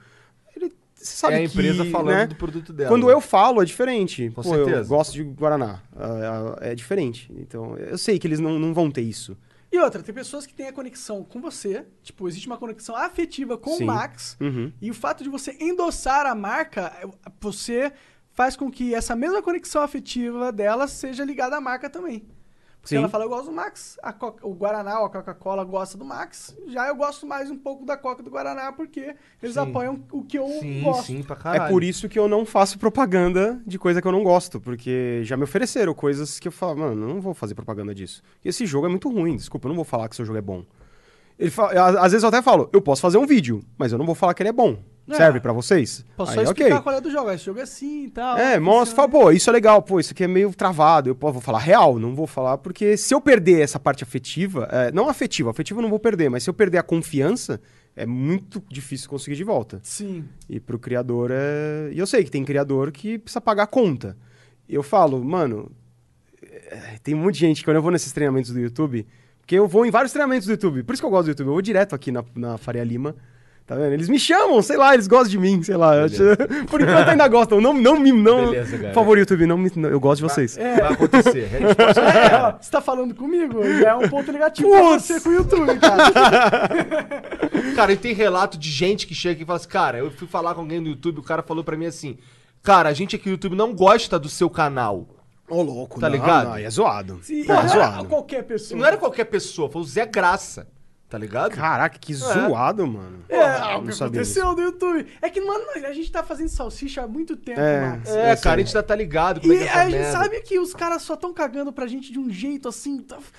ele você sabe
É a
que,
empresa falando
né?
do produto dela.
Quando eu falo, é diferente.
Com
Pô, eu
certeza.
gosto de Guaraná. Ah, É, é diferente. Então, eu sei que eles não, não vão ter isso.
E outra, tem pessoas que têm a conexão com você, tipo, existe uma conexão afetiva com
Sim.
o Max,
Uhum.
e o fato de você endossar a marca, é, você faz com que essa mesma conexão afetiva dela seja ligada à marca também. Porque
Sim.
ela fala, eu gosto do Max, a Coca- o Guaraná ou a Coca-Cola gosta do Max, já eu gosto mais um pouco da Coca e do Guaraná, porque eles apoiam o que eu gosto.
pra caralho.
É por isso que eu não faço propaganda de coisa que eu não gosto, porque já me ofereceram coisas que eu falo, mano, eu não vou fazer propaganda disso. Esse jogo é muito ruim, desculpa, eu não vou falar que seu jogo é bom. Ele fa- a- Às vezes eu até falo, eu posso fazer um vídeo, mas eu não vou falar que ele é bom.
É.
Serve pra vocês?
Posso
Aí,
só
ok.
explicar qual é do jogo, esse jogo é assim e tal.
É,
funciona.
mostra, fala, pô, isso é legal, pô, isso aqui é meio travado, eu pô, vou falar real, não vou falar, porque se eu perder essa parte afetiva, é, não afetiva, afetiva eu não vou perder, mas se eu perder a confiança, é muito difícil conseguir de volta. [laughs]
Sim.
E pro criador é. E eu sei que tem criador que precisa pagar a conta. Eu falo, mano, é, tem um monte de gente que quando eu vou nesses treinamentos do YouTube, porque eu vou em vários treinamentos do YouTube, por isso que eu gosto do YouTube, eu vou direto aqui na, na Faria Lima. Tá vendo? Eles me chamam, sei lá, eles gostam de mim, sei lá. eu acho- [laughs] Por enquanto ainda gostam. Não, não, me- não,
Beleza, cara. Ah, é.
Por favor, YouTube, não, me- não- eu gosto de vocês.
Vai acontecer. A resposta é
É, ó,
ela.
você tá falando comigo, já é um ponto negativo pra você com o YouTube, cara. Tipo
Cara, e tem relato de gente que chega e fala assim, cara, eu fui falar com alguém no YouTube, o cara falou pra mim assim, cara, a gente aqui no YouTube não gosta do seu canal.
Ô, louco,
Tá
não,
ligado?
não, aí é zoado.
Sim,
Não, é
assim, não era
zoado. [laughs]
qualquer pessoa.
Não era qualquer pessoa, foi o Zé Graça, tá ligado?
Caraca, que zoado, mano.
É, o que
sabia disso.
aconteceu no YouTube. É que, mano, a gente tá fazendo salsicha há muito tempo,
É.
Max.
É, cara, a gente já tá ligado como
E
é que é essa
a gente
merda.
sabe que os caras só tão cagando pra gente de um jeito assim, tão f-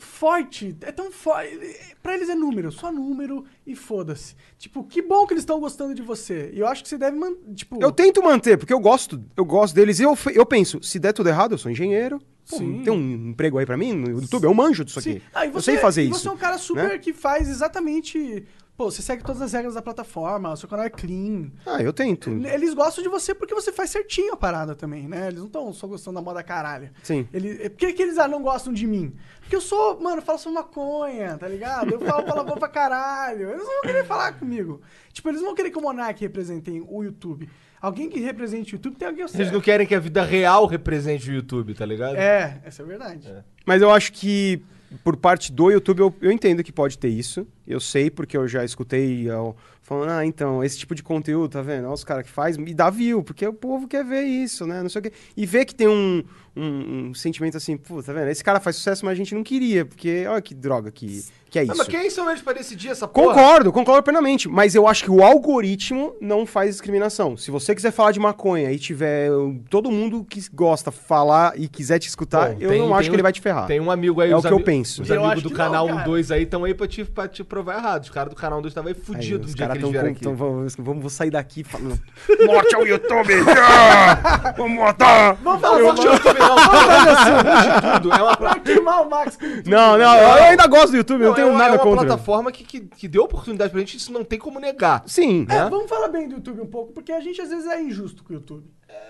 forte. É tão forte. Pra eles é número, só número e foda-se. Tipo, que bom que eles estão gostando de você. E eu acho que você deve, man- tipo.
Eu tento manter, porque eu gosto, eu gosto deles. E eu, fe- eu penso, se der tudo errado, eu sou engenheiro. pô, tem um emprego aí pra mim no YouTube, eu manjo disso
Sim.
aqui.
Ah, e
eu
você-
sei fazer
e
isso.
Você é um cara super
né?
que faz exatamente. Pô, você segue todas as regras da plataforma, o seu canal é clean.
Ah, eu tento.
Eles gostam de você porque você faz certinho a parada também, né? Eles não estão só gostando da moda caralho.
Sim.
Ele, é- por que, que eles ah, não gostam de mim? Porque eu sou, mano, eu falo sobre maconha, tá ligado? Eu falo palavrão pra caralho. Eles não vão querer falar comigo. Tipo, eles não vão querer que o Monark representem o YouTube. Alguém que represente o YouTube tem alguém...
Eles não querem que a vida real represente o YouTube, tá ligado?
É, essa é a verdade.
Mas eu acho que, por parte do YouTube, eu, eu entendo que pode ter isso. Eu sei porque eu já escutei ó, falando, ah, então, esse tipo de conteúdo, tá vendo? Olha os caras que faz e dá view, porque o povo quer ver isso, né? Não sei o quê. E vê que tem um, um, um sentimento assim, pô, tá vendo? Esse cara faz sucesso, mas a gente não queria, porque olha que droga que, que é isso.
Ah, mas quem são eles pra decidir essa porra?
Concordo, concordo plenamente. Mas eu acho que o algoritmo não faz discriminação. Se você quiser falar de maconha e tiver uh, todo mundo que gosta falar e quiser te escutar,
Bom,
Tá? eu
tem-
não
tem
acho
um-
que ele vai te ferrar.
Tem um amigo aí,
É o
os
que eu
ami-
penso.
Os
Eu
amigos
acho
do
que
canal
não, cara.
2 aí estão aí pra te, pra te provar errado. Os caras do canal 2 estavam aí
Aí,
fudidos
É os
no dia que
caras
eles
tão
vieram
com-
aqui.
tão- vamos, vamos vou sair daqui falando.
Morte ao YouTube! Ah! Vamos matar! Vamos
falar
morte ao YouTube, não!
[laughs]
Antes de tudo, é uma,
Pra [laughs] queimar o Max.
não, não, eu ainda gosto do YouTube, eu não tenho
é uma-
nada
é uma
contra.
plataforma que, que, que deu oportunidade pra gente, isso não tem como negar.
Sim.
É, vamos falar bem do YouTube um pouco, porque a gente às vezes é injusto com o YouTube.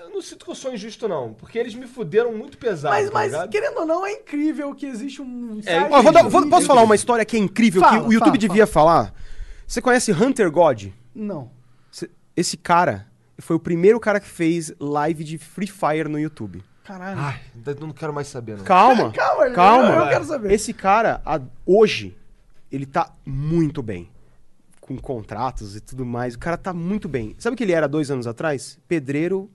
Eu não sinto que eu sou injusto, não, porque eles me fuderam muito pesado.
Mas,
tá
mas
ligado?
querendo ou não, é incrível que existe um
É
site-
Ó, vou dar- vou-
Incrível.
posso falar uma história que é incrível
Fala,
que o
fala,
YouTube devia falar? Você conhece Hunter God?
Não.
Cê- Esse cara foi o primeiro cara que fez live de Free Fire no YouTube.
Caralho.
Ah,
Ai, eu não quero mais saber, não.
Calma,
Calma,
calma,
eu- eu quero saber.
Esse cara, a- hoje, ele tá muito bem. Com contratos e tudo mais. O cara tá muito bem. Sabe o que ele era dois anos atrás? Pedreiro,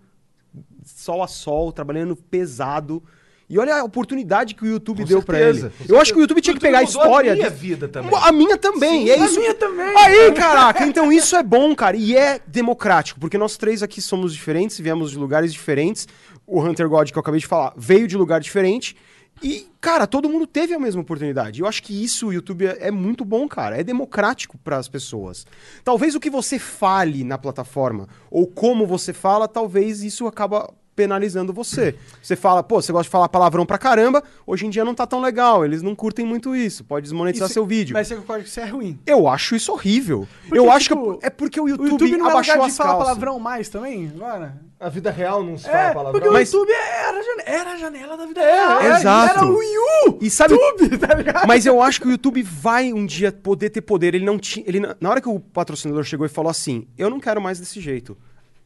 sol a sol, trabalhando pesado. E olha a oportunidade que o YouTube
Com
deu pra ele.
certeza,
Eu
com certeza.
acho que o YouTube tinha
O
que pegar a
YouTube mudou a
história.
minha
de-
vida também.
A minha também.
Sim,
é
a
isso.
minha também.
Aí, caraca. Então isso é bom, cara. E é democrático, porque nós três aqui somos diferentes, viemos de lugares diferentes. O Hunter God, que eu acabei de falar, veio de lugar diferente. E, cara, todo mundo teve a mesma oportunidade. Eu acho que isso, o YouTube, é é muito bom, cara. É democrático para as pessoas. Talvez o que você fale na plataforma, ou como você fala, talvez isso acaba penalizando você. Você fala, pô, você gosta de falar palavrão pra caramba, hoje em dia não tá tão legal, eles não curtem muito isso, pode desmonetizar
Isso-
é seu vídeo.
Mas você concorda que isso é ruim?
Eu acho isso horrível.
Porque,
eu acho
tipo,
que é porque o
O
YouTube,
YouTube não é lugar
abaixou
de
as
falar
calças.
palavrão mais também, agora?
A vida real não se fala
É,
palavrão.
porque o
Mas-
YouTube era a, janela, era a janela da vida real.
é, exato.
Era o Wii U.
E sabe-
YouTube, [laughs] tá ligado?
Mas eu acho que o YouTube vai um dia poder ter poder. Ele não tinha, ele na na hora que o patrocinador chegou e falou assim: "Eu não quero mais desse jeito".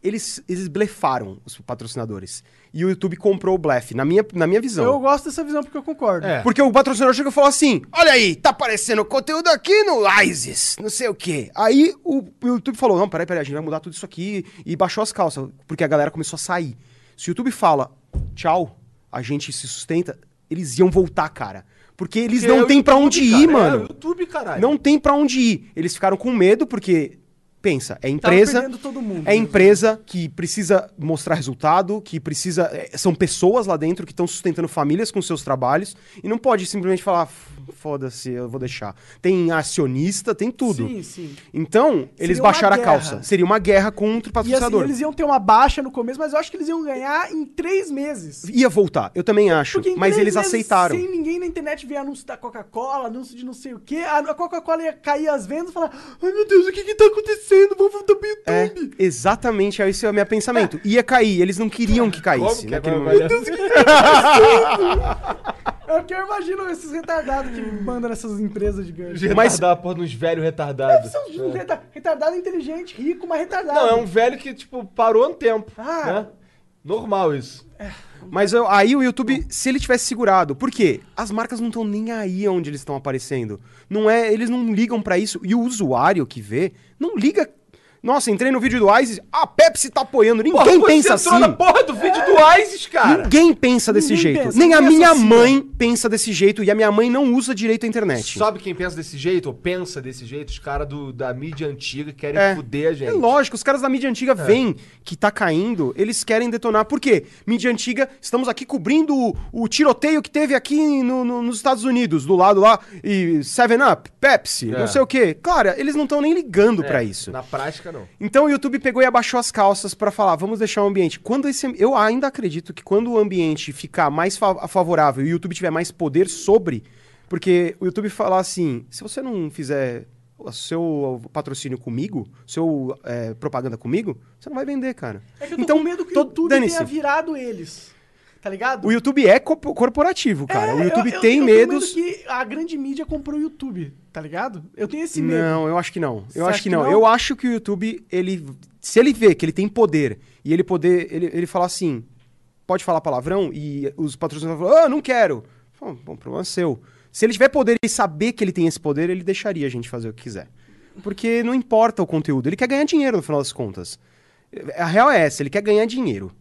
Eles eles blefaram os patrocinadores. E o YouTube comprou o blefe, na minha na minha visão.
Eu gosto dessa visão porque eu concordo.
É.
Porque o patrocinador chegou e falou assim: Olha aí, tá aparecendo conteúdo aqui no ISIS, não sei o quê. Aí o o YouTube falou: Não, peraí, peraí, a gente vai mudar tudo isso aqui. E baixou as calças, porque a galera começou a sair. Se o YouTube fala: Tchau, a gente se sustenta, eles iam voltar, cara. Porque eles
Porque é
não
o
têm pra
YouTube,
onde
cara,
ir, mano.
É o YouTube, caralho.
Não tem pra onde ir. Eles ficaram com medo porque pensa, é empresa,
perdendo todo mundo. né?
é empresa que precisa mostrar resultado, que precisa é, são pessoas lá dentro que estão sustentando famílias com seus trabalhos e não pode simplesmente falar "F- foda-se, eu vou deixar. Tem acionista, tem tudo.
Sim, assim, sim.
Então, eles
Seria uma
baixaram a
guerra.
calça. Seria uma guerra contra
E
o
assim,
patrocinador.
eles iam ter uma baixa no começo, mas eu acho que eles iam ganhar em três meses.
Ia voltar, eu também acho,
Porque é em
mas
três
eles
meses,
aceitaram.
Sem ninguém na internet ver anúncio da Coca-Cola, anúncio de não sei o quê. A Coca-Cola ia cair as vendas e falar: Ai meu Deus, o que que tá acontecendo? Vamos voltar pro YouTube.
É, exatamente, esse é o meu pensamento. Ia cair, eles não queriam que
Como
caísse
que
naquele
agora
momento.
vai-
É o que eu imagino esses retardados que
Hum.
mandam nessas empresas
Os
gigantes.
retardados, porra, uns velhos retardados. É.
São um reta- retardado inteligente, rico, mas retardado.
Não, é um velho que, tipo, parou no tempo.
Ah.
né? Normal isso.
Mas eu- aí o YouTube, se ele tivesse segurado, por quê? As marcas não estão nem aí onde eles estão aparecendo. Não é, eles não ligam pra isso. E o usuário que vê não liga. Nossa, entrei no vídeo do Isis, a Pepsi tá apoiando. Ninguém
Porra,
pensa
Você
assim.
entrou na porra do vídeo do ISIS, cara.
Ninguém pensa desse
Ninguém
jeito.
pensa,
nem a
ninguém
minha
associa.
mãe pensa desse jeito e a minha mãe não usa direito a internet.
Sabe quem pensa desse jeito, ou pensa desse jeito? Os caras do- da mídia antiga querem
É.
fuder a gente. É.
É lógico, os caras da mídia antiga veem que tá caindo, eles querem detonar. Por quê? Mídia antiga, estamos aqui cobrindo o, o tiroteio que teve aqui no- no- nos Estados Unidos, do lado lá, e Seven Up, Pepsi,
É.
não sei o quê. Cara, eles não estão nem ligando
É,
pra isso.
Na prática, não.
Então o YouTube pegou e abaixou as calças pra falar, vamos deixar o ambiente. Quando esse, eu ainda acredito que quando o ambiente ficar mais fa- favorável e o YouTube tiver mais poder sobre, porque o YouTube falar assim, se você não fizer o seu patrocínio comigo, seu é, propaganda comigo, você não vai vender, cara.
É que eu tô
Então,
com medo que o
todo-
YouTube
dane-se.
tenha virado eles. Tá ligado?
O YouTube é corpo- corporativo, cara. o
É,
YouTube
eu- eu-
tem
eu tenho
medos.
medo que a grande mídia comprou o YouTube, tá ligado? Eu tenho esse medo.
Não, eu acho que não.
Você
Eu
acha
acho que
que
não.
não?
Eu acho que o YouTube, ele. Se ele vê que ele tem poder e ele poder. Ele, ele falar assim, pode falar palavrão, e os patrocinadores falam, ah, não quero. Bom, bom problema seu. Se ele tiver poder e saber que ele tem esse poder, ele deixaria a gente fazer o que quiser. Porque não importa o conteúdo, ele quer ganhar dinheiro no final das contas. A real é essa, ele quer ganhar dinheiro.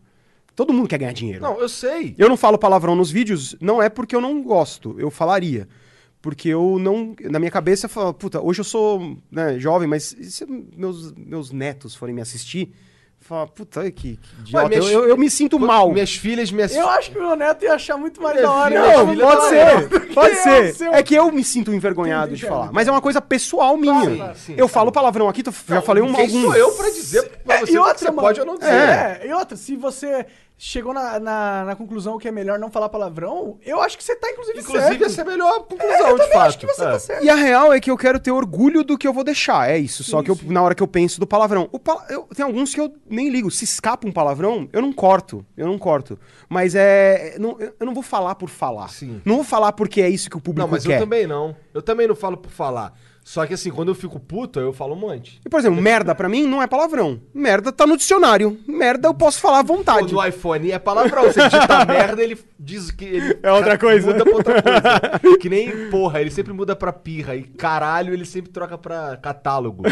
Todo mundo quer ganhar dinheiro.
Não, eu sei.
Eu não falo palavrão nos vídeos, não é porque eu não gosto, eu falaria. Porque eu não. Na minha cabeça, eu falo, puta, hoje eu sou né, jovem, mas e se meus, meus netos forem me assistir, fala, puta, que, que idiota.
minhas-
eu, eu- eu me sinto mal.
Minhas filhas me
Eu acho que meu neto ia achar muito
É
mais da hora. Então,
Minha
Não,
filha
pode
tá [laughs]
ser, pode
Que é o
ser.
seu-
É que eu me sinto envergonhado
Entendi,
de
entendi.
falar. Mas é uma coisa pessoal minha.
claro, sim,
eu
tá
falo palavrão aqui, tô- já falei um
Quem
alguns.
sou eu pra dizer pra
É, e
você o que
outra,
você
mano,
pode ou não dizer?
É. e outra, se você chegou na, na, na conclusão que é melhor não falar palavrão, eu acho que você tá, inclusive,
Inclusive,
certo.
essa é a melhor
É,
conclusão,
eu
de
também
fato.
acho que você
É.
tá certo.
E a real é que eu quero ter orgulho do que eu vou deixar, é isso. Só que eu, na hora que eu penso do palavrão. O pala- eu- tem alguns que eu nem ligo. Se escapa um palavrão, eu não corto. Eu não corto. Mas é. é, não- eu eu não vou falar por falar.
Sim.
Não vou falar porque é isso que o público
Não, mas
quer.
eu também não. Eu também não falo por falar. Só que assim, quando eu fico puto, eu falo um monte.
E, por exemplo, merda pra mim não é palavrão. Merda tá no dicionário. Merda eu posso falar à
Pô,
vontade.
no iPhone é palavrão. Você
[laughs]
digita merda, ele diz que. Ele
É outra coisa.
Muda pra outra
[laughs]
coisa. Que nem porra, ele sempre muda pra pirra. E caralho, ele sempre troca pra
[laughs]
catálogo.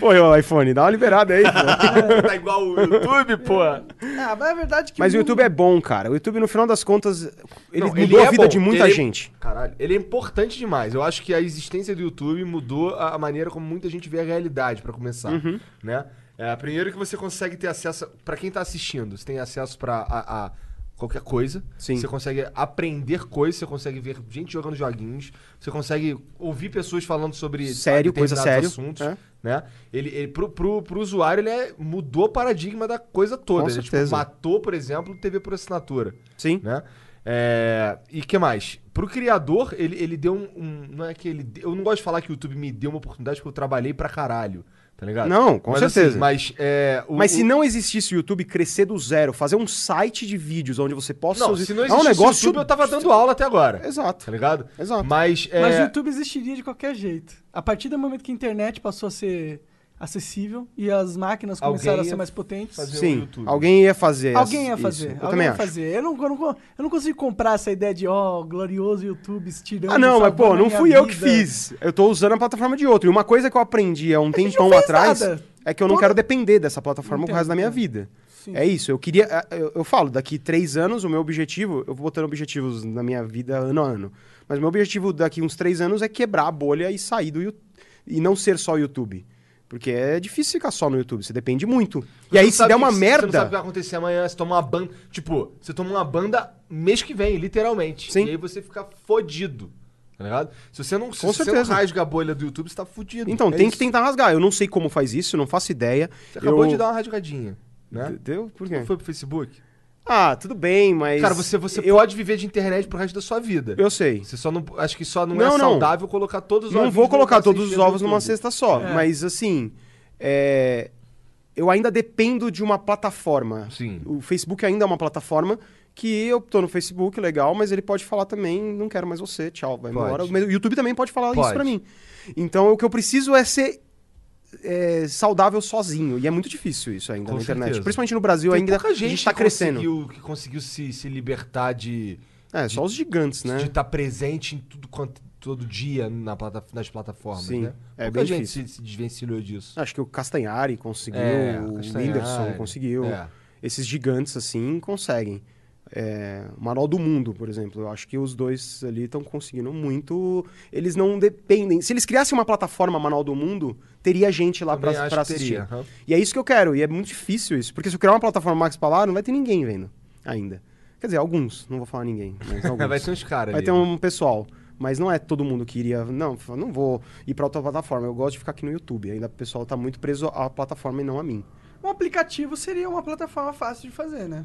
Pô, ô, iPhone, dá uma liberada aí, pô.
tá igual o YouTube, porra.
Ah, mas a verdade é que.
Mas o YouTube é bom, cara. O YouTube, no final das contas, ele mudou
é
a vida de muita gente.
Caralho, ele é importante demais. Eu acho que a existência do YouTube mudou a a maneira como muita gente vê a realidade, pra começar,
Uhum.
né? É, primeiro que você consegue ter acesso, Pra quem tá assistindo, você tem acesso pra a, a qualquer coisa.
Sim.
Você consegue aprender coisas, você consegue ver gente jogando joguinhos, você consegue ouvir pessoas falando sobre
Sério,
determinados
coisa sério,
assuntos,
é.
né? Ele, ele pro, pro, pro usuário ele é- mudou o paradigma da coisa toda.
Com
ele, tipo,
certeza.
matou, por exemplo, TV por assinatura
Sim.
né? É, e que mais? Pro criador, ele, ele deu um, um- Não é que ele. deu- Eu não gosto de falar que o YouTube me deu uma oportunidade porque eu trabalhei pra caralho. Tá ligado?
Não, com
Mas, assim,
certeza.
mas é, o-
Mas se
o-
não existisse o YouTube crescer do zero, fazer um site de vídeos onde você possa...
Não,
usar-
se não
é um
existisse
negócio...
o YouTube, eu tava dando aula até agora.
Exato.
Tá ligado?
Exato.
Mas. É,
Mas o YouTube existiria de qualquer jeito. A partir do momento que a internet passou a ser acessível e as máquinas
Alguém
começaram a
ia
ser mais potentes.
fazer
Sim,
o YouTube.
alguém ia fazer
Alguém
as-
ia
isso.
fazer.
Eu
alguém
também
ia
acho.
fazer. Eu não, eu, não, eu não consigo comprar essa ideia de, ó, glorioso YouTube estirando.
um
Ah, não, mas pô, não fui eu que
fiz.
fiz. Eu tô usando a plataforma de outro. E uma coisa que eu aprendi há
É
um
gente não
tempão
fez
atrás
nada.
é que eu não
Toda-
quero depender dessa plataforma pro
Entendo,
resto da minha
entendo.
vida.
Sim.
É isso, eu queria. eh, Eu, eu falo, daqui três anos, o meu objetivo, eu vou botando objetivos na minha vida ano a ano. Mas meu objetivo daqui uns três anos é quebrar a bolha e sair do YouTube. E não ser só YouTube. Porque é difícil ficar só no YouTube, você depende muito. E
você
aí,
não
se
sabe
der
o que- Você
uma
não sabe o
merda.
que vai acontecer amanhã, você toma uma banda. Tipo, você toma uma banda mês que vem, literalmente.
Sim.
E aí você fica fodido. Tá ligado? Se você não, se
Com
você não
certeza.
rasga a bolha do YouTube, você tá fudido.
Então,
É
tem que
isso.
tentar rasgar. Eu não sei como faz isso, não faço ideia.
Você acabou
Eu-
de dar uma rasgadinha, né?
Deu? Por quê?
Não foi pro Facebook?
Ah, tudo bem, mas.
Cara, você, você
Eu,
pode viver de internet pro resto da sua vida.
eu sei.
Você só não. Acho que só não, é
Não, não.
saudável colocar todos os
Não
ovos
vou
numa
colocar
cesta
todos os
inteira
ovos
no
numa
YouTube.
cesta só, mas assim, é, eu ainda dependo de uma plataforma.
Sim.
O Facebook ainda é uma plataforma que eu tô no Facebook, legal, mas ele pode falar também, não quero mais você, tchau, vai
Pode.
embora. Mas O YouTube também pode falar isso
Pode.
pra mim. Então, o que eu preciso é ser é, saudável sozinho, e é muito difícil isso ainda
Com
na
certeza.
internet. Principalmente no Brasil
Tem
ainda,
pouca
a gente
gente
tá
que
crescendo.
Conseguiu, que conseguiu se, se libertar de
É, só os gigantes, né?
de estar presente em tudo quanto. Todo dia na plata, nas plataformas,
Sim.
né?
É
Pouca
bem
gente
difícil. É,
se, se desvencilhou disso.
Acho que o Castanhari conseguiu,
É,
o
Castanhari,
Whindersson conseguiu.
é.
Esses gigantes, assim, conseguem. É, o Manual do Mundo, por exemplo. Eu acho que os dois ali estão conseguindo muito. Eles não dependem. Se eles criassem uma plataforma Manual do Mundo, teria gente lá
Também
pra,
acho
pra
que
assistir.
teria, aham.
E é isso que eu quero. E é muito difícil isso. Porque se eu criar uma plataforma Max Palar, não vai ter ninguém vendo ainda. Quer dizer, alguns. Não vou falar ninguém. Mas
[laughs]
alguns.
É, Vai ter uns caras
Vai
ali,
ter
né?
um pessoal. Mas não é todo mundo que iria. Não, fala, não vou ir pra outra plataforma. Eu gosto de ficar aqui no YouTube. Ainda o pessoal tá muito preso à plataforma e não a mim.
Um aplicativo seria uma plataforma fácil de fazer, né?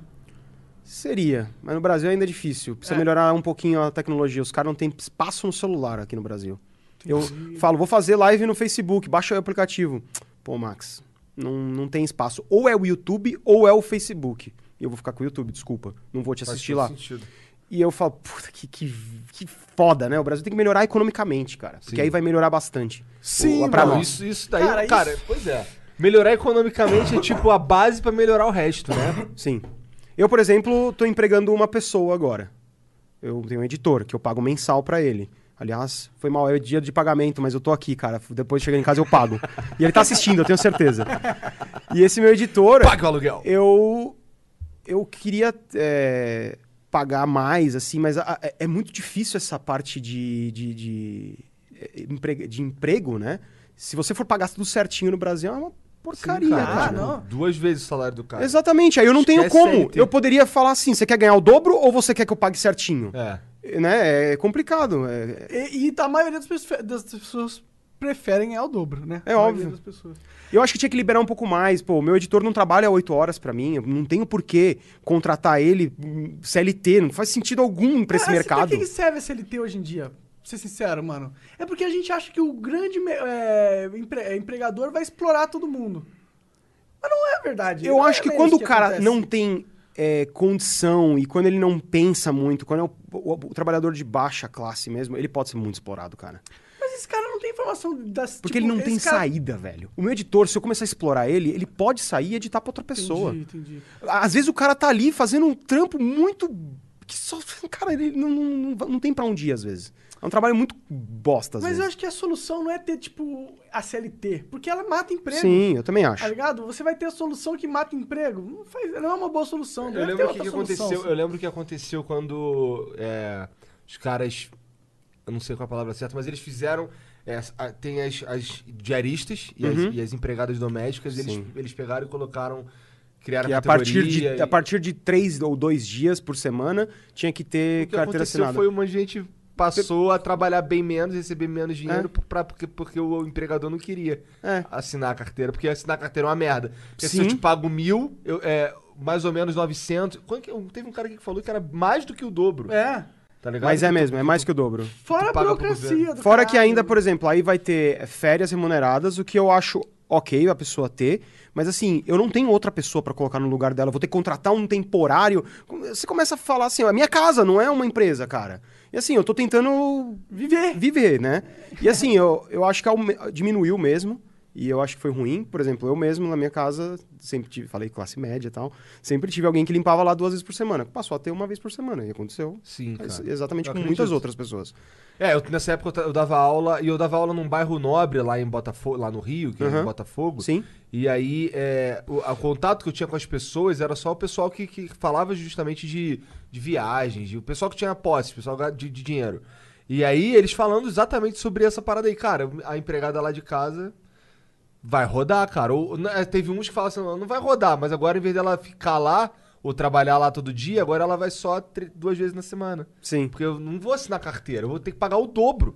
Seria, mas no Brasil ainda é difícil. Precisa
É.
melhorar um pouquinho a tecnologia. Os caras não têm espaço no celular aqui no Brasil. Eu falo, vou fazer live no Facebook, baixa o aplicativo. Pô, Max, não, não tem espaço. Ou é o YouTube ou é o Facebook. E eu vou ficar com o YouTube, desculpa. Não vou te
Faz
assistir
todo
lá.
sentido.
E eu falo, puta, que, que, que foda, né? O Brasil tem que melhorar economicamente, cara. Porque
Sim.
aí vai melhorar bastante.
Sim,
O- pra
Não,
nós.
isso, isso daí,
Cara,
cara,
isso-
pois é. Melhorar economicamente é tipo a
[laughs]
base pra melhorar o resto, né?
Sim. Eu, por exemplo, tô empregando uma pessoa agora. eu tenho um editor que eu pago mensal pra ele. Aliás, foi mal, é dia de pagamento, mas eu tô aqui, cara. Depois de chegar em casa eu pago. e ele tá assistindo, eu tenho certeza. E esse meu editor.
Paga o aluguel.
Eu. Eu queria é, pagar mais, assim, mas a- é- é muito difícil essa parte de. de, de, é, emprego, de emprego, né? Se você for pagar tudo certinho no Brasil, é uma porcaria,
cara,
cara.
tipo,
não.
Duas vezes o salário do cara.
Exatamente, aí eu não tenho
Esquece
como.
CLT.
Eu poderia falar assim: você quer ganhar o dobro ou você quer que eu pague certinho?
É.
Né? É complicado. é-
E, e a maioria das pessoas, das pessoas preferem é o dobro, né?
É
A maioria
óbvio.
das pessoas.
Eu acho que tinha que liberar um pouco mais. Pô, o meu editor não trabalha oito horas pra mim, eu não tenho por que contratar ele hum, CLT, não faz sentido algum pra
Mas,
esse
assim,
mercado.
Pra que que serve a CLT hoje em dia? Pra ser sincero, mano. É porque a gente acha que o grande me- é, empre- empregador vai explorar todo mundo. Mas não é verdade.
Eu
Não é
acho que
bem
quando
isso
o cara
acontece.
não tem é, condição e quando ele não pensa muito, quando é o, o- o trabalhador de baixa classe mesmo, ele pode ser muito explorado, cara.
Mas esse cara não tem informação das. tipo,
Porque ele não
esse
tem
cara-
saída, velho. O meu editor, se eu começar a explorar ele, ele pode sair e editar pra outra pessoa.
Entendi, entendi.
Às vezes o cara tá ali fazendo um trampo muito. que só. Cara, ele não, não, não- não tem pra onde ir, às vezes. É um trabalho muito bosta, às
Mas eu
vezes.
acho que a solução não é ter, tipo, a CLT. Porque ela mata emprego.
Sim, eu também
Tá
acho.
ligado? Você vai ter a solução que mata emprego. Não, faz- não é uma boa solução.
Eu
Deve ter
lembro o que,
outra
que
solução.
aconteceu.
assim.
Eu lembro o que aconteceu quando é, os caras. Eu não sei qual é a palavra certa, mas eles fizeram. é, a- tem as, as diaristas e,
Uhum.
as, e as empregadas domésticas, eles, eles pegaram e colocaram. Criaram
Que é a
categoria
partir, de,
e-
a partir de três ou dois dias por semana tinha que ter
O que
carteira
aconteceu
assinada.
foi uma gente passou a trabalhar bem menos, receber menos dinheiro
É.
pra, porque, porque o empregador não queria
É.
assinar a carteira, porque assinar a carteira é uma merda. Porque se eu
Sim.
te pago mil, eu, é, mais ou menos 900. Quando que- teve um cara aqui que falou que era mais do que o dobro,
É.
tá ligado?
Mas é
Que-
mesmo, é mais que o dobro.
Fora a
paga pro
burocracia.
governo.
do
Fora que
caralho. né?
ainda, por exemplo, aí vai ter férias remuneradas, o que eu acho ok a pessoa ter, mas assim, eu não tenho outra pessoa pra colocar no lugar dela, eu vou ter que contratar um temporário. Você começa a falar assim, ó, é minha casa, não é uma empresa, cara. E assim, eu tô tentando viver, viver, né? E assim, eu, eu acho que aume- diminuiu mesmo. E eu acho que foi ruim, por exemplo, eu mesmo na minha casa, sempre tive, falei classe média e tal, sempre tive alguém que limpava lá duas vezes por semana. Passou a ter uma vez por semana, e aconteceu.
Sim, cara.
Ex- Exatamente
Eu
com muitas
acredito.
outras pessoas.
É, eu- nessa época eu ta- eu dava aula, e eu dava aula num bairro nobre lá em Botafogo, lá no Rio, que é em
Uhum.
Botafogo.
Sim.
E aí, é, o, a- o contato que eu tinha com as pessoas era só o pessoal que, que falava justamente de, de viagens, de- o pessoal que tinha posse, o pessoal ga- de, de dinheiro. E aí, eles falando exatamente sobre essa parada aí. Cara, a empregada lá de casa vai rodar, cara. Ou, ou- né, teve uns que falaram assim, não não vai rodar, mas agora em vez dela ficar lá ou trabalhar lá todo dia, agora ela vai só tre- duas vezes na semana.
Sim.
Porque eu não vou assinar carteira, eu vou ter que pagar o dobro.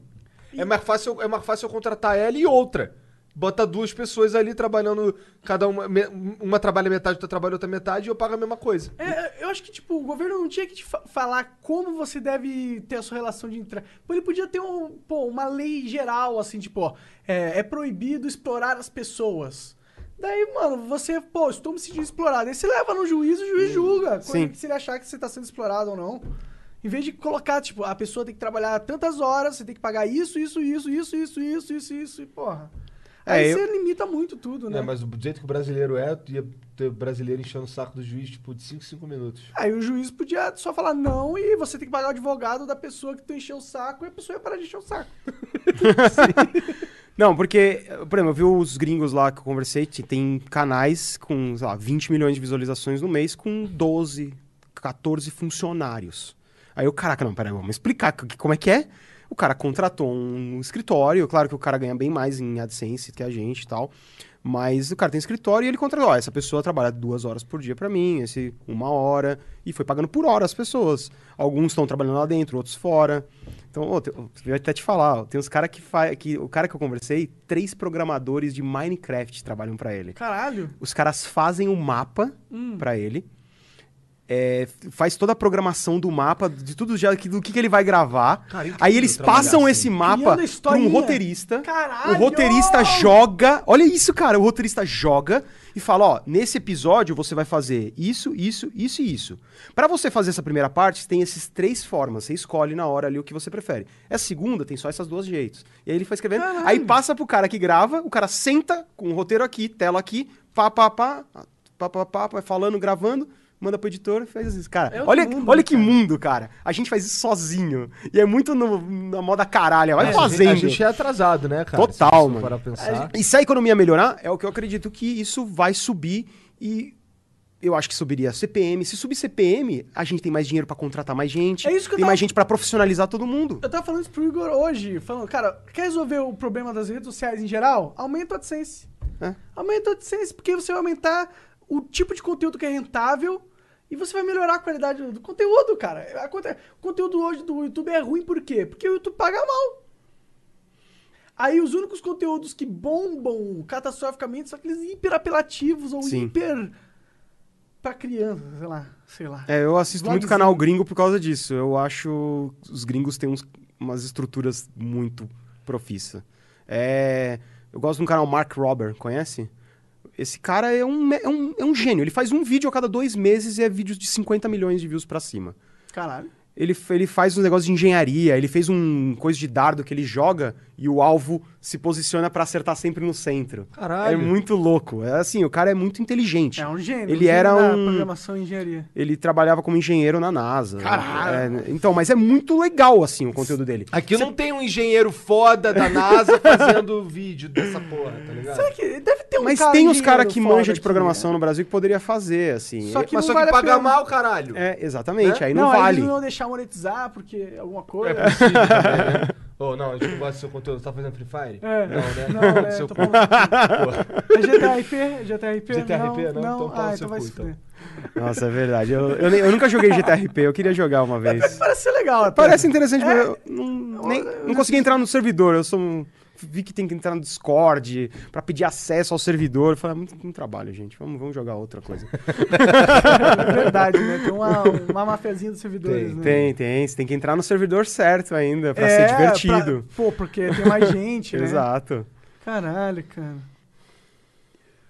É, mais fácil, eu- é mais fácil eu contratar ela e outra. Bota duas pessoas ali trabalhando, cada uma. me- uma trabalha metade, outra trabalha outra metade e eu pago a mesma coisa.
É, eu acho que, tipo, o governo não tinha que te fa- falar como você deve ter a sua relação de entrada. Pô, ele podia ter um, pô, uma lei geral, assim, tipo, ó, é, é proibido explorar as pessoas. Daí, mano, você, pô, estou me sentindo explorado. Aí você leva no juiz, o juiz julga. quando-
Hum, Sim.
Se ele achar que você está sendo explorado ou não. Em vez de colocar, tipo, a pessoa tem que trabalhar tantas horas, você tem que pagar isso, isso, isso, isso, isso, isso, isso, isso, e porra.
É,
Aí
eu-
você limita muito tudo, né?
É, mas do jeito que o brasileiro é, tu ia ter o brasileiro enchendo o saco do juiz, tipo, de 5, 5 minutos.
Aí o juiz podia só falar não e você tem que pagar o advogado da pessoa que tu encheu o saco e a pessoa ia parar de encher o saco.
Não, porque, por exemplo, eu vi os gringos lá que eu conversei, te- tem canais com, sei lá, 20 milhões de visualizações no mês com 12, 14 funcionários. Aí eu, caraca, não, peraí, vamos explicar co- como é que é. O cara contratou um escritório, claro que o cara ganha bem mais em AdSense que a gente e tal, mas o cara tem escritório e ele contratou, ó, essa pessoa trabalha duas horas por dia pra mim, esse uma hora, e foi pagando por hora as pessoas. Alguns estão trabalhando lá dentro, outros fora. Então, ô, tem- eu ia até te falar, ó, tem uns caras que faz. Que, o cara que eu conversei, três programadores de Minecraft trabalham pra ele.
Caralho.
Os caras fazem o mapa pra ele. é, f- faz toda a programação do mapa, de tudo já, que- do que, que ele vai gravar.
Cara, incrível
Aí eles
trabalhar
passam
assim.
esse
Criando a
mapa pra um
historinha.
roteirista.
Caralho!
O roteirista joga. Olha isso, cara. O roteirista joga e fala: ó, nesse episódio você vai fazer isso, isso, isso e isso. Pra você fazer essa primeira parte, tem essas três formas. Você escolhe na hora ali o que você prefere. Essa segunda tem só essas duas jeitos. E aí ele foi escrevendo. Aí passa pro cara que grava, o cara senta com o roteiro aqui, tela aqui, pá, pá, pá, pá, pá, pá, pá, falando, gravando. manda pro editor, faz isso. Cara,
É outro
olha,
mundo,
olha que
cara.
mundo, cara. A gente faz isso sozinho. E é muito no- na moda caralho. Vai
É,
fazendo.
A gente é atrasado, né, cara?
Total,
Se você
mano.
Para
Tá.
pensar.
E se a economia melhorar, é o que eu acredito que isso vai subir e eu acho que subiria a CPM. Se subir CPM, a gente tem mais dinheiro pra contratar mais gente.
É isso que eu
tem
tava-
mais gente pra profissionalizar todo mundo.
Eu tava falando isso pro Igor hoje, falando, cara, quer resolver o problema das redes sociais em geral? Aumenta o AdSense.
É.
Aumenta o AdSense, porque você vai aumentar o tipo de conteúdo que é rentável e você vai melhorar a qualidade do conteúdo, cara. A conte- O conteúdo hoje do YouTube é ruim por quê? Porque o YouTube paga mal. Aí os únicos conteúdos que bombam catastroficamente são aqueles hiperapelativos ou
Sim.
hiper pra criança, sei lá, sei lá.
É, eu assisto muito
Vlogzinho.
canal gringo por causa disso. Eu acho os gringos têm uns- umas estruturas muito profissa. É, eu gosto de um canal Mark Robber, conhece? Esse cara é um, me- é, um, é um gênio. Ele faz um vídeo a cada dois meses e é vídeos de 50 milhões de views pra cima.
Caralho.
Ele, f- ele faz um negócio de engenharia, ele fez um coisa de dardo que ele joga e o alvo se posiciona pra acertar sempre no centro.
Caralho.
É muito louco. É assim, o cara é muito inteligente.
É um gênio.
Ele
um gênio
era
da
um-
programação e engenharia.
Ele trabalhava como engenheiro na NASA. É, então, mas é muito legal, assim, o conteúdo dele.
Aqui não tem um engenheiro foda da NASA fazendo vídeo dessa porra, tá ligado?
Será que deve ter um
Mas
cara
tem uns caras
engenheiro
que
foda
manja de
aqui,
programação
né?
no Brasil que poderia fazer, assim.
Só
É-
que
Mas
não
só que
vale a
paga
pena.
mal, caralho.
É, exatamente,
Né?
aí não,
aí
vale.
eles não vão deixar monetizar porque alguma
É
coisa.
possível também,
[laughs]
né? Ô, não, a gente não gosta do seu conteúdo. Você tá fazendo Free Fire?
É.
Não, né?
Não,
[laughs]
né?
Seu
Tô
cu.
falando É GTRP? GTRP?
GTRP, não?
Não,
Então
não.
fala
Ah,
no seu
então vai
cu,
se
então.
fuder.
Nossa, é verdade. Eu, eu nem- eu nunca joguei GTRP, eu queria jogar uma vez.
Parece ser legal até.
Parece interessante, mas eu não, nem- não consegui entrar no servidor. Eu sou um- vi que tem que entrar no Discord pra pedir acesso ao servidor. Eu Falei, é muito, muito trabalho, gente. Vamos, vamos jogar outra coisa.
[laughs] É verdade, né? Tem uma, uma mafiazinha dos servidores, né?
tem, tem. Você tem que entrar no servidor certo ainda pra
É,
ser divertido.
pra- Pô, porque tem mais gente, né?
Exato.
Caralho, cara.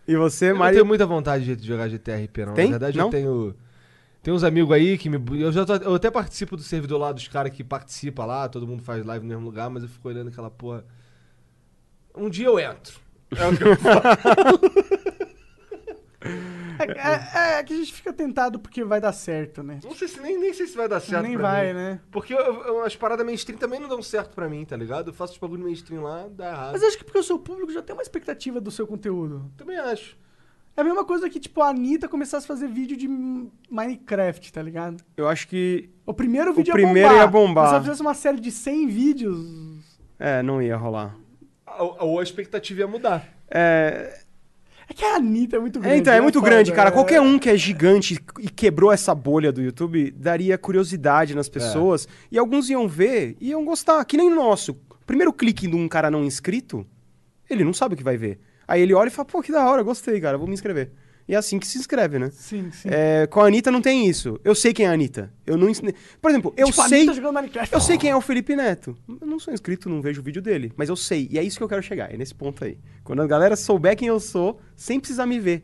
E você,
Eu não tenho
Mário?
muita vontade de jogar GTRP, não.
um? Tem?
Na verdade,
Não?
eu tenho. Tem uns amigos aí que me. Eu, já tô- eu até participo do servidor lá dos caras que participa lá, todo mundo faz live no mesmo lugar, mas eu fico olhando aquela porra. Um dia eu entro.
[laughs]
É, é- é que a gente fica tentado porque vai dar certo, né?
Não sei se nem, nem sei se vai dar certo.
Nem
pra
vai,
mim.
né?
Porque eu- eu- as paradas mainstream também não dão certo pra mim, tá ligado? Eu faço os bagulho mainstream lá, dá errado.
Mas acho que porque o seu público já tem uma expectativa do seu conteúdo.
Também acho.
É a mesma coisa que, tipo, a Anitta começasse a fazer vídeo de Minecraft, tá ligado?
Eu acho que.
O primeiro
O
vídeo
primeiro
ia bombar.
ia bombar.
Mas Se ela fizesse uma série de 100 vídeos...
É, não ia rolar.
Ou, ou a expectativa ia mudar.
É,
É que a Anitta é muito grande.
É, então, é muito
foda,
grande, cara.
é.
Qualquer um que é gigante e quebrou essa bolha do YouTube daria curiosidade
É.
nas pessoas. E alguns iam ver e iam gostar. Que nem o nosso. Primeiro clique de um cara não inscrito, ele não sabe o que vai ver. Aí ele olha e fala, pô, que da hora, gostei, cara, vou me inscrever. E é assim que se inscreve, né?
Sim, sim.
É, com a Anitta não tem isso. Eu sei quem é a Anitta. Eu não ins- Por exemplo, eu
Tipo, a
sei.
Anitta jogando Minecraft.
Eu sei quem é o Felipe Neto. Eu não sou inscrito, não vejo o vídeo dele, mas eu sei. E é isso que eu quero chegar, é nesse ponto aí. Quando a galera souber quem eu sou, sem precisar me ver.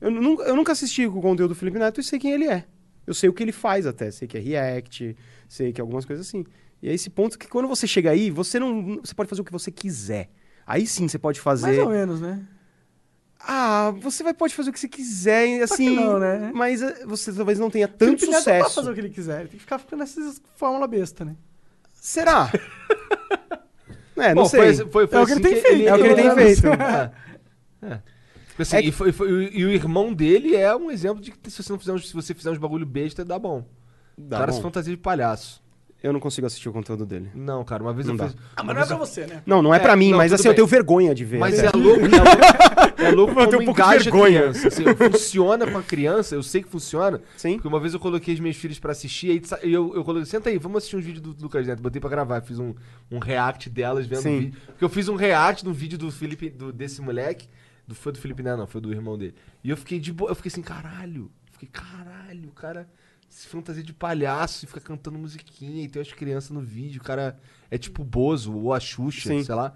Eu nunca, eu nunca assisti o conteúdo do Felipe Neto e sei quem ele é. Eu sei o que ele faz até, sei que é react, sei que é algumas coisas assim. E é esse ponto que quando você chega aí, você não, você pode fazer o que você quiser. Aí sim você pode
Mais
fazer.
ou menos, né?
Ah, você vai pode fazer o que você quiser, e
Só que
assim.
não, né?
Mas eh, você talvez não tenha tanto
Felipe Neto Não pode
sucesso.
fazer o que ele quiser. Ele tem que ficar ficando nessas fórmula besta, né?
Será? [laughs] é, não
Bom,
sei.
foi- foi- foi
É o que ele
assim
tem feito.
É o que ele tem
eu-
feito.
[laughs] É. É. Assim,
É que-
e, foi- foi- e o- e o irmão dele é um exemplo de que se você, não fizer, uns- se você fizer uns bagulho besta, dá bom.
Dá
o cara
Tá bom.
se fantasia de palhaço.
Eu não consigo assistir o conteúdo dele.
Não, cara, uma vez
Não
eu
dá.
fiz.
Ah, mas não é pra você, né?
Não, não é,
É,
pra mim,
não,
mas
tudo
assim, eu
bem.
tenho vergonha de ver.
Mas
É.
é
[laughs]
louco, é louco, é louco
Eu tenho
como
um pouco de
engaja
vergonha.
criança. assim, funciona pra criança, eu sei que funciona.
Sim.
Porque uma vez eu coloquei os meus filhos pra assistir, aí sa- eu, eu coloquei, senta aí, vamos assistir uns vídeos do Lucas Neto. Botei pra gravar, fiz um, um react delas vendo
Sim.
o vídeo. Porque eu fiz um react do vídeo do Felipe, do, desse moleque. Do, foi do Felipe Neto, não, foi do irmão dele. E eu fiquei de boa, eu fiquei assim, caralho. Eu Fiquei, caralho, o cara se fantasia de palhaço e fica cantando musiquinha e tem as crianças no vídeo. O cara é tipo Bozo ou a Xuxa,
Sim.
sei lá.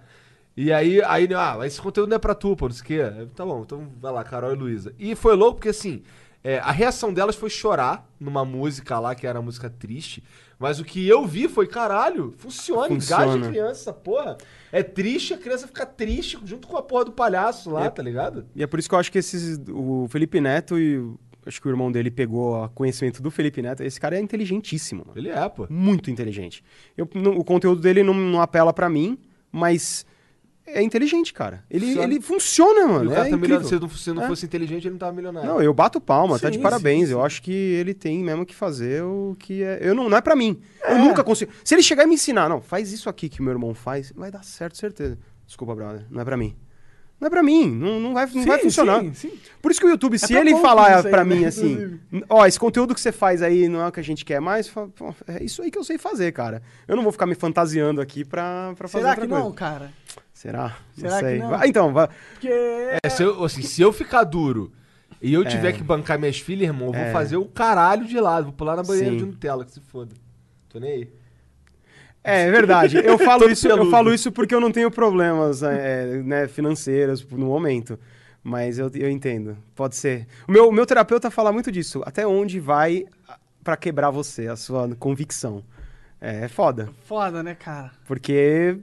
E aí, aí, ah, esse conteúdo não é pra tu, pô, não sei o quê. Eu, Tá bom, então vai lá, Carol e Luísa. E foi louco porque, assim, é, a reação delas foi chorar numa música lá, que era uma música triste. Mas o que eu vi foi, caralho, funciona, engaja
Funciona.
a criança, essa porra. É triste, a criança fica triste junto com a porra do palhaço lá,
É.
tá ligado?
E é por isso que eu acho que esses, o Felipe Neto e o- acho que o irmão dele pegou a conhecimento do Felipe Neto. Esse cara é inteligentíssimo, mano.
Ele é, pô.
Muito inteligente. Eu- não- o conteúdo dele não, não apela pra mim, mas é inteligente, cara. Ele,
Funciona.
ele funciona,
E
mano.
o cara
é
tá
incrível.
milionário. Se ele não, se ele não
É.
fosse inteligente, ele não tava
É.
milionário.
Não, eu bato palma, tá
Sim,
de
sim,
parabéns.
sim.
Eu acho que ele tem mesmo que fazer o que é. Eu não, não é pra mim. Eu nunca consigo. Se ele chegar e me ensinar, não, faz isso aqui que meu irmão faz, vai dar certo, certeza. Desculpa, brother, não é pra mim. Não é pra mim, não, não vai, não
Sim,
vai funcionar.
sim, sim.
Por isso que o YouTube, se
pra
ele
poucos
falar
isso aí,
pra
né,
mim assim,
inclusive.
"N- ó, esse conteúdo que você faz aí não é o que a gente quer mais, fa- pô, é isso aí que eu sei fazer, cara. Eu não vou ficar me fantasiando aqui pra, pra fazer
Será
outra
que
coisa.
não, cara?
Será?
Será que
sei.
não?
Vai- Então, vai.
Porque.
É, se, eu, assim, se eu ficar duro e eu tiver que bancar minhas filhas, irmão, eu vou fazer o caralho de lado. Vou pular na banheira
Sim.
de Nutella, que se foda. Tô nem aí.
É, é verdade.
[laughs]
Eu falo,
Todo
isso, eu
peludo.
falo isso porque eu não tenho problemas é, né, financeiros no momento. Mas eu, eu entendo. Pode ser. O meu, o meu terapeuta fala muito disso. Até onde vai pra quebrar você, a sua convicção? É, é foda.
Foda, né, cara?
Porque,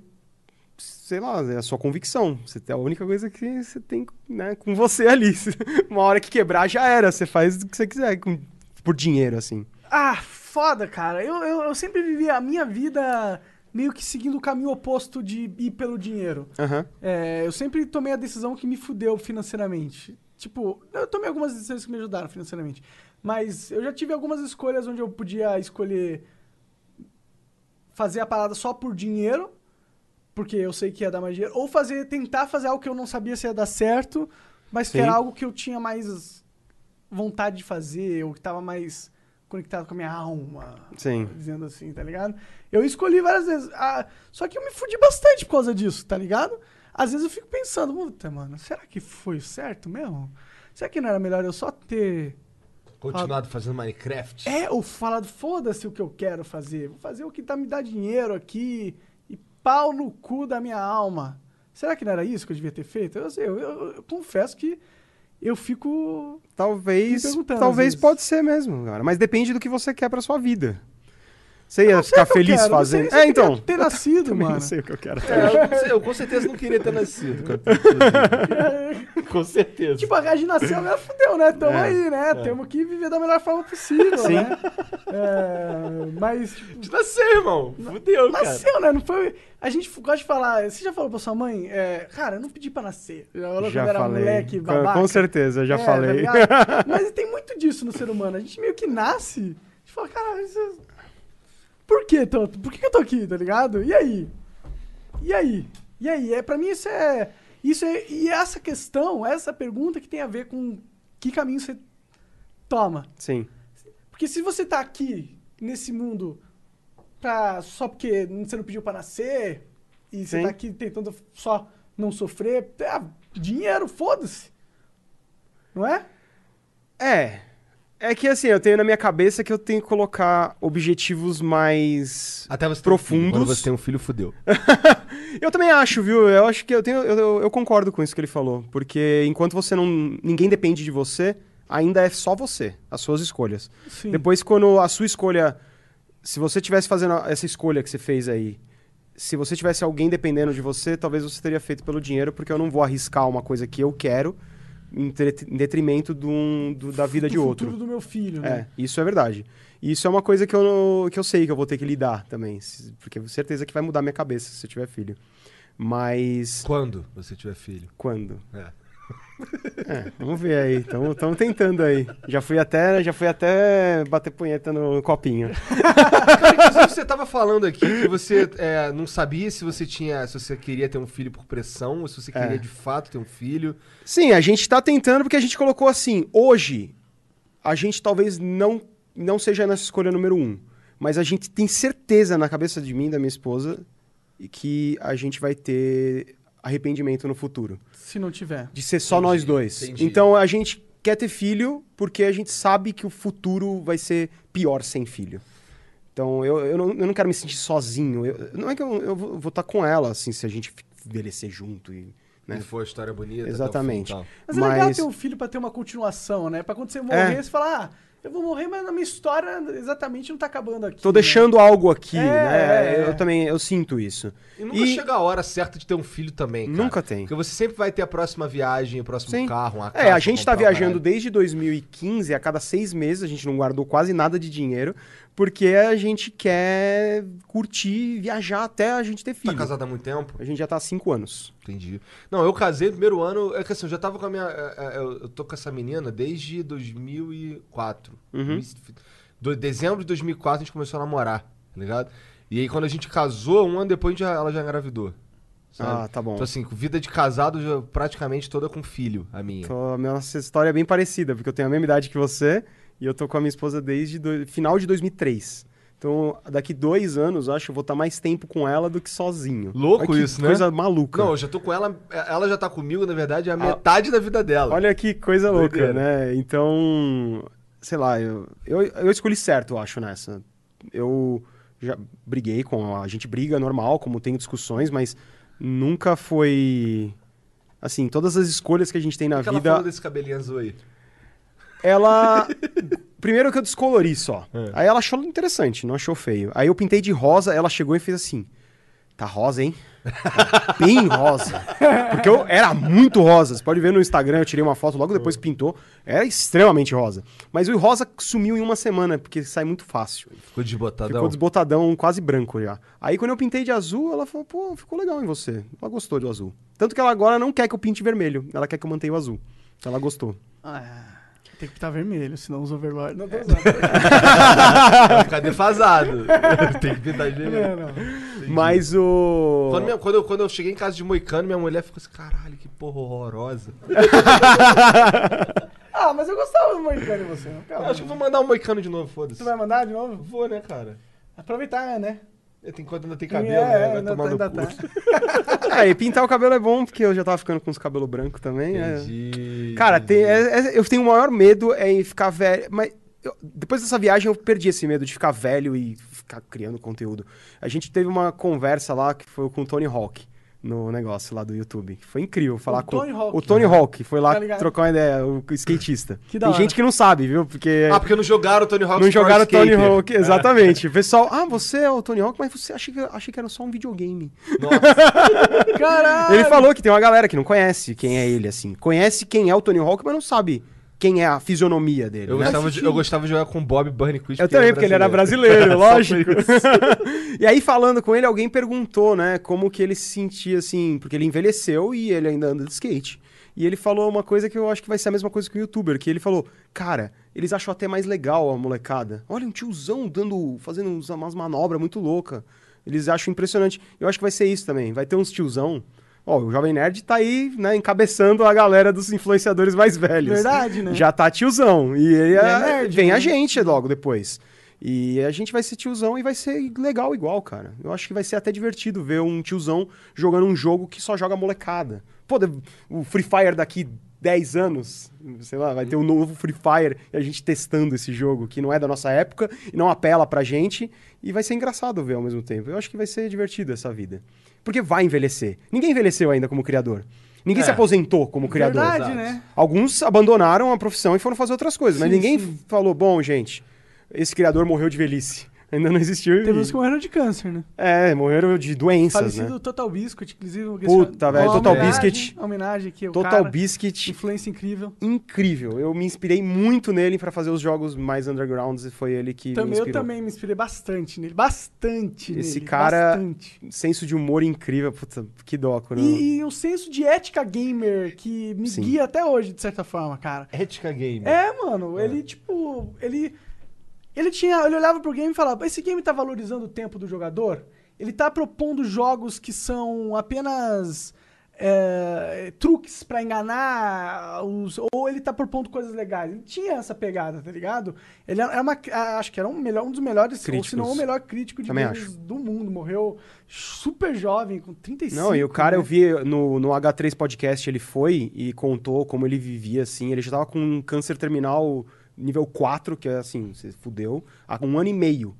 sei lá, é a sua convicção. Você é a única coisa que você tem né, com você ali. [laughs] Uma hora que quebrar, já era. Você faz o que você quiser com- por dinheiro, assim.
Ah, foda, cara. Eu, eu, eu sempre vivi a minha vida meio que seguindo o caminho oposto de ir pelo dinheiro.
Aham.
É, eu sempre tomei a decisão que me fudeu financeiramente. Tipo, eu tomei algumas decisões que me ajudaram financeiramente. Mas eu já tive algumas escolhas onde eu podia escolher fazer a parada só por dinheiro, porque eu sei que ia dar mais dinheiro, ou fazer, tentar fazer algo que eu não sabia se ia dar certo, mas que
Sim.
era algo que eu tinha mais vontade de fazer, ou que tava mais conectado com a minha alma
Sim.
dizendo assim, tá ligado? Eu escolhi várias vezes. Ah, só que eu me fudi bastante por causa disso, tá ligado? Às vezes eu fico pensando, puta, mano, será que foi certo mesmo? Será que não era melhor eu só ter.
Continuado fazendo Minecraft.
É, ou falado, foda-se o que eu quero fazer. Vou fazer o que tá me dá dinheiro aqui e pau no cu da minha alma. Será que não era isso que eu devia ter feito? Eu, sei, eu, eu- eu confesso que eu fico. Me
Talvez,
perguntando, às
talvez
vezes.
pode ser mesmo, cara. Mas depende do que você quer pra sua vida. Você ia
Não sei
ficar
o que eu
feliz
quero, não sei
fazendo?
nem se eu
é, então.
queria Ter nascido,
[laughs] Também
mano.
não sei o que eu quero.
É, eu, não sei, eu com certeza não queria ter nascido. cara, inclusive. [laughs] com certeza.
Tipo, a Gage nasceu, ela fudeu, né?
É,
Tamo aí, né? Temos que viver da melhor forma possível, né? É, mas, tipo,
te nasceu, irmão. Fudeu, cara.
nasceu, né? Não foi... A gente gosta de falar... Você já falou pra sua mãe? é, cara, eu não pedi pra nascer. Já falou quando
Já
era
falei.
moleque,
Com-
babaca.
com certeza, eu já
É, tá
falei.
ligado? mas tem muito disso no ser humano. A gente meio que nasce... A gente fala, cara, isso... é-" Por que, tanto? Por que que eu tô aqui, tá ligado? E aí? E aí? E aí? É, pra mim isso é. Isso é. E essa questão, essa pergunta que tem a ver com que caminho você toma.
[laughs] Sim.
Porque se você tá aqui, nesse mundo, pra, só porque você não pediu pra nascer, e você
Sim.
tá aqui tentando só não sofrer, é, dinheiro, foda-se. Não é?
É. É que assim, eu tenho na minha cabeça que eu tenho que colocar objetivos mais.
Até você ter um filho.
profundos.
Quando você tem um filho, fudeu.
[laughs] Eu também acho, viu? Eu acho que eu tenho. Eu, eu- eu concordo com isso que ele falou. Porque enquanto você não. ninguém depende de você, ainda é só você, as suas escolhas.
Sim.
Depois, quando a sua escolha. Se você tivesse fazendo a- essa escolha que você fez aí, se você tivesse alguém dependendo de você, talvez você teria feito pelo dinheiro, porque eu não vou arriscar uma coisa que eu quero em, tre- em detrimento de um- do- da vida
Do
de outro.
futuro do meu filho,
É,
né?
isso é verdade. E isso é uma coisa que eu, não- que eu sei que eu vou ter que lidar também. se- Porque eu tenho certeza que vai mudar minha cabeça se eu tiver filho. Mas.
Quando você tiver filho.
Quando? É,
É.
Vamos ver aí. Estamos tentando aí. Já fui até, já fui até bater punheta no copinho.
Inclusive, você tava falando aqui que você é, não sabia se você tinha. Se você queria ter um filho por pressão, ou se você
É.
queria de fato ter um filho.
Sim, a gente tá tentando porque a gente colocou assim, hoje a gente talvez não não seja a nossa escolha número um, mas a gente tem certeza na cabeça de mim, e da minha esposa, e que a gente vai ter arrependimento no futuro
Se não tiver.
de ser só nós dois.
entendi.
Então a gente quer ter filho porque a gente sabe que o futuro vai ser pior sem filho. Então eu, eu, não, eu não quero me sentir sozinho. Eu- não é que eu, eu vou estar com ela assim se a gente fi- envelhecer junto e né?
Se for a história bonita. até o fim tá? e
Exatamente.
tal.
Mas é legal ter um filho pra ter uma continuação, né? Pra quando você morrer,
É.
você falar, ah, eu vou morrer, mas a minha história exatamente não tá acabando aqui.
né?
Tô deixando algo aqui,
É,
né?
é,
Eu
é.
também, eu sinto isso.
E nunca chega a hora certa de ter um filho também, cara.
Nunca tem.
Porque você sempre vai ter a próxima viagem, o próximo
Sim.
carro, uma
É,
casa
a
pra
gente tá
comprar,
viajando
caralho.
desde 2015, a cada seis meses a gente não guardou quase nada de dinheiro, porque a gente quer curtir, viajar até a gente ter filho.
Tá casado há muito tempo?
A gente já tá há cinco anos.
Entendi. Não, eu casei no primeiro ano. É que assim, eu já tava com a minha. é, é, Eu eu tô com essa menina desde 2004.
Uhum.
Do, dezembro de 2004 a gente começou a namorar, tá ligado? E aí quando a gente casou, um ano depois a gente já- ela já engravidou. sabe?
Ah, tá bom.
Então assim, vida de casado já praticamente toda com filho, a minha.
Então, a nossa história é bem parecida, porque eu tenho a mesma idade que você e eu tô com a minha esposa desde do... final de 2003. Então, daqui dois anos, acho, eu vou estar mais tempo com ela do que sozinho.
Louco
Olha que
isso, né?
Coisa maluca.
Não, eu já tô com ela. Ela já tá comigo, na verdade, a metade da vida dela.
Ah, Olha que coisa louca,
Doideira.
né? Então, sei lá, eu, eu, eu escolhi certo, eu acho, nessa. Eu já briguei com. A gente briga normal, como tem discussões, mas nunca foi. Assim, todas as escolhas que a gente tem na
O que ela
vida.
falou desse cabelinho azul aí?
Ela. Primeiro que eu descolori só. Aí ela achou interessante, não achou feio. Aí eu pintei de rosa, ela chegou e fez assim. Tá rosa, hein? Tá bem rosa. Porque eu era muito rosa. Você pode ver no Instagram, eu tirei uma foto logo depois que pintou. Era extremamente rosa. Mas o rosa sumiu em uma semana, porque sai muito fácil.
Ficou desbotadão.
Ficou desbotadão, quase branco já. Aí quando eu pintei de azul, ela falou, pô, ficou legal em você. Ela gostou do azul. Tanto que ela agora não quer que eu pinte vermelho. Ela quer que eu mantenha o azul. Ela gostou.
Ah, tem que estar vermelho, senão os overlords. Não tô usando. [laughs]
Vai ficar
[laughs]
defasado. Tem que pintar de
É, né?
vermelho.
Mas o.
Quando, minha- quando eu, quando eu cheguei em casa de Moicano, minha mulher ficou assim, caralho, que porra horrorosa.
ah, mas eu gostava do Moicano em você. não? Calma.
Eu acho que eu vou mandar o Moicano de novo, foda-se.
Tu vai mandar de novo?
Vou, né, cara?
Aproveitar, né?
Eu tenho, enquanto ainda tem cabelo,
É,
né?
é,
Vai
ainda
tomar
tá-
no
ainda
cu.
tá.
[laughs] É, e pintar o cabelo é bom, porque eu já tava ficando com os cabelos brancos também. é.
Entendi.
Cara, tem- é- é- eu tenho o maior medo é em ficar velho. Mas eu- depois dessa viagem eu perdi esse medo de ficar velho e ficar criando conteúdo. A gente teve uma conversa lá que foi com o Tony Hawk no negócio lá do YouTube. Foi incrível falar com
Tony Hawk.
o Tony Hawk. Foi lá
Tá ligado?
trocar uma ideia, o skatista.
Que da
tem
hora.
gente que não sabe, viu? Porque
Ah, porque não jogaram o Tony Hawk
não
Pro
jogaram Tony
Skater. É.
Hawk, exatamente. O Pessoal, ah, você é o Tony Hawk, mas você achei que, achei que era só um videogame.
Caralho!
Ele é falou que tem uma galera que não conhece quem é ele, assim. Conhece quem é o Tony Hawk, mas não sabe quem é a fisionomia dele.
Eu
né?
gostava, de, eu gostava de jogar com o Bob Burnquist.
Eu também, porque ele era brasileiro, lógico. [laughs] e aí, falando com ele, alguém perguntou, né, como que ele se sentia assim, porque ele envelheceu e ele ainda anda de skate. E ele falou uma coisa que eu acho que vai ser a mesma coisa que o youtuber, que ele falou, cara, eles acham até mais legal a molecada. Olha, um tiozão dando, fazendo uns- umas manobras muito louca. Eles acham impressionante. Eu acho que vai ser isso também. Vai ter uns tiozão. Ó, o Jovem Nerd tá aí, né, encabeçando a galera dos influenciadores mais velhos.
Verdade, né?
Já tá tiozão. E ele
é
é-
nerd,
vem
né?
a gente logo depois. E a gente vai ser tiozão e vai ser legal igual, cara. Eu acho que vai ser até divertido ver um tiozão jogando um jogo que só joga molecada. Pô, de- o Free Fire daqui 10 anos, sei lá, vai ter um novo Free Fire e a gente testando esse jogo que não é da nossa época e não apela pra gente. E vai ser engraçado ver ao mesmo tempo. Eu acho que vai ser divertido essa vida. Porque vai envelhecer. Ninguém envelheceu ainda como criador. Ninguém se aposentou como criador.
É. Verdade, né?
Alguns abandonaram a profissão e foram fazer outras coisas, mas
Sim,
ninguém
sim.
falou, bom, gente, esse criador morreu de velhice. [laughs] Ainda não existiu.
Teve
E...
uns que morreram de câncer, né?
É, morreram de doenças,
Falecido
né?
Total Biscuit, inclusive. eu
Puta,
queria-
velho,
Uma
Total
homenagem-
Biscuit.
uma Homenagem aqui, o
Total
cara,
Biscuit,
Influência incrível.
incrível. Eu me inspirei muito nele pra fazer os jogos mais undergrounds e foi ele que me
Também, eu
inspirou.
também me inspirei bastante nele. Bastante
Esse
nele,
cara-
Bastante.
Senso de humor incrível, puta, que doco, né?
E, e um senso de ética gamer que me
Sim.
guia até hoje, de certa forma, cara.
Ética Game.
É, mano, ele, tipo, ele. Ele tinha. Ele olhava pro game e falava: esse game tá valorizando o tempo do jogador? Ele tá propondo jogos que são apenas. é, truques pra enganar os. Ou ele tá propondo coisas legais. Ele tinha essa pegada, tá ligado? Ele era uma. ah, Acho que era um, melhor, um dos melhores, ou se
Críticos.
não o melhor crítico de
Também
games
acho.
do mundo. Morreu super jovem, com 35.
Não, e o
né?
cara, eu vi no, no H3 Podcast, ele foi e contou como ele vivia, assim. Ele já tava com um câncer terminal nível 4, que é assim, você fudeu, há um ano e meio.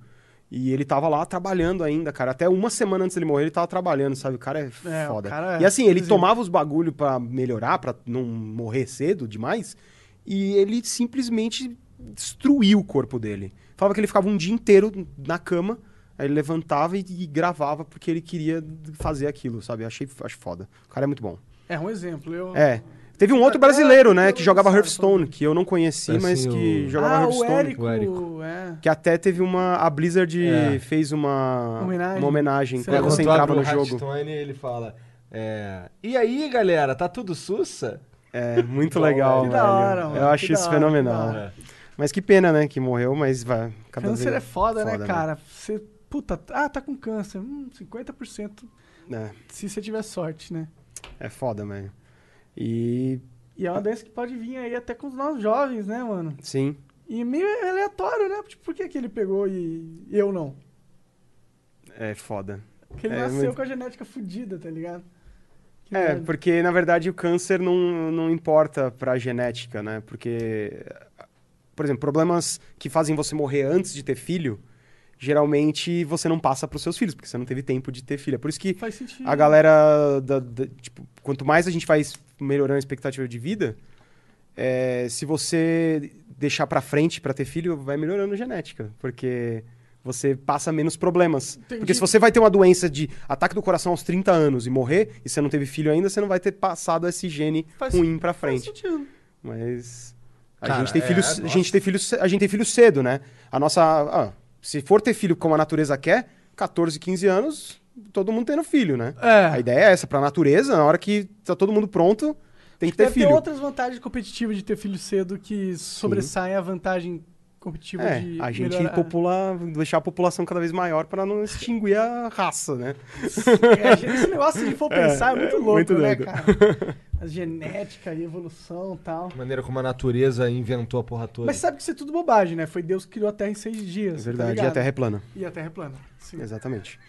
E ele tava lá trabalhando ainda, cara. Até uma semana antes dele morrer, ele tava trabalhando, sabe? O cara é
É, o
foda.
cara é
e assim, ele
esquisito.
tomava os bagulho pra melhorar, pra não morrer cedo demais. E ele simplesmente destruiu o corpo dele. Falava que ele ficava um dia inteiro na cama, aí ele levantava e, e gravava porque ele queria fazer aquilo, sabe? Achei acho foda. O cara é muito bom.
É um exemplo. Eu...
É. Teve um outro
Até
brasileiro,
eu
né, que
não
jogava
sei,
Hearthstone, que eu não conheci,
Parece
mas que
É, o-
jogava
Ah, o
Hearthstone.
Érico.
o Érico.
É.
Que até teve uma. A Blizzard
É.
fez uma
Homenagem.
uma homenagem
Você
quando você
levantou
entrava no jogo.
Hearthstone, ele fala. é, e aí, galera, tá tudo sussa?
É, muito legal,
Que
velho.
da hora,
Eu
mano,
acho
que
isso
da hora,
fenomenal. Tá
que da hora.
Mas que pena, né, que morreu, mas vai. Cada
Câncer
vez-
é foda, né, cara? Você, puta, ah, tá com câncer. Hum, 50% se você tiver sorte, né?
É, é foda, velho. E.
E é uma doença que pode vir aí até com os nossos jovens, né, mano?
Sim.
E meio aleatório, né? Tipo, por que, que ele pegou e eu não?
É foda.
Porque ele
É,
nasceu
muito-
com a genética fudida, tá ligado? Que
É,
merda.
porque na verdade o câncer não, não importa pra genética, né? Porque, por exemplo, problemas que fazem você morrer antes de ter filho, geralmente você não passa pros seus filhos, porque você não teve tempo de ter filho. É por isso que
Faz sentido.
a galera, da- da- tipo, quanto mais a gente vai es- melhorando a expectativa de vida, é, se você deixar pra frente pra ter filho, vai melhorando a genética, porque você passa menos problemas.
Entendi.
Porque se você vai ter uma doença de ataque do coração aos 30 anos e morrer, e você não teve filho ainda, você não vai ter passado esse gene
Faz-
ruim pra
Faz
frente.
sentido.
Mas a
Cara,
gente tem
é,
filhos, a
nossa.
gente tem filhos, a gente tem filho cedo, né? A nossa, ah, se for ter filho como a natureza quer, 14, 15 anos, todo mundo tendo filho, né?
É.
A ideia é essa, pra natureza, na hora que tá todo mundo pronto, tem que ter
Deve ter
filho.
outras vantagens competitivas de ter filho cedo que sobressaem a vantagem competitiva
É,
tipo de
a gente
melhorar-
popula- deixar a população cada vez maior pra não extinguir a raça, né?
[laughs] É, esse negócio, se for
[laughs]
pensar, é, muito louco,
muito
né,
doido. [laughs]
cara? A genética e evolução e tal.
A maneira como a natureza inventou a porra toda.
Mas sabe que isso é tudo bobagem, né? Foi Deus que criou a Terra em seis dias.
É
tá
verdade, e
ligado?
a Terra é plana.
E a Terra é plana. Sim.
Exatamente.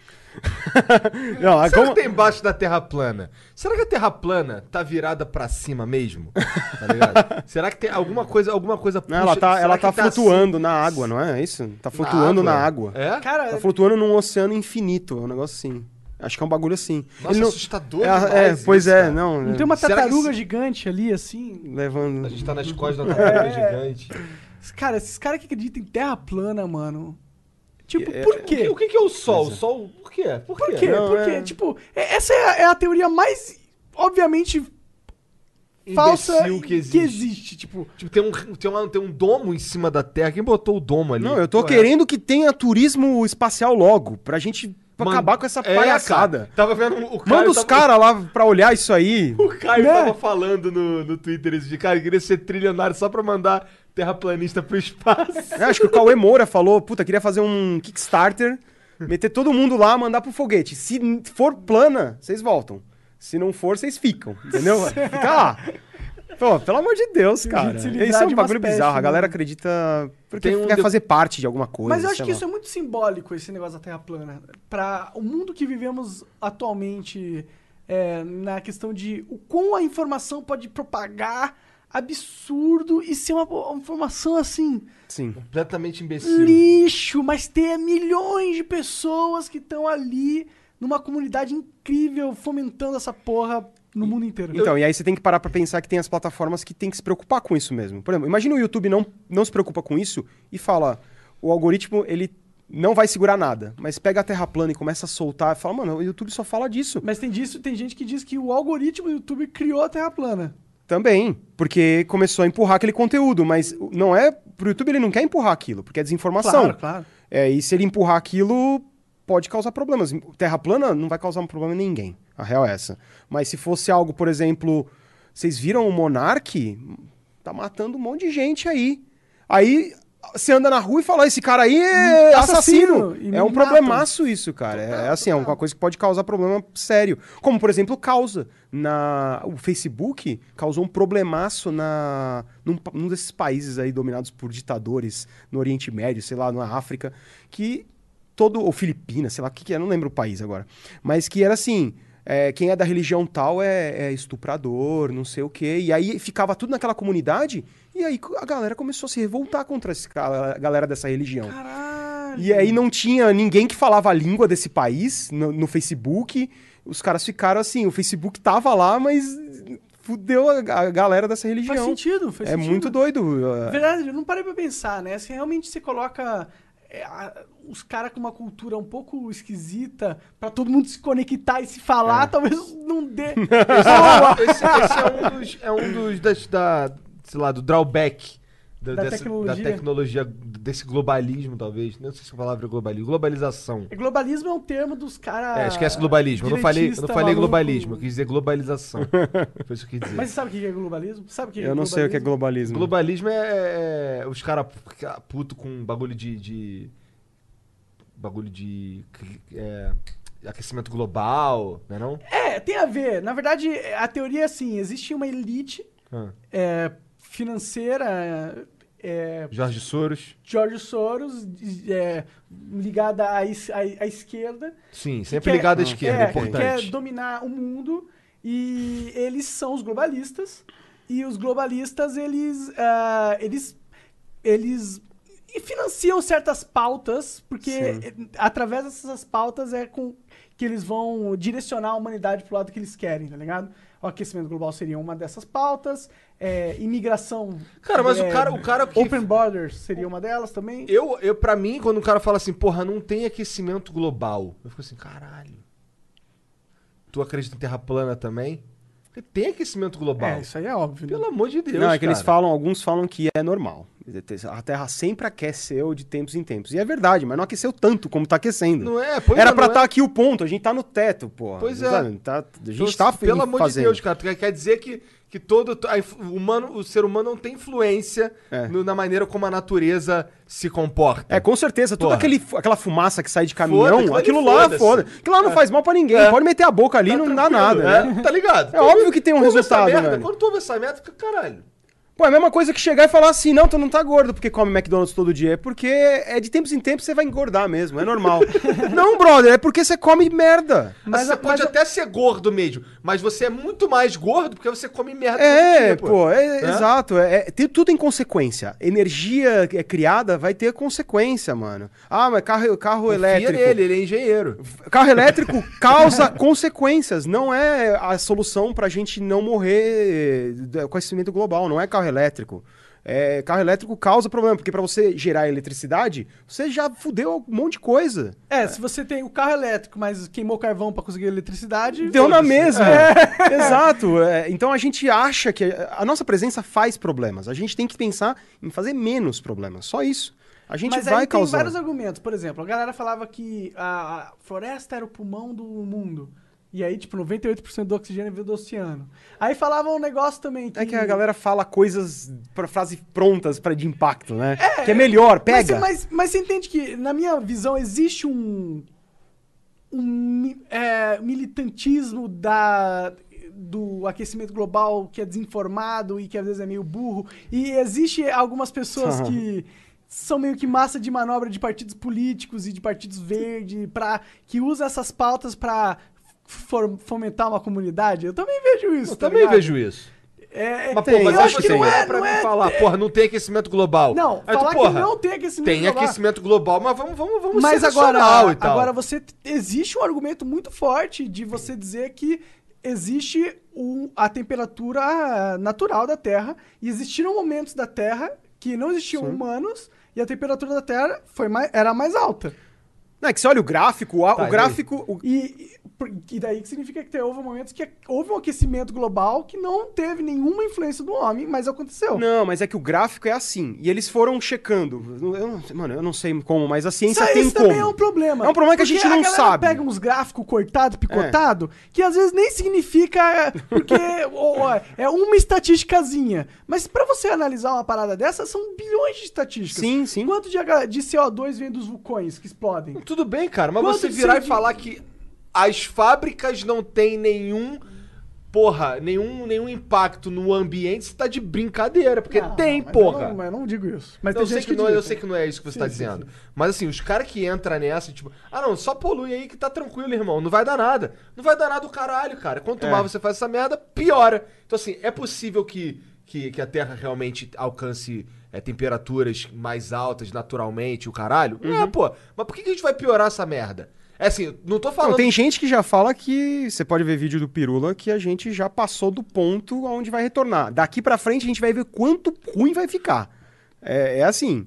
não,
Será
Ah, como...
que tem embaixo da Terra plana? Será que a Terra plana tá virada pra cima mesmo? Tá
[laughs]
ligado? Será que tem alguma coisa, alguma coisa
Não, ela
puxa-
tá,
será
ela
que
tá
assim?
flutuando na água, não é? É isso? Tá flutuando na água.
É?
Cara,
Tá flutuando num oceano infinito, é um negócio assim. Acho que é um bagulho assim.
Nossa,
Ele não-
assustador
é,
demais
é,
isso,
pois é,
cara.
não.
não
é,
tem uma
Será que
tartaruga
esse-
gigante ali, assim?
A
Levando.
gente tá [laughs] nas costas da tartaruga gigante.
Cara, esses caras que acreditam em Terra plana, mano. Tipo,
É,
por
O que-
quê?
O que, que é o Sol? O Sol, por quê? Por quê?
Por quê?
Não,
por quê?
é-
Tipo, é- essa é a, é a teoria mais, obviamente, falsa
Imbecil que existe.
que existe. Tipo,
Tipo, tem um, tem, uma, tem um domo em cima da Terra. Quem botou o domo ali?
Não, eu tô
Pô, é.
querendo que tenha turismo espacial logo, pra gente pra
Man-
acabar com essa
É,
palhaçada.
cara. Tava vendo o cara.
Manda os
tava-
caras lá pra olhar isso aí.
O Caio
Né?
tava falando no, no Twitter esse de cara, eu queria ser trilionário só pra mandar terraplanista pro espaço.
É, acho que o Cauê Moura falou, puta, queria fazer um Kickstarter, meter todo mundo lá, mandar pro foguete. Se n- for plana, vocês voltam. Se não for, vocês ficam,
[laughs]
entendeu? Fica lá. Pô, pelo amor de Deus, cara.
se livrar
Isso é um
de umas
bagulho
pestes,
bizarro. A
né?
galera acredita porque
Tem um
quer
de-
fazer parte de alguma coisa.
mas eu acho
sei
que
lá.
isso é muito simbólico, esse negócio da Terra plana. Pra o mundo que vivemos atualmente, é, na questão de o quão a informação pode propagar absurdo e ser uma, uma informação assim.
Sim.
Completamente imbecil.
lixo, mas tem milhões de pessoas que estão ali numa comunidade incrível fomentando essa porra no mundo inteiro.
Então, e aí você tem que parar pra pensar que tem as plataformas que tem que se preocupar com isso mesmo. Por exemplo, imagina o YouTube não, não se preocupa com isso e fala, o algoritmo, ele não vai segurar nada, mas pega a terra plana e começa a soltar e fala, mano, o YouTube só fala disso.
Mas tem disso, tem gente que diz que o algoritmo do YouTube criou a Terra plana.
Também, porque começou a empurrar aquele conteúdo, mas o- não é. Pro YouTube ele não quer empurrar aquilo, porque é desinformação.
Claro, claro.
É, e se ele empurrar aquilo, pode causar problemas. Terra plana não vai causar um problema em ninguém. A real é essa. Mas se fosse algo, por exemplo, vocês viram o Monark? Tá matando um monte de gente aí. Aí você anda na rua e fala: esse cara aí é
Assassino,
assassino.
e me
É um
matam.
problemaço isso, cara. é assim, é uma coisa que pode causar problema sério. Como, por exemplo, causa. Na... O Facebook causou um problemaço na... num, pa- num desses países aí dominados por ditadores no Oriente Médio, sei lá, na África, que todo. Ou Filipinas, sei lá, o que, que é, não lembro o país agora. Mas que era assim. é, quem é da religião tal é, é estuprador, não sei o quê. E aí ficava tudo naquela comunidade, e aí a galera começou a se revoltar contra esse cara- a galera dessa religião.
Caralho.
E aí não tinha ninguém que falava a língua desse país no, no Facebook. Os caras ficaram assim, o Facebook tava lá, mas fudeu a, a galera dessa religião.
Faz sentido, faz
é
sentido.
muito doido. ah,
É verdade, eu não parei pra pensar, né? Se realmente você coloca é, a- os caras com uma cultura um pouco esquisita pra todo mundo se conectar e se falar,
É.
talvez não dê.
[laughs] esse, esse é um dos, é um dos das- da, sei lá, do drawback da,
Da
dessa-
tecnologia.
da tecnologia, desse globalismo, talvez. Não sei se a palavra é globalismo. Globalização.
globalismo é um termo dos caras.
É, esquece globalismo. Eu não falei, eu não
direitista,
falei
maluco.
globalismo, eu quis dizer globalização. Foi isso que eu quis dizer.
Mas você sabe o que é globalismo? Sabe o que é
Eu não sei o que é globalismo.
Globalismo é, é- os caras ficar puto com bagulho de, de- bagulho de cli- é, aquecimento global, né não?
É, tem a ver. Na verdade, a teoria é assim: existe uma elite
Ah.
é, financeira. é,
Jorge Soros.
George Soros, é, ligada à, is- à- à esquerda.
Sim,
que
sempre
quer-
ligado à esquerda, é,
que
importante.
quer dominar o mundo e eles são os globalistas. E os globalistas, eles, ah, eles, eles e financiam certas pautas, porque eh, através dessas pautas é com que eles vão direcionar a humanidade pro lado que eles querem, tá ligado? O aquecimento global seria uma dessas pautas, eh, imigração.
Cara, mas o
eh,
cara- o cara que-
Open Borders seria uma delas também.
Eu, eu, pra mim, quando o cara fala assim, porra, não tem aquecimento global, eu fico assim, caralho. Tu acredita em terra plana também? Porque tem aquecimento global.
É, isso aí é óbvio. né?
Pelo amor de Deus,
não, é que eles
cara.
falam, alguns falam que é normal. A Terra sempre aqueceu de tempos em tempos. E é verdade, mas não aqueceu tanto como tá aquecendo.
Não é, pois
Era
é,
pra
não é.
estar aqui o ponto, a gente tá no teto, porra.
Pois é.
Sabe? Tá- a gente
Então,
tá
assim, Pelo
fe-
amor
fazendo.
de Deus, cara. tu Quer quer dizer que, que todo a inf- o, humano, o ser humano não tem influência
É.
no- na maneira como a natureza se comporta.
É, com certeza. Toda
Porra.
aquele, fu- aquela fumaça que sai de caminhão,
aquilo ali
aquilo lá,
foda-se.
foda. Aquilo lá não faz mal pra ninguém.
É.
Pode meter a boca ali,
Tá
não dá
tranquilo,
nada, né?
Tá ligado?
É óbvio que tem um
Tu ouve essa
resultado,
merda,
velho.
Quando tu ouve essa merda, tu fica, caralho.
Pô, é a mesma coisa que chegar e falar assim, não, tu não tá gordo porque come McDonald's todo dia. É porque é de tempos em tempos você vai engordar mesmo, é
[laughs]
normal. não, brother, é porque você come merda.
Mas, você pode até ser gordo mesmo, mas você é muito mais gordo porque você come merda
É,
todo dia,
pô, é,
Né?
exato. É, é- tem- tudo tem consequência. Energia que é criada vai ter consequência, mano. Ah, mas carro, carro
Confia
elétrico.
nele, ele é engenheiro.
Carro elétrico causa [laughs] consequências. Não é a solução pra gente não morrer do aquecimento global. Não é carro elétrico. É, carro elétrico causa problema, porque pra você gerar eletricidade, você já fudeu um monte de coisa.
É, se você tem o carro elétrico, mas queimou carvão pra conseguir eletricidade.
Deu na né?
foda-se. É.
mesma. [laughs] Exato. É, então a gente acha que a a nossa presença faz problemas. A gente tem que pensar em fazer menos problemas. Só isso. A gente
Mas
vai
aí tem
causar.
vários argumentos. Por exemplo, a galera falava que a a floresta era o pulmão do mundo. E aí, tipo, 98% do oxigênio é veio do oceano. Aí falava um negócio também que...
É que a galera fala coisas para frases prontas para de impacto, né? que é melhor,
Mas,
pega.
mas, mas você entende que, na minha visão, existe um... Um mi- é, militantismo da, do aquecimento global que é desinformado e que às vezes é meio burro. E existe algumas pessoas
Aham.
que... são meio que massa de manobra de partidos políticos e de partidos verde para que usa essas pautas para fomentar uma comunidade. Eu também vejo isso.
Eu
tá
também
ligado?
vejo isso.
É,
Mas,
tem,
pô, mas
eu
aí
acho que
você
não
olha
é,
pra
não
mim
é.
e falar, porra, não tem aquecimento global.
Não,
Aí tu,
falar
porra,
que não tem aquecimento
Tem
global.
aquecimento global, mas vamos, vamos, vamos
Mas
ser
agora,
racional é e tal.
agora você existe um argumento muito forte de você dizer que existe um- a temperatura natural da Terra e existiram momentos da Terra que não existiam humanos e a temperatura da Terra foi mais, era mais alta.
Não, é que você olha o gráfico, a-
Tá, e
o
aí?
gráfico. o-
E, e por- e daí que significa que te- houve momentos que houve um aquecimento global que não teve nenhuma influência do homem, mas aconteceu.
Não, mas é que o gráfico é assim. E eles foram checando. Eu não- mano, eu não sei como, mas a
Isso,
ciência
aí-
tem
isso
como.
também é um problema.
É um problema que a
Porque
gente não
galera
sabe. É.
pega um uns gráficos cortado, picotado, que às vezes nem significa. Porque [laughs] ó, ó, é uma estatísticazinha. Mas pra você analisar uma parada dessa, são bilhões de estatísticas.
Sim, sim.
Quanto de, H- de CO2 vem dos vulcões que
[laughs]
explodem?
Tudo bem, cara, mas
Quanto
você
que
virar e
você-
falar que as fábricas não têm nenhum. Porra, nenhum, nenhum impacto no ambiente, você tá de brincadeira, porque
Ah,
tem,
mas
porra.
eu não- mas eu não digo isso. Mas
Então,
tem
eu sei
gente
que,
que,
não,
diz,
eu
né?
sei que não é isso que você
Sim,
tá
sim,
dizendo.
sim.
Mas assim, os caras que entram nessa, tipo, ah não, só polui aí que tá tranquilo, irmão. Não vai dar nada. Não vai dar nada o caralho, cara.
É.
Quanto mais você faz essa merda, piora. Então, assim, é possível que, que, que a Terra realmente alcance é,
Uhum.
temperaturas mais altas naturalmente, o caralho? É, pô. Mas por que que a gente vai piorar essa merda? É assim, não tô falando.
Não, tem gente que já fala que você pode ver vídeo do Pirula que a gente já passou do ponto aonde vai retornar. Daqui pra frente a gente vai ver quanto ruim vai ficar. É, é assim.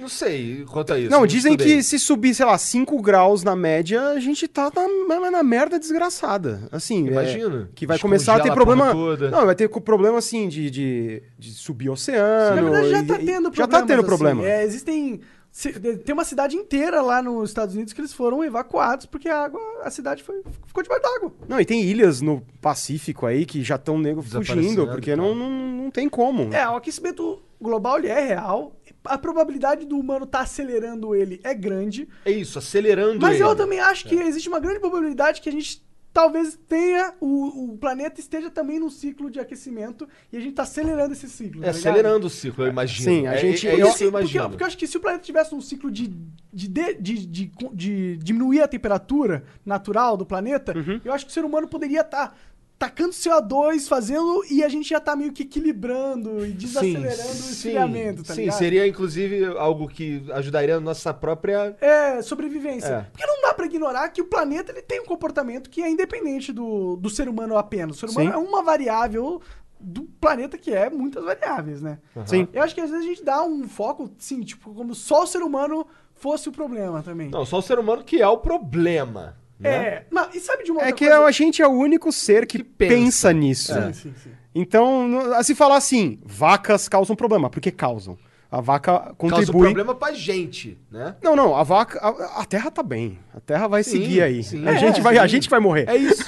Não sei quanto a isso.
não, dizem
estudei.
que se subir, sei lá, 5 graus na média, a gente tá na, na- na merda desgraçada. Assim, é,
Imagina.
que vai começar a ter
Descongela a
problema.
porra toda.
Não, vai ter co- problema assim de, de, de subir oceano.
Na verdade, já
e-
tá
e-
tendo problema.
Já tá tendo problema.
É, existem. se- Tem uma cidade inteira lá nos Estados Unidos que eles foram evacuados porque a água, a cidade foi, ficou debaixo d'água.
Não, e tem ilhas no Pacífico aí que já estão nego fugindo,
Desaparecendo,
porque
tá.
não, não, não tem como.
É, o aquecimento global ele é real. A probabilidade do humano estar acelerando ele é grande.
É isso, acelerando.
Mas eu
ele. É
também acho que existe uma grande probabilidade que a gente talvez tenha. O, o planeta esteja também num ciclo de aquecimento e a gente tá acelerando esse ciclo.
É
tá ligado?
acelerando o ciclo, eu imagino.
Sim, a
É-
gente-
É,
eu-
Porque, se-
isso que eu
porque-
imagino.
porque eu acho que se o planeta tivesse um ciclo de, de, de- de- de- de diminuir a temperatura natural do planeta,
Uhum.
eu acho que o ser humano poderia estar tacando CO2, fazendo, e a gente já tá meio que equilibrando e desacelerando o esfriamento, tá
sim,
ligado?
seria inclusive algo que ajudaria a nossa própria.
É, sobrevivência.
É.
Porque não dá pra ignorar que o planeta ele tem um comportamento que é independente do, do ser humano apenas. O ser humano
Sim.
é uma variável do planeta que é muitas variáveis, né?
Sim.
Eu acho que às vezes a gente dá um foco, sim, tipo, como só o ser humano fosse o problema também.
Não, só o ser humano que é o problema. Né?
É, mas e sabe de uma
É
outra
que
coisa? É.
a gente é o único ser que, pensa.
pensa.
nisso.
Sim, sim, sim.
Então, no- se falar assim, vacas causam problema, porque causam. A vaca
Causa um
contribui.
problema pra gente, né?
não, não, a vaca. A, a terra tá bem. A terra vai
Sim,
seguir aí.
sim.
a,
É,
gente vai, a
sim.
gente que vai morrer.
É isso.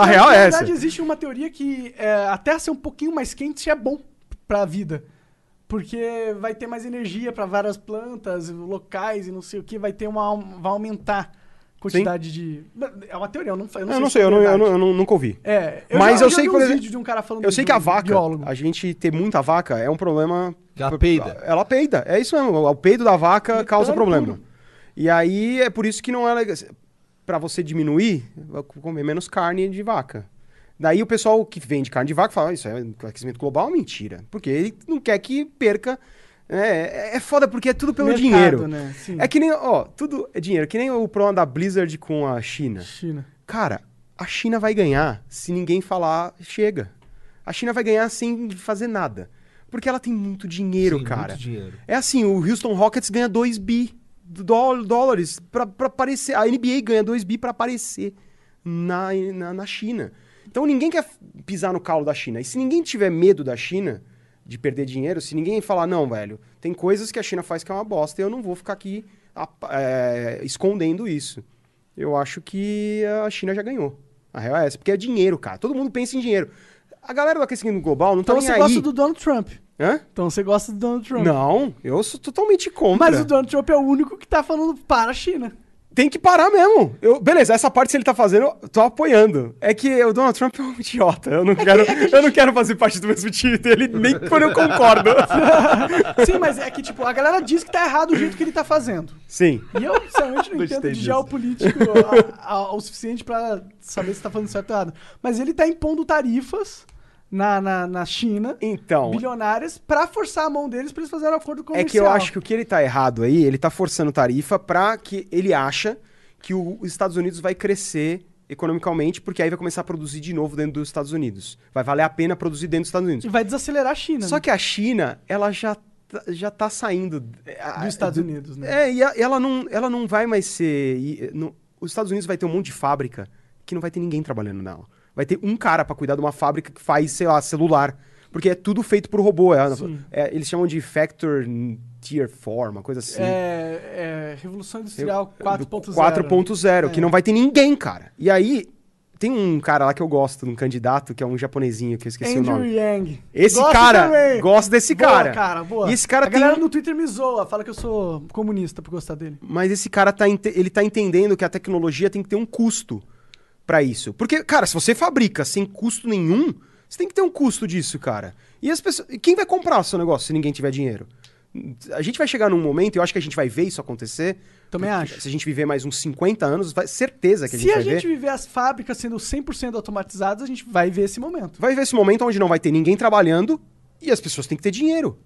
a real
Na
é essa.
verdade, existe uma teoria que é, a Terra ser um pouquinho mais quente é bom pra vida. Porque vai ter mais energia pra várias plantas, locais e não sei o que, vai ter uma. vai aumentar a quantidade de. É uma teoria, eu não, eu não
Eu não
se é
sei, eu, não, eu,
verdade.
não, eu não- nunca ouvi.
É, eu
Mas
já,
eu sei
já vi
que, por
uns
exemplo,
vídeos de um cara falando
Eu sei que a
de um
vaca,
biólogo.
a gente ter muita vaca é um problema.
Que ela peida.
Ela peida, é isso mesmo. O peido da vaca
é
causa problema. E aí é por isso que não é legal. Pra você diminuir, vai comer menos carne de vaca. Daí o pessoal que vende carne de vaca fala: "Ah, Isso é aquecimento global? Mentira. Porque ele não quer que perca. É, é- é foda porque é tudo pelo
Mercado,
dinheiro.
né? Sim.
É que nem, ó, tudo é dinheiro. Que nem o problema da Blizzard com a China.
China.
Cara, a China vai ganhar se ninguém falar chega. A China vai ganhar sem fazer nada. Porque ela tem muito dinheiro,
Sim,
cara.
muito dinheiro.
É assim, o Houston Rockets ganha 2 bi dó- dólares pra, pra aparecer. A NBA ganha 2 bi pra aparecer na, na, na China. Então ninguém quer f- pisar no calo da China. E se ninguém tiver medo da China de perder dinheiro, se ninguém falar, não, velho, tem coisas que a China faz que é uma bosta e eu não vou ficar aqui ap- é, escondendo isso. Eu acho que a China já ganhou. A real é essa, porque é dinheiro, cara. Todo mundo pensa em dinheiro. A galera do aquecimento global não tá
Então
nem
você
aí.
gosta do Donald Trump.
Hã?
Então você gosta do Donald Trump.
Não, eu sou totalmente contra.
Mas o Donald Trump é o único que tá falando para a China.
Tem que parar mesmo. Eu, beleza, essa parte se ele tá fazendo, eu tô apoiando. É que o Donald Trump é um idiota. Eu não
é
quero, eu não quero fazer parte do mesmo time dele, nem quando eu
[laughs]
concordo.
Sim, mas é que, tipo, a galera diz que tá errado o jeito que ele tá fazendo.
Sim.
E eu, sinceramente, não
Gostei
entendo de
disso.
geopolítico a- a- o suficiente pra saber se tá falando certo ou errado. Mas ele tá impondo tarifas na, na, na China,
Então,
bilionárias, pra forçar a mão deles pra eles fazerem um acordo
é
comercial.
que eu acho que o que ele tá errado aí, ele tá forçando tarifa pra que ele acha que o- os Estados Unidos vai crescer economicamente, porque aí vai começar a produzir de novo dentro dos Estados Unidos. Vai valer a pena produzir dentro dos Estados Unidos.
E vai desacelerar a China.
Só
né?
que a China, ela já, tá- já tá saindo. Dos
Dos Estados Unidos, né?
ah, É, e a- ela não, ela não vai mais ser. e, não- os Estados Unidos vai ter um monte de fábrica que não vai ter ninguém trabalhando nela. Vai ter um cara pra cuidar de uma fábrica que faz, sei lá, celular. Porque é tudo feito por robô. é- é- eles chamam de Factor Tier 4, uma coisa assim.
É, é, Revolução Industrial
Eu-
4.0.
4.0,
né?
que não vai ter ninguém, cara. E aí, tem um cara lá que eu gosto, um candidato, que é um japonesinho, que eu esqueci o
Andrew
nome.
Yang.
Esse
Gosto
cara,
também.
gosto desse
Boa,
cara.
cara, boa.
E esse cara
a
tem
galera
um-
no Twitter me zoa, fala que eu sou comunista por gostar dele.
Mas esse cara tá ente- ele tá entendendo que a tecnologia tem que ter um custo pra isso. Porque, cara, se você fabrica sem custo nenhum, você tem que ter um custo disso, cara. E as pessoas, e quem vai comprar o seu negócio se ninguém tiver dinheiro? A gente vai chegar num momento, e eu acho que a gente vai ver isso acontecer.
Também
porque
acho.
Se a gente viver mais uns 50 anos, vai certeza que a gente
Se
vai
a gente
ver.
viver as fábricas sendo 100% automatizadas, a gente vai ver esse momento.
Vai ver esse momento onde não vai ter ninguém trabalhando e as pessoas têm que ter dinheiro.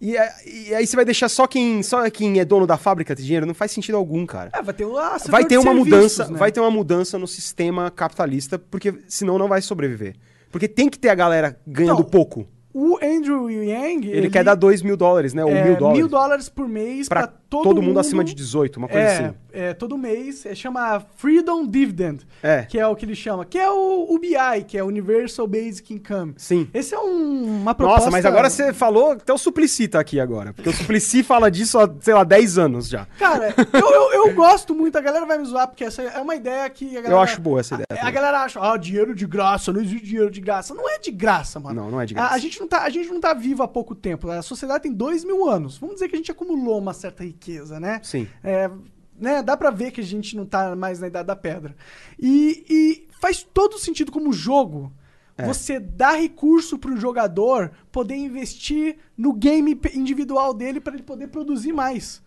E, é- e aí você vai deixar só quem, só quem é dono da fábrica ter dinheiro? Não faz sentido algum, cara.
É, vai ter, lá setor
vai ter
de
uma
serviços,
mudança,
né?
vai ter uma mudança no sistema capitalista, porque senão não vai sobreviver. Porque tem que ter a galera ganhando
Então,
pouco.
O Andrew Yang.
Ele, quer dar 2 mil dólares, né? Ou
é,
mil dólares.
mil dólares por mês
pra
pra,
todo, mundo, acima de 18, uma coisa
é,
assim.
é, todo mês. É, chama Freedom Dividend,
É.
que é o que ele chama. Que é o UBI, que é Universal Basic Income.
Sim.
Esse é um- uma proposta...
Nossa, mas agora você falou, até o Suplicy tá aqui agora. Porque o Suplicy fala disso há, sei lá, 10 anos já.
Cara, eu, eu, eu gosto muito, a galera vai me zoar, porque essa é uma ideia que a galera...
acho boa essa ideia tá?
A, a
também.
galera acha, ah, dinheiro de graça, não existe dinheiro de graça. Não é de graça, mano.
Não, não é de graça.
A, a gente, não tá, a gente não tá vivo há pouco tempo, né? a sociedade tem dois mil anos. Vamos dizer que a gente acumulou uma certa riqueza, né?
Sim.
É, né, dá pra ver que a gente não tá mais na idade da pedra. E, e faz todo sentido como jogo.
É.
Você dá recurso pro jogador poder investir no game pe- individual dele pra ele poder produzir mais.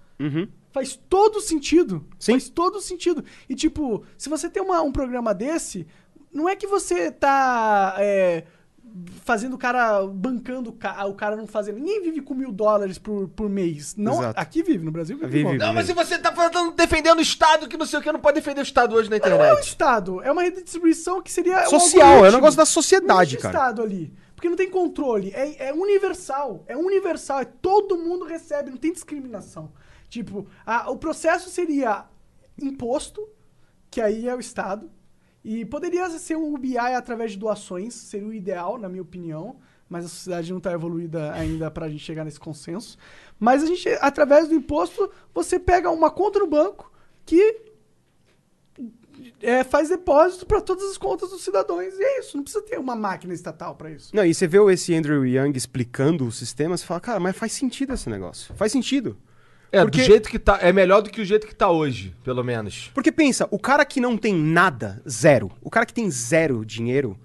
Faz todo sentido.
Uhum. Sim.
Faz todo sentido. E, tipo, se você tem uma- um programa desse, não é que você tá é, fazendo o cara, bancando o ca- o cara não fazer. Ninguém vive com mil dólares por, por mês. Não,
Exato.
aqui vive, no Brasil vive.
Vive,
igual.
vive.
Não, mas se você tá falando, defendendo o Estado, que não sei o que, não pode defender o Estado hoje na
Não é um
internet.
Estado, é uma redistribuição que seria. um
Social, é um
algoritmo.
negócio da
Não
sociedade,
existe
cara.
Estado ali. Porque não tem controle. É, é universal. É universal. É todo mundo recebe, não tem discriminação. Tipo, a- o processo seria imposto, que aí é o Estado. E poderia ser um UBI através de doações, seria o ideal, na minha opinião. Mas a sociedade não está evoluída ainda para a gente chegar nesse consenso. Mas a gente, através do imposto, você pega uma conta no banco que é, faz depósito para todas as contas dos cidadãos. E é isso, não precisa ter uma máquina estatal para isso.
Não, e você vê esse Andrew Young explicando o sistema, você fala, cara, mas faz sentido esse negócio. Faz sentido.
É,
Porque-
do jeito que tá. É melhor do que o jeito que tá hoje, pelo menos.
Porque pensa, o cara que não tem nada, zero, o cara que tem zero dinheiro,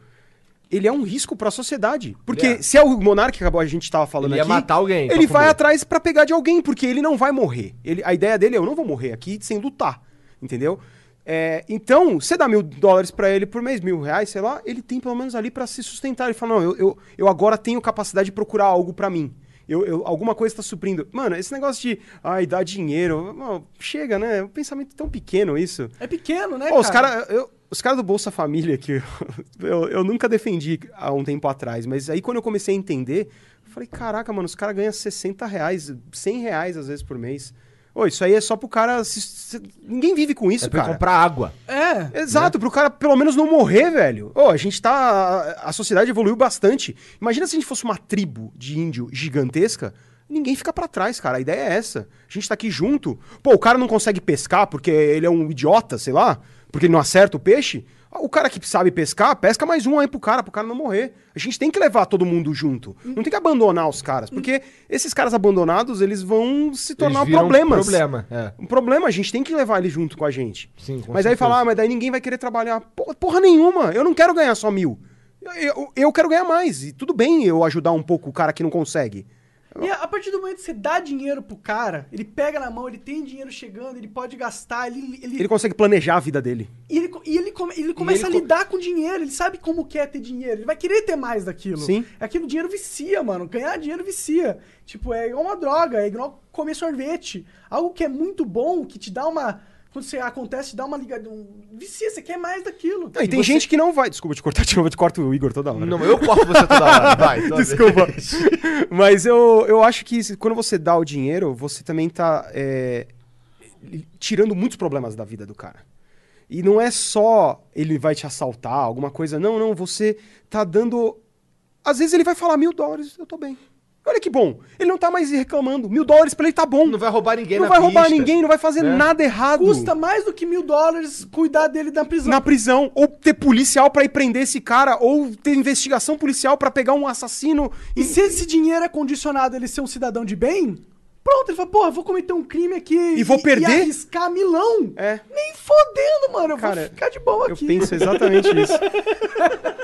ele é um risco pra sociedade. Porque
Ele é.
se é o Monark que acabou a gente tava falando
Ele ia
aqui,
matar alguém então, pra
Ele
comer.
vai atrás pra pegar de alguém, porque ele não vai morrer. Ele, a ideia dele é eu não vou morrer aqui sem lutar, entendeu? É, então, você dá mil dólares pra ele por mês, mil reais, sei lá, ele tem pelo menos ali pra se sustentar. Ele fala, não, eu, eu, eu agora tenho capacidade de procurar algo pra mim. Eu, eu- alguma coisa tá suprindo. Mano, esse negócio de, ai, dar dinheiro, mano, chega, né? É um pensamento tão pequeno isso.
É pequeno, né?
Ô, os caras cara do Bolsa Família, que eu, [laughs] eu, eu nunca defendi há um tempo atrás, mas aí quando eu comecei a entender, eu falei, caraca, mano, os caras ganham 60 reais, 100 reais às vezes por mês. Ô, isso aí é só pro cara... se- se- ninguém vive com isso,
É pra
cara.
comprar água.
É.
né?
Exato, pro cara pelo menos não morrer, velho. Ô, a gente tá... A sociedade evoluiu bastante. Imagina se a gente fosse uma tribo de índio gigantesca... Ninguém fica pra trás, cara. A ideia é essa. A gente tá aqui junto. Pô, o cara não consegue pescar porque ele é um idiota, sei lá, porque ele não acerta o peixe. Ah, O cara que sabe pescar, pesca mais um aí pro cara, pro cara não morrer. A gente tem que levar todo mundo junto. Não tem que abandonar os caras, porque esses caras abandonados, eles vão se tornar
viram
problemas.
problema, é.
Um problema, a gente tem que levar ele junto com a gente.
Sim, com
Mas aí
certeza.
falar, ah, mas daí ninguém vai querer trabalhar. Porra, porra nenhuma, eu não quero ganhar só mil. Eu, eu, eu quero ganhar mais. E tudo bem eu ajudar um pouco o cara que não consegue.
E a a partir do momento que você dá dinheiro pro cara, ele pega na mão, ele tem dinheiro chegando, ele pode gastar, ele, ele,
Ele consegue planejar a vida dele.
e ele, co- e ele, come- ele começa
ele
a
co-
lidar com dinheiro, ele sabe como que é ter dinheiro, ele vai querer ter mais daquilo.
Sim.
Aquilo dinheiro vicia, mano. Ganhar dinheiro vicia. Tipo, é igual uma droga, é igual comer sorvete. Algo que é muito bom, que te dá uma. Quando você acontece, te dá uma ligada. Um, vicia, você quer mais daquilo.
Não, e tem gente que não vai. Desculpa te cortar [laughs] de novo, eu te corto o Igor toda hora.
Não, eu corto você toda
[laughs]
hora. Vai, toda vez.
Desculpa. [laughs] Mas eu, eu acho que se- quando você dá o dinheiro, você também tá é, li- tirando muitos problemas da vida do cara. E não é só ele vai te assaltar, alguma coisa. Não, não, você tá dando. Às vezes ele vai falar mil dólares, eu tô bem. Olha que bom. Ele não tá mais reclamando. Mil dólares pra ele tá bom.
Não vai roubar ninguém
Não
na
vai roubar
pista,
ninguém, não vai fazer
né?
nada errado
Custa mais do que mil dólares cuidar dele na prisão.
na prisão, ou ter policial pra ir prender esse cara, ou ter investigação policial pra pegar um assassino.
E se esse dinheiro é condicionado a ele ser um cidadão de bem, pronto, ele fala, porra, vou cometer um crime aqui
E vou perder?
e arriscar milão.
É.
Nem fodendo, mano, eu
Cara,
vou ficar de boa
Eu
aqui.
penso assim, exatamente
[laughs]
isso.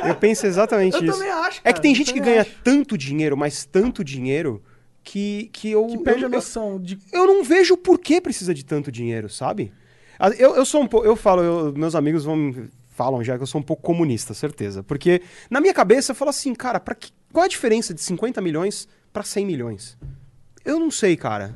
Eu penso exatamente
Eu
isso.
também acho,
é
cara,
que tem
eu
gente que
também
ganha
acho.
tanto dinheiro, mas tanto dinheiro, que, que eu.
que perde
eu,
a noção de...
eu, eu não vejo por que precisa de tanto dinheiro, sabe? Ah, Eu, eu sou um pouco. Eu falo, eu- meus amigos vão me- falam já que eu sou um pouco comunista, certeza. Porque é na minha cabeça eu falo assim, cara, pra que, qual a diferença de 50 milhões pra 100 milhões? Eu não sei, cara.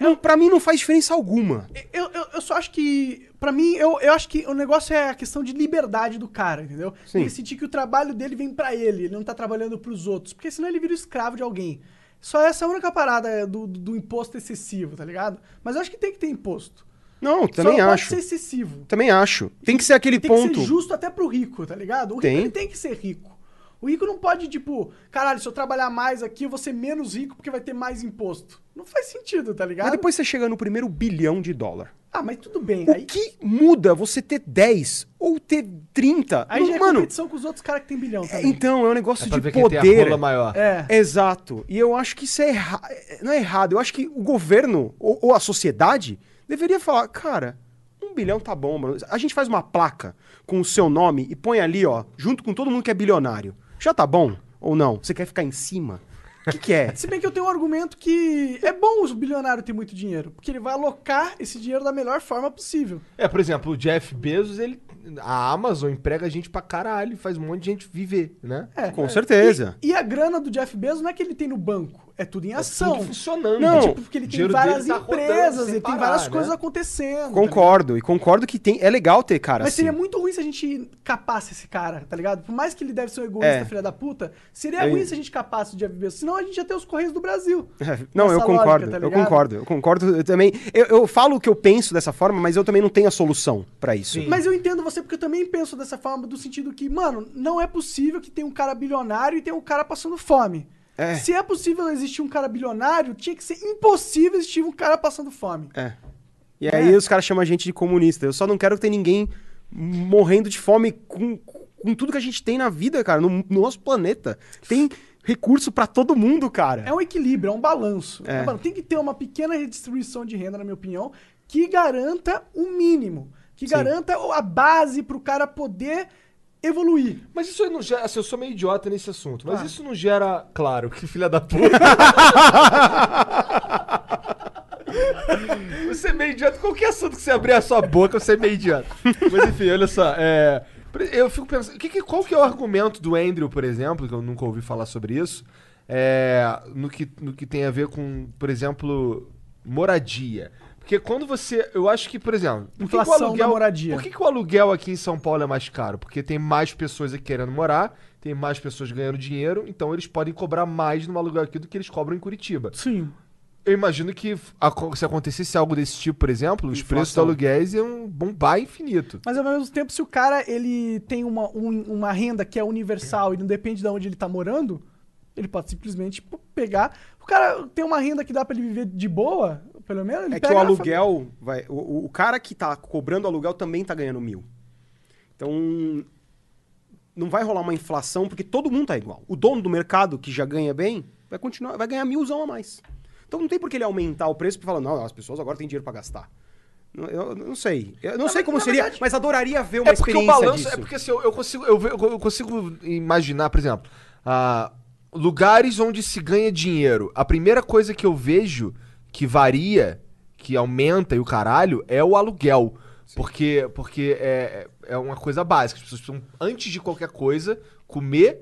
Não, pra mim não faz diferença alguma.
Eu, eu, eu só acho que, pra mim, eu, eu acho que o negócio é a questão de liberdade do cara, entendeu? Ele sentir que o trabalho dele vem pra ele, ele não tá trabalhando pros outros, porque senão ele vira escravo de alguém. Só essa é a única parada do, do, do imposto excessivo, tá ligado? Mas eu acho que tem que ter imposto.
Não,
Só
também
não pode
acho.
ser excessivo.
Também acho. Tem que ser aquele
Tem
ponto.
que ser justo até pro rico, tá ligado? O rico
Tem.
ele tem que ser rico. O rico não pode, tipo, caralho, se eu trabalhar mais aqui, eu vou ser menos rico porque vai ter mais imposto. Não faz sentido, tá ligado?
Mas depois você chega no primeiro bilhão de dólar.
Ah, mas tudo bem.
O
aí
que muda você ter 10 ou ter 30?
aí
Não,
já é
mano,
competição com os outros caras que tem bilhão
é,
também.
então, é um negócio
É pra
de
ver quem tem a rola
poder.
maior.
É.
Exato. E eu acho que isso é errado. Não é errado. Eu acho que o governo ou, ou a sociedade deveria falar, cara, um bilhão tá bom, mano. A gente faz uma placa com o seu nome e põe ali, ó, junto com todo mundo que é bilionário. Já tá bom ou não? Você quer ficar em cima? O que,
[laughs]
que é?
Se bem que eu tenho um argumento que é bom o bilionário ter muito dinheiro, porque ele vai alocar esse dinheiro da melhor forma possível.
É, por exemplo, o Jeff Bezos, ele. A Amazon emprega gente pra caralho, faz um monte de gente viver, né?
É.
Com certeza.
E, e a grana do Jeff Bezos não é que ele tem no banco, é tudo em ação.
Tudo funcionando.
Não,
É tipo, porque ele
O
tem
dinheiro
várias
dele tá rodando
empresas,
sem
ele tem
parar,
várias
né?
coisas acontecendo. tá
Concordo, e concordo que tem, é legal ter, cara.
Mas seria
assim.
muito ruim se a gente capasse esse cara, tá ligado? Por mais que ele deve ser um egoísta,
É.
filha da puta, seria
Eu-
ruim se a gente capasse o Jeff Bezos. Senão a gente ia ter os Correios do Brasil.
É, Não,
Nessa
eu
lógica,
concordo,
tá
eu
ligado?
concordo, eu concordo eu também. Eu, eu falo o que eu penso dessa forma, mas eu também não tenho a solução pra isso.
Mas eu entendo você porque eu também penso dessa forma, do sentido que, mano, não é possível que tenha um cara bilionário e tenha um cara passando fome.
É.
Se é possível existir um cara bilionário, tinha que ser impossível existir um cara passando fome.
É. E aí os caras chamam a gente de comunista. Eu só não quero ter ninguém morrendo de fome com, com tudo que a gente tem na vida, cara, no, no nosso planeta. Tem recurso pra todo mundo, cara.
É um equilíbrio, é um balanço.
É.
Mano, tem que ter uma pequena redistribuição de renda, na minha opinião, que garanta o mínimo. Que garanta a base pro cara poder evoluir.
Mas isso aí não gera. Assim, eu sou meio idiota nesse assunto, mas isso não gera. Claro, que filha da [laughs] puta. você é meio idiota. Qualquer assunto que você abrir a sua boca, você é meio idiota. Mas enfim, olha só. é, eu fico pensando. que que- qual que é o argumento do Andrew, por exemplo, que eu nunca ouvi falar sobre isso? é, no, que, no que tem a ver com, por exemplo, moradia. Porque quando você. Eu acho que, por exemplo. por que que o
Inflação da moradia.
por que por que, que o aluguel aqui em São Paulo é mais caro? Porque tem mais pessoas aqui querendo morar, tem mais pessoas ganhando dinheiro, então eles podem cobrar mais no aluguel aqui do que eles cobram em Curitiba.
Sim.
Eu imagino que aco- se acontecesse algo desse tipo, por exemplo, os preços do aluguéis iam bombar infinito.
Mas ao mesmo tempo, se o cara ele tem uma, um- uma renda que é universal e não depende de onde ele tá morando, ele pode simplesmente pô, pegar. O cara tem uma renda que dá pra ele viver de boa, pelo menos. Ele
É que
pega
o
a
aluguel vai. O, o- o cara que tá cobrando aluguel também tá ganhando mil. Então. Não vai rolar uma inflação, porque todo mundo tá igual. O dono do mercado, que já ganha bem, vai continuar, vai ganhar milzão a mais. Então não tem por que ele aumentar o preço e falar, não, as pessoas agora têm dinheiro pra gastar. Não- Eu não sei. Eu não sei como seria, mas adoraria ver uma
é porque o
experiência
balanço.
disso.
É porque assim, eu, eu consigo, eu, ve- eu consigo imaginar, por exemplo, ah, lugares onde se ganha dinheiro. A primeira coisa que eu vejo que varia, que aumenta e o caralho, é o aluguel. Porque, porque é, é uma coisa básica. As pessoas precisam, antes de qualquer coisa, comer,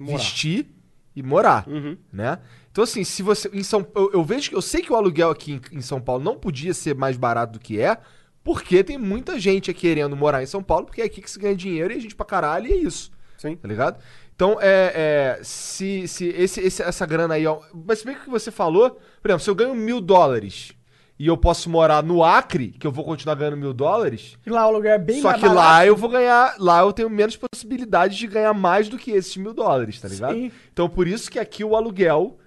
vestir e morar, né? Então assim, se você em São eu, eu vejo que eu sei que o aluguel aqui em, em São Paulo não podia ser mais barato do que é, porque tem muita gente querendo morar em São Paulo, porque é aqui que se ganha dinheiro e a gente pra caralho e é isso.
Sim.
Tá ligado? Então, é, é, se, se esse, esse- essa grana aí, ó, mas se bem que o que você falou, por exemplo, se eu ganho mil dólares e eu posso morar no Acre, que eu vou continuar ganhando mil dólares,
E lá o aluguel é bem
só
mais
que
barato.
lá eu vou ganhar, lá eu tenho menos possibilidades de ganhar mais do que esses mil dólares, tá ligado?
Sim.
Então por isso que aqui o aluguel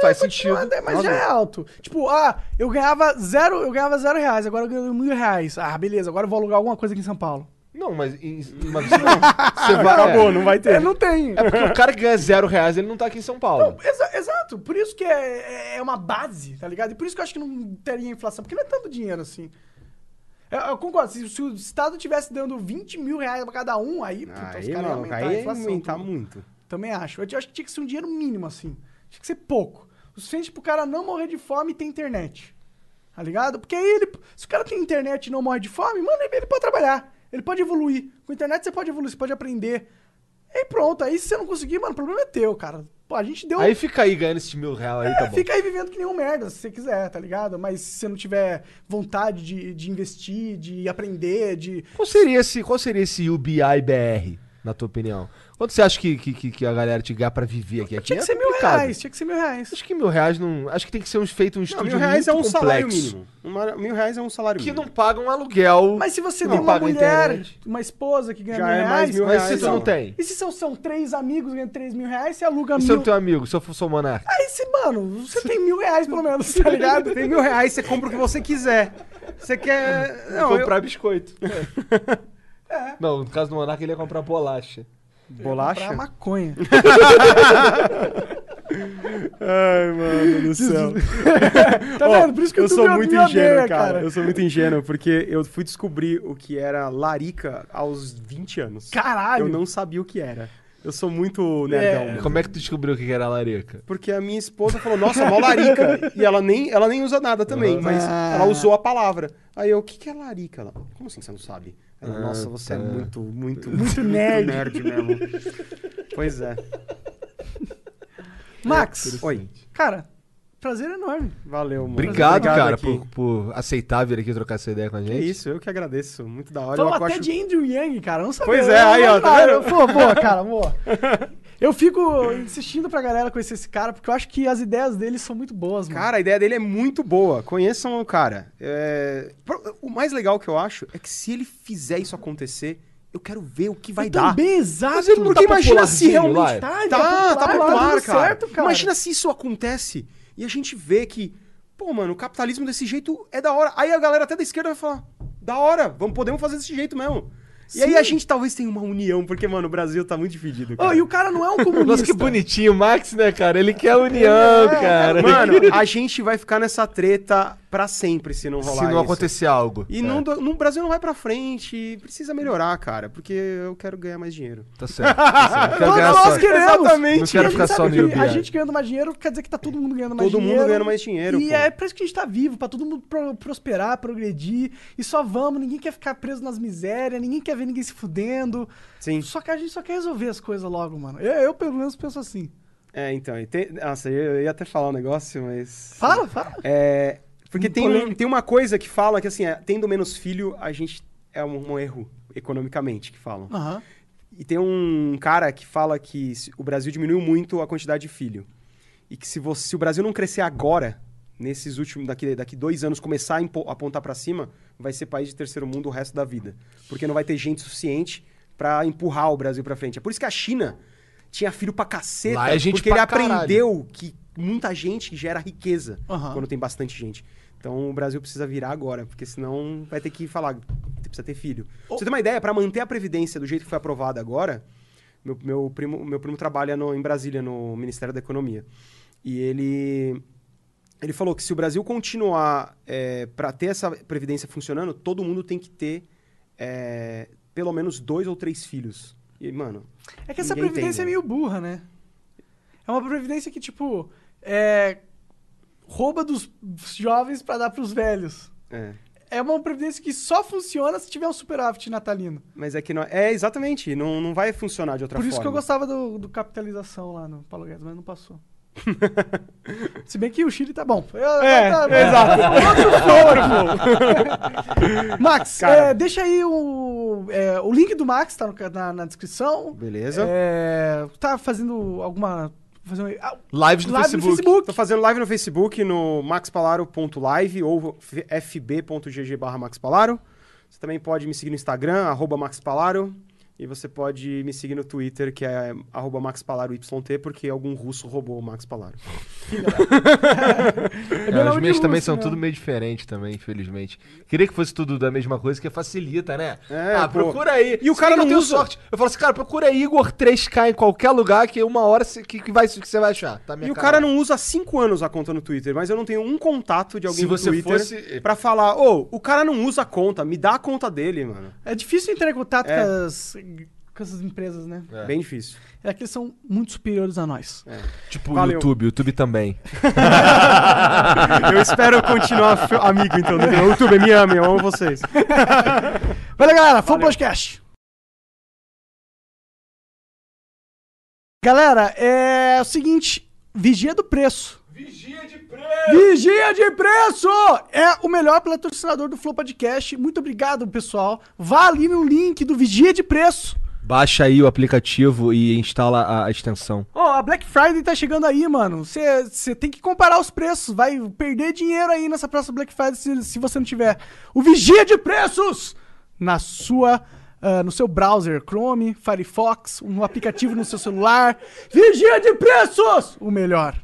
faz sentido.
Mas, é- mas já é alto. Tipo, ah, eu ganhava zero, eu ganhava zero reais, agora eu ganho mil reais. Ah, beleza, agora eu vou alugar alguma coisa aqui em São Paulo.
Não, mas, em-
[laughs]
mas você não, você vai, é,
não vai
É, não tem.
é porque o cara que ganha zero reais, ele não tá aqui em São Paulo.
Exa- exato, por isso que é, é uma base, tá ligado? E por isso que eu acho que não teria inflação, porque não é tanto dinheiro assim. Eu, eu concordo, se, se o Estado tivesse dando 20 mil reais pra cada um, aí, puta,
Aí, mano, aí ia aumentar
tudo.
muito.
Também acho. Eu acho que tinha que ser um dinheiro mínimo, assim. Tinha que ser pouco. O suficiente pro cara não morrer de fome e ter internet. Tá ligado? Porque aí ele. Se o cara tem internet e não morre de fome, mano, ele, ele pode trabalhar. Ele pode evoluir. Com a internet você pode evoluir, você pode aprender. E pronto, aí se você não conseguir, mano, o problema é teu, cara. Pô, a gente deu.
Aí fica aí ganhando esses mil reais aí, tá
É,
bom.
Fica aí vivendo que nem um merda, se você quiser, tá ligado? Mas se você não tiver vontade de, de investir, de aprender, de.
Qual seria esse, qual seria esse UBI BR, na tua opinião? Quanto você acha que, que, que- que a galera te ganha pra viver aqui? Aqui
Tinha
é
que ser mil
complicado.
reais, tinha que ser mil reais.
Acho que mil reais não. Acho que tem que ser um feito um
Não,
estúdio
mil reais é um
muito
salário
complexo,
mínimo. Uma- mil reais é um salário
Que
mínimo.
não paga um aluguel.
Mas se você
não
tem uma
paga a
mulher,
internet.
uma esposa que ganha
Já
mil
é mais
reais. então.
mil
Mas
reais,
se tu não
não.
tem.
E se são, são três amigos ganhando três mil reais, você aluga
E se eu
mil.
não tenho amigo, se eu for sou monarca.
Aí você, mano, você tem mil reais pelo menos, tá ligado?
Tem mil reais, você compra o que você quiser. Você quer. Não, eu-
comprar biscoito. É. Não, no caso do monarca ele ia comprar bolacha.
Bolacha?
Pra maconha.
Ai, mano do céu. [laughs]
Tá
Ó,
vendo? Por isso que
eu
o YouTube
sou
me-
muito
me
ingênuo,
odeia,
cara.
cara.
Eu sou muito ingênuo, porque eu fui descobrir o que era larica aos 20 anos.
Caralho!
Eu não sabia o que era. Eu sou muito nerdão,
É.
mano.
Como é que tu descobriu o que era a larica?
Porque a minha esposa falou, nossa, mó larica. e ela nem, ela nem usa nada também, mas ela usou a palavra. Aí eu, o que, que é larica? Ela, como assim você não sabe? Ela, nossa, você é muito, muito, muito nerd. mesmo. pois é.
Max,
Oi.
cara, prazer enorme.
Valeu, mano.
Obrigado, cara,
aqui.
por, por aceitar vir aqui trocar essa ideia com a gente.
É isso, eu que agradeço. Muito da hora.
Falamos
eu
até
acho-
de Andrew Yang, cara. eu Não sabia.
Pois é,
eu-
aí, ó,
eu-
tá vendo?
Pô, boa, cara, boa. Eu fico insistindo pra galera conhecer esse cara, porque eu acho que as ideias dele são muito boas, mano.
Cara, a ideia dele é muito boa. Conheçam o cara. É, pro- O mais legal que eu acho é que se ele fizer isso acontecer, eu quero ver o que vai
Eu
dar.
Também, exato.
Mas ele não
tá
porque imagina se
popularzinho
realmente
lá, é?
tá, tá,
Tá,
tá
tá
popular,
popular,
cara.
certo, cara.
Imagina se isso acontece e a gente vê que, pô, mano, o capitalismo desse jeito é da hora. Aí a galera até da esquerda vai falar, da hora, vamos, podemos fazer desse jeito mesmo. E aí
Sim.
a gente talvez tenha uma união, porque, mano, o Brasil tá muito dividido,
Ô,
cara.
e o cara
[laughs]
não é um comunista.
Nossa, que bonitinho o Max, né, cara? Ele quer união, cara.
Mano,
[laughs]
a gente vai ficar nessa treta pra sempre se não rolar
se não
isso.
acontecer algo.
E
É,
não, do- no Brasil não vai pra frente, precisa melhorar, cara, porque eu quero ganhar mais dinheiro.
Tá certo. Tá certo. Eu quero
Todos
ganhar
nós
só-
queremos.
Exatamente.
Não
E a
quero
gente
ficar
sabe
só no
que A
UBI.
gente ganhando mais dinheiro quer dizer que tá todo mundo ganhando mais
Todo mundo
dinheiro.
ganhando mais dinheiro,
E
pô.
é pra isso que a gente tá vivo, pra todo mundo pro- prosperar, progredir. E só vamos, ninguém quer ficar preso nas misérias, ninguém quer ver ninguém se fudendo.
Sim.
Só que a gente só quer resolver as coisas logo, mano. Eu, eu, pelo menos, penso assim.
É, então, e tem- nossa, eu eu ia até falar um negócio, mas...
Fala, fala.
É, porque tem, um-
Polêmica.
tem uma coisa que fala que, assim, é, tendo menos filho, a gente é um, um erro economicamente, que falam.
Aham.
E tem um cara que fala que se- o Brasil diminuiu muito a quantidade de filho. E que se, você- se o Brasil não crescer agora, nesses últimos, daqui, daqui dois anos, começar a empo- apontar pra cima, vai ser país de terceiro mundo o resto da vida. Porque não vai ter gente suficiente pra empurrar o Brasil pra frente. É por isso que a China tinha filho pra caceta.
Lá é gente
porque
pra
ele
caralho.
aprendeu que muita gente gera riqueza
Aham.
quando tem bastante gente. Então o Brasil precisa virar agora, porque senão vai ter que falar, "Você precisa ter filho. Pra Você tem uma ideia? Pra manter a previdência do jeito que foi aprovada agora, meu, meu primo, meu primo trabalha no- em Brasília no Ministério da Economia e ele ele falou que se o Brasil continuar para ter essa previdência funcionando, todo mundo tem que ter é, pelo menos dois ou três filhos. E mano,
É que essa
Ninguém
previdência é
entende.
meio burra, né? É uma previdência que, tipo, é... rouba dos jovens pra dar pros velhos.
é.
É uma previdência que só funciona se tiver um superávit natalino.
Mas é que não, é exatamente, não, não vai funcionar de outra
Por
forma.
isso que eu gostava do, do capitalização lá no Paulo Guedes, mas não passou. [laughs] Se bem que o Chile tá bom. Eu-
É,
tá-
exato.
[laughs]
[laughs]
Max,
Cara.
é, deixa aí o, é, o link do Max, tá no ca- na, na descrição.
Beleza.
É, tá fazendo alguma. Fazendo, ah,
Lives no
live
Facebook.
no Facebook.
Tô fazendo live no Facebook, no maxpalaro.live ou fb.gg barra maxpalaro. Você também pode me seguir no Instagram, arroba maxpalaro. E você pode me seguir no Twitter, que é arroba maxpalaroyt, porque algum russo roubou o Max Palaro.
É
É,
bem
os
nome de
meus também
russo,
são
né?
tudo meio diferente também, infelizmente. Queria que fosse tudo da mesma coisa, que facilita, né?
É,
ah,
pô.
procura aí.
E o
Se
cara
bem que
não
eu tenho
usa.
sorte. Eu falo assim, cara, procura aí Igor 3K em qualquer lugar, que uma hora se- que, que vai, que você vai achar. Tá minha
E o
cara
cara
lá.
não usa há cinco anos a conta no Twitter, mas eu não tenho um contato de alguém
Se
no
você
Twitter
fosse-
pra falar, ô, o cara não usa a conta, me dá a conta dele, mano.
É difícil entrar em contato
É.
com, as- com essas empresas, né?
Bem difícil.
É que eles são muito superiores a nós.
Tipo o
Valeu.
YouTube, o YouTube também.
eu espero continuar fi- amigo, então. né? YouTube, me amem, eu amo vocês.
um Valeu, galera. Foi o podcast. Galera, é o seguinte: vigia do preço.
Vigia de preço!
Vigia de preço! É o melhor patrocinador do Flow Podcast. Muito obrigado, pessoal. Vá ali no link do Vigia de Preço.
Baixa aí o aplicativo e instala a- a extensão.
Ó, a Black Friday tá chegando aí, mano. Você tem que comparar os preços. Vai perder dinheiro aí nessa próxima Black Friday se, se você não tiver o Vigia de Preços na sua, ah, no seu browser Chrome, Firefox, um aplicativo no seu celular. Vigia de Preços! O melhor.